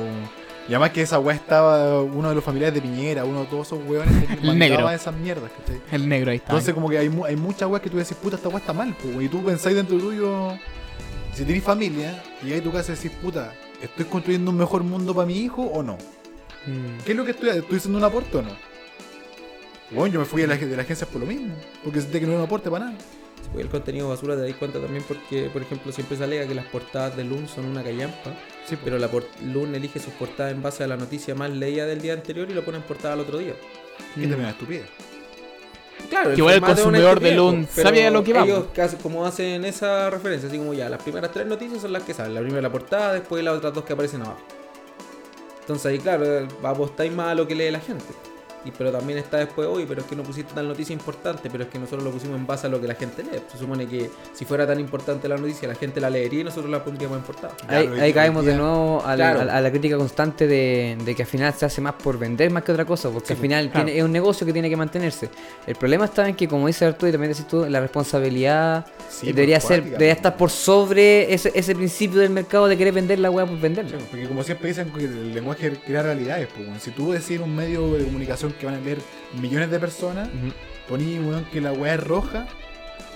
B: Y además que esa weá estaba uno de los familiares de Piñera, uno de todos esos weones que mandaba
A: negro.
B: esas mierdas, ¿cachai?
A: El negro ahí está.
B: Entonces, como que hay, mu- hay muchas weas que tú decís, puta, esta wea está mal, po, weón. Y tú pensáis dentro tuyo, si tenés familia, llegáis a tu casa y decís, puta, ¿estoy construyendo un mejor mundo para mi hijo o no?
C: Mm.
B: ¿Qué es lo que estoy ¿Estoy haciendo un aporte o no? Bueno, yo me fui de la, de la agencia por lo mismo, porque sentí que no era un aporte para nada.
C: Porque el contenido basura te das cuenta también porque, por ejemplo, siempre se alega que las portadas de Loon son una callampa.
B: Sí, po.
C: Pero la por- Loon elige sus portadas en base a la noticia más leída del día anterior y lo pone en portada al otro día.
B: Que también es estupidez.
C: Claro,
A: Que igual el
C: formato es una
A: consumidor de
C: estupidez,
A: Loon
C: po, pero
A: sabe a lo que va,
C: Ellos casi- como hacen esa referencia, así como ya, las primeras tres noticias son las que saben. La primera la portada, después las otras dos que aparecen abajo. Entonces ahí, claro, apostáis más a lo que lee la gente. Y, pero también está después, hoy, pero es que no pusiste tal noticia importante, pero es que nosotros lo pusimos en base a lo que la gente lee. Se supone que si fuera tan importante la noticia, la gente la leería y nosotros la pondríamos en portada.
D: Ahí,
B: Claro, y-
D: ahí caemos
B: y-
D: de nuevo al-
C: Claro.
D: al- a, la crítica constante de, de que al final se hace más por vender más que otra cosa, porque al final
A: claro.
D: tiene- es un negocio que tiene que mantenerse. El problema está en que, como dice Arturo y también decís tú, la responsabilidad
B: Sí,
D: eh, debería
B: pues,
D: ser
B: cuática,
D: debería
B: po.
D: estar por sobre ese, ese principio del mercado de querer vender la weá por venderla.
B: Porque como siempre dicen que el lenguaje crea realidades, pues, weón. si tú decís en un medio de comunicación que van a leer millones de personas, poní weón, que la weá es roja,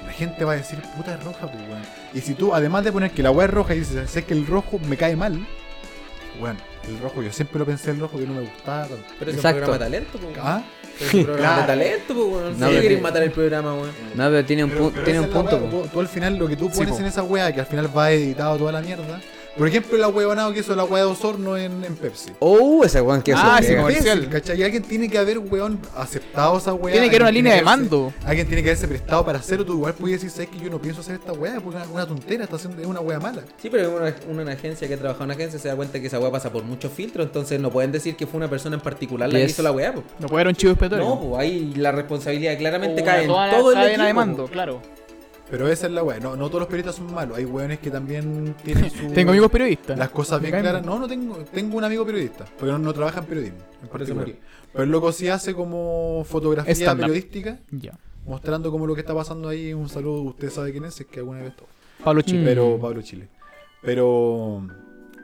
B: la gente va a decir puta es roja, pues, weón. Y si tú, además de poner que la weá es roja y dices, sé que el rojo me cae mal, bueno, el rojo, yo siempre lo pensé el rojo que no me gustaba tanto.
C: Pero es un
D: Exacto.
C: programa de talento, po, weón.
B: ¿Ah?
C: Pero es un programa de
B: Claro.
C: talento, po, weón.
D: No,
C: Sí,
D: pero-
C: queréis matar el programa, weón.
D: No, pero tiene un,
B: Pero-
D: pu-
B: pero
D: tiene
B: esa
D: un
B: es la
D: punto.
B: weá,
D: po.
B: tú, tú al final lo que tú
D: Sí,
B: pones
D: po.
B: en esa weá, que al final va editado toda la mierda. Por ejemplo, la huevonado que hizo la weá de Osorno en, en Pepsi.
D: Oh, ese weón que
A: Ah,
D: se
A: sí,
D: pega.
A: como- comercial.
B: Imbécil, ¿cachai? Alguien tiene que haber, weón, aceptado esa weá.
A: Tiene que haber una
B: Alguien
A: línea de
B: que haberse-
A: mando.
B: Alguien tiene que haberse prestado para hacerlo. Tú igual puedes decir, ¿sabes que yo no pienso hacer esta weá? Porque es una- una tontera, está haciendo es una weá mala.
C: Sí, pero una, una, una agencia que ha trabajado en una agencia se da cuenta que esa weá pasa por muchos filtros, entonces no pueden decir que fue una persona en particular la que
D: Yes.
C: hizo la weá. po.
A: No puede haber un chivo expiatorio.
C: No, pues ahí la responsabilidad claramente
A: O
C: cae en
A: toda la
C: todo el
A: cadena
C: equipo.
A: de mando,
C: po.
A: claro.
B: Pero esa es la weá. No, no todos los periodistas son malos. Hay weones que también
A: <laughs>
B: tienen su-
A: Tengo amigos periodistas.
B: Las cosas
A: Me
B: bien
A: caen
B: claras.
A: bien.
B: No, no tengo. Tengo un amigo periodista, pero no, no trabaja en periodismo. en
C: Por eso
B: particular.
C: murió.
B: Pero el loco sí hace como fotografía
A: Stand-up.
B: periodística,
A: Ya.
B: mostrando como lo que está pasando ahí. Un saludo, usted sabe quién es, es que alguna vez estuvo.
A: Pablo Chile.
B: pero Pablo Chile. Pero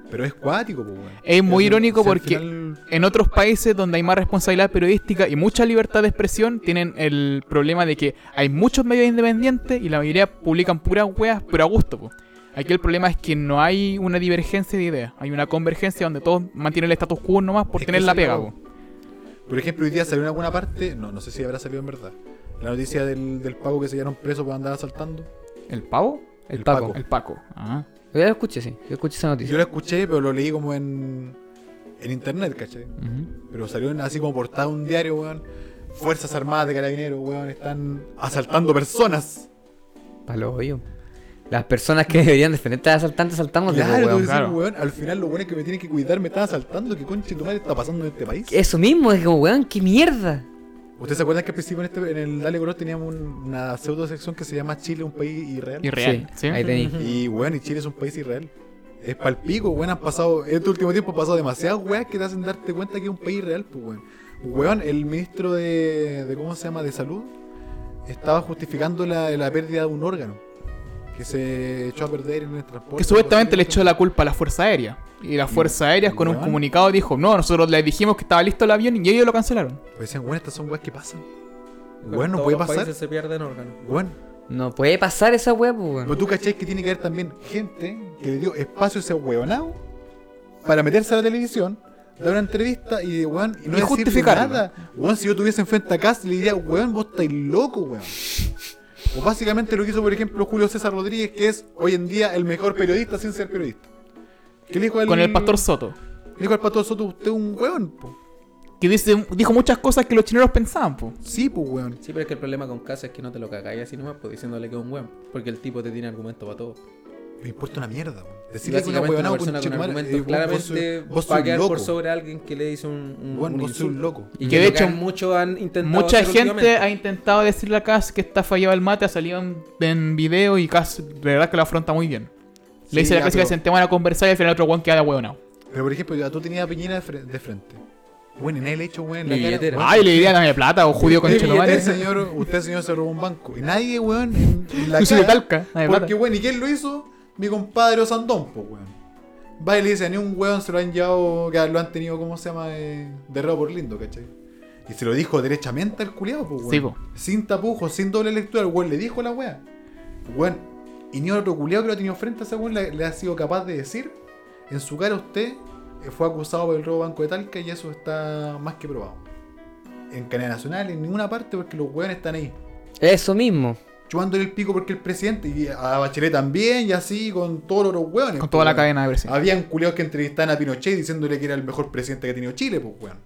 B: pero es cuático, pues, weón.
A: Es muy
B: Si-
A: irónico
B: si al
A: porque-
B: final-
A: En otros países donde hay más responsabilidad periodística y mucha libertad de expresión, tienen el problema de que hay muchos medios independientes y la mayoría publican puras weas, pero a gusto. po. Aquí el problema es que no hay una divergencia de ideas, hay una convergencia donde todos mantienen el status quo nomás por
B: Es que
A: tener la
B: eso es
A: pega.
B: lo-
A: po.
B: por ejemplo, hoy día salió en alguna parte, no no sé si habrá salido en verdad. La noticia del, del pavo que se llevaron preso por andar asaltando.
A: ¿El pavo?
D: El
B: el
D: Paco.
B: Paco.
A: El Paco. Ah.
D: Yo lo escuché, sí. Yo escuché esa
B: Yo
D: noticia.
B: lo escuché, pero lo leí como en en internet, ¿cachai? Pero salió en- así como portada de un diario, weón. Fuerzas Armadas de Carabineros, weón, están asaltando personas.
D: Palo hoyo. Las personas que deberían defender a asaltantes saltamos de
B: Claro, tú decís,
A: claro.
B: weón, al final lo bueno es que me tienen que cuidar, me están asaltando, ¿qué concha de tu madre está pasando en este país?
D: Eso mismo, es como, weón, qué mierda.
B: ¿Ustedes se acuerdan que al principio en, este, en el Dale Bros teníamos un- una pseudo sección que se llama Chile, un país irreal?
A: Irreal. ¿sí?
D: Sí, Ahí tenéis.
B: Y bueno, y Chile es un país irreal. Es palpico, weón, han pasado, este último tiempo han pasado demasiadas weas que te hacen darte cuenta que es un país irreal, pues weón. Weón, el ministro de, de ¿cómo se llama? de salud, estaba justificando la, la pérdida de un órgano que se echó a perder en el transporte.
A: Que supuestamente le echó la culpa a la Fuerza Aérea. Y la Fuerza Aérea con un
B: Weón.
A: comunicado dijo, no, nosotros les dijimos que estaba listo el avión y ellos lo cancelaron.
B: Pues decían, weón, estas son weas que pasan.
C: Pero
B: Weón, no
C: todos
B: puede
C: los
B: pasar.
C: países se pierden órganos.
B: Weón,
D: No puede pasar esa weá, pues, weón.
B: Pero tú cachés que tiene que haber también gente que le dio espacio a ese huevonao para meterse a la televisión, dar una entrevista y, weón, y no
A: Y
B: decir
A: justificarlo.
B: nada. Weón, si yo tuviese enfrente a Cass, le diría, weón, vos estáis loco, weón. O básicamente lo que hizo, por ejemplo, Julio César Rodríguez, que es hoy en día el mejor periodista sin ser periodista. ¿Qué le dijo al-
A: Con el Pastor Soto.
B: le dijo al pastor Soto, usted es un weón, po.
A: Que dice, dijo muchas cosas que los chineros pensaban, po.
B: Sí, pues, weón.
C: Sí, pero es que el problema con Casa es que no te lo cagáis así nomás, pues diciéndole que es un weón. Porque el tipo te tiene argumento para todo.
B: Me importa una mierda, weón.
C: Sí,
B: Decirle que una
C: básicamente una
B: huevonao,
C: persona con
B: conchetumare, eh,
C: argumentos
B: vos-
C: claramente
B: vos soy- vos
C: va a
B: soy
C: quedar
B: loco.
C: por sobre alguien que le hizo un, un,
B: Weón,
C: un
B: vos soy un
C: insulto.
B: loco.
C: Y
A: Que de
C: lo han-
A: hecho,
C: muchos han intentado
A: Mucha
C: hacer
A: gente
C: últimamente.
A: ha intentado decirle a Cass que está fallado el mate, ha salido en, en video y Cass de verdad que lo afronta muy bien. Le dice
B: Sí,
A: la
B: ya,
A: clásica,
B: pero-
A: sentemos a conversar y al final el otro weón queda hueonado.
B: Pero por ejemplo, ya tú tenías a Piñera de, fre- de frente. Bueno, en el hecho, weón, la
C: Mi
B: cara,
C: billetera.
B: weón.
A: Ay, le diría dame plata o judío con
B: Usted,
A: chetomare.
B: señor, usted, señor, se robó un banco. Y nadie, weón, en, en la
A: Tú sí
B: cara.
A: lo talca, nadie
B: porque,
A: plata.
B: weón, ¿y quién lo hizo? Mi compadre Osandón, pues, weón. Va y le dice, ni un weón se lo han llevado, que lo han tenido, ¿cómo se llama? Eh, de robo por lindo, ¿cachai? Y se lo dijo derechamente al culiado, pues, weón.
A: Sí, po.
B: Sin tapujos, sin doble lectura, el weón le dijo a la weá. Weón, y ni otro culiado que lo ha tenido frente a ese weón le, le ha sido capaz de decir, en su cara usted eh, fue acusado por el robo banco de Talca y eso está más que probado en Canal Nacional, en ninguna parte, porque los hueones están ahí.
D: Eso mismo.
B: Chupándole el pico porque el presidente, y a Bachelet también, y así, con todos los hueones.
A: Con toda la
B: pues,
A: cadena de
B: weón.
A: presión.
B: Habían culiados que entrevistaban a Pinochet diciéndole que era el mejor presidente que ha tenido Chile, pues, weón.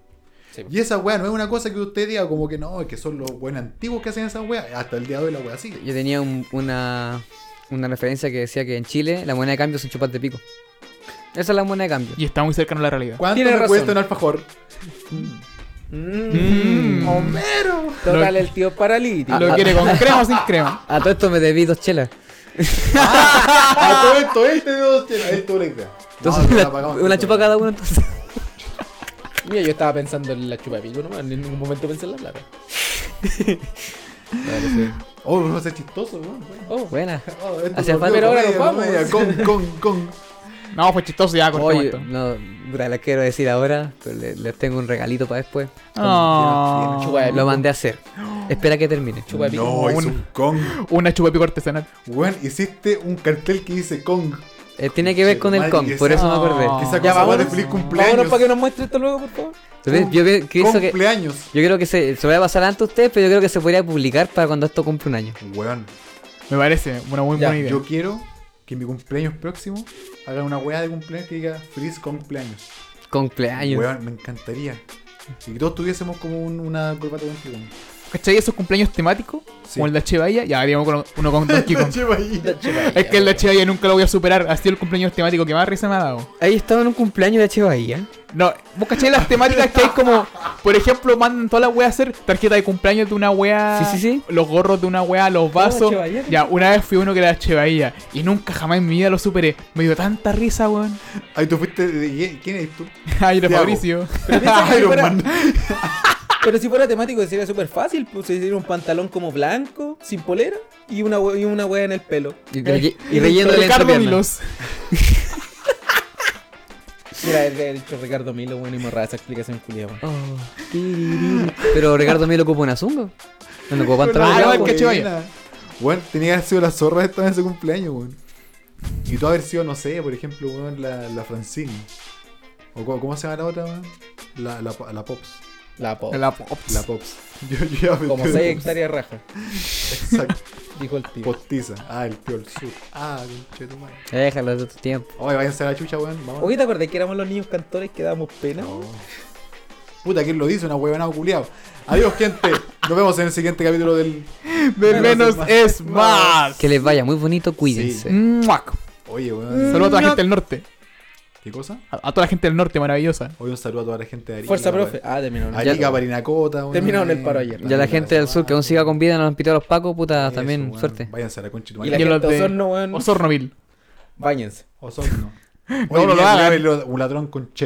B: Y esa weá no es una cosa que usted diga como que no, es que son los hueones antiguos que hacen esa weá. Hasta el día de hoy la weá sigue.
D: Yo tenía un- una, una referencia que decía que en Chile la moneda de cambio son chupas de pico. Esa es la moneda de cambio.
A: Y está muy cercano a la realidad.
B: ¿Cuánto
D: Tiene
B: me
D: razón.
B: cuesta un alfajor?
A: Mm.
B: ¡Homero!
C: Total, el tío es paralítico.
A: Lo quiere con crema o sin crema.
D: A todo esto me debí dos chelas.
B: A todo esto, este dos, ahí estuvo la idea.
D: Entonces,
B: No, pero
D: <laughs>
B: la
D: una,
B: pagamos,
D: una
B: la
D: chupa
B: pagamos.
D: cada uno entonces.
C: Mira, yo estaba pensando en la chupa de pico nomás, en ningún momento pensé en la plata.
B: Oh, no es chistoso, weón. weón.
C: Oh,
D: <laughs> Buena.
B: Oh, esto
D: Hacía
B: se volvió
D: falta. Pero
C: ahora nos
B: comedia, comedia, Con, con, con.
A: No, fue chistoso ya, cortemos
D: Oye,
A: esto.
D: no, puta, la quiero decir ahora, pero le- les tengo un regalito para después.
A: Ah.
D: Chupa de pico. Lo mandé a hacer. Espera que termine.
C: chupa de pico.
B: No, es
A: un-
B: un Kong.
A: Una chupa de pico artesanal.
B: Weón, hiciste un cartel que dice Kong.
D: Eh, tiene que ver con el
B: Chetumadre,
D: con, por
B: esa-
D: eso me acordé.
A: Ah.
B: Que esa
C: Ya,
B: cosa va de
C: vámonos.
B: feliz cumpleaños.
C: Vámonos para que nos muestre esto luego, por favor.
D: Entonces, yo creo que eso que-
B: Cumpleaños.
D: Yo creo que se, se lo voy a pasar antes a ustedes, pero yo creo que se podría publicar para cuando esto cumpla un año.
B: Weón,
A: Me parece una muy
C: Ya,
A: buena idea.
B: yo quiero que en mi cumpleaños próximo hagan una weá de cumpleaños que diga feliz cumpleaños.
A: Ah,
D: Cumpleaños.
B: Weón, me encantaría. Y que todos tuviésemos como un- una corbata de
A: <laughs>
B: Donkey Kong.
A: ¿Cachai? Esos cumpleaños temáticos,
B: Sí.
A: como el de H. Bahía, ya haríamos con- uno con Donkey Kong.
B: Che, ahí.
A: Es que el de H. Bahía nunca lo voy a superar. Ha sido el cumpleaños temático que más risa me ha dado.
D: Ahí estaba en un cumpleaños de Che Bahía.
A: No, vos cachai las temáticas que hay como, por ejemplo, mandan todas las weas a hacer tarjeta de cumpleaños de una wea.
D: Sí, sí, sí.
A: Los gorros de una wea, los vasos.
C: Chevalier?
A: ya, una vez fui uno que era Chevahía y nunca jamás en mi vida lo superé. Me dio tanta risa, weón. <laughs>
B: Ahí tú fuiste de- de- ¿Quién eres tú?
A: Ay, era
B: Te hago.
A: Fabricio.
B: Iron Man.
A: <laughs>
C: Pero si fuera temático sería súper fácil, pues sería un pantalón como blanco, sin polera, y una, hue- y una hueá en el pelo.
D: Y, relle- y relléndole entre
A: Ricardo
D: piernas.
A: Milos.
C: Mira, el, el hecho Ricardo Milo, bueno, y morrada esa explicación, culiao.
D: Oh, tiriri. Pero Ricardo Milo ocupa un azungo. No, no ocupa
A: Ah, no,
D: pantalón.
A: el que Chevahía.
B: Weón, tenía que haber sido la zorra esta en ese cumpleaños, weón. Y tú haber sido, no sé, por ejemplo, weón, la, la Francine. O cómo, cómo se llama la otra, weón? La, la, la Pops.
C: La po.
A: La pop.
B: La Pops. <laughs> Yo, yo ya me
C: Como 6
B: estoy-
C: hectáreas raja,
B: Exacto.
C: dijo el tío.
B: Postiza. Ah, el peor sur. Ah, pinche tu madre.
D: Ya, Déjalo de otro tiempo.
B: Oye, váyanse a la chucha, weón. Vamos.
C: Oye, ¿te acordás que éramos los niños cantores que dábamos pena?
B: No. Puta, ¿quién lo dice? Una huevonada culiao. Adiós, gente. Nos vemos en el siguiente capítulo del.
A: <laughs> De menos es más.
D: Que les vaya muy bonito, cuídense.
A: Muac.
B: Oye,
C: Mm,
B: weón.
A: Saludos a toda la gente del norte.
B: ¿Qué cosa?
A: A, a toda la gente del norte, maravillosa.
B: Oye, un saludo a toda la gente de Arica.
C: Fuerza,
B: weón.
C: profe. Ah, terminaron. el
B: Arica,
C: paro.
B: Parinacota, weón.
C: Terminaron el paro ayer.
D: Y a la gente del sur que aún siga con vida, no han pitado a los pacos, puta,
B: Eso,
D: también
B: weón.
D: suerte.
B: Váyanse a la concha de tu
C: Y
B: madre.
C: la
A: Y los
C: gente
A: de-
C: de Osorno, weón,
A: Osornoville.
C: báñense. <laughs>
B: Osorno.
A: No
B: Oye,
A: lo
B: mira,
A: hagan.
B: mira, Un ladrón con che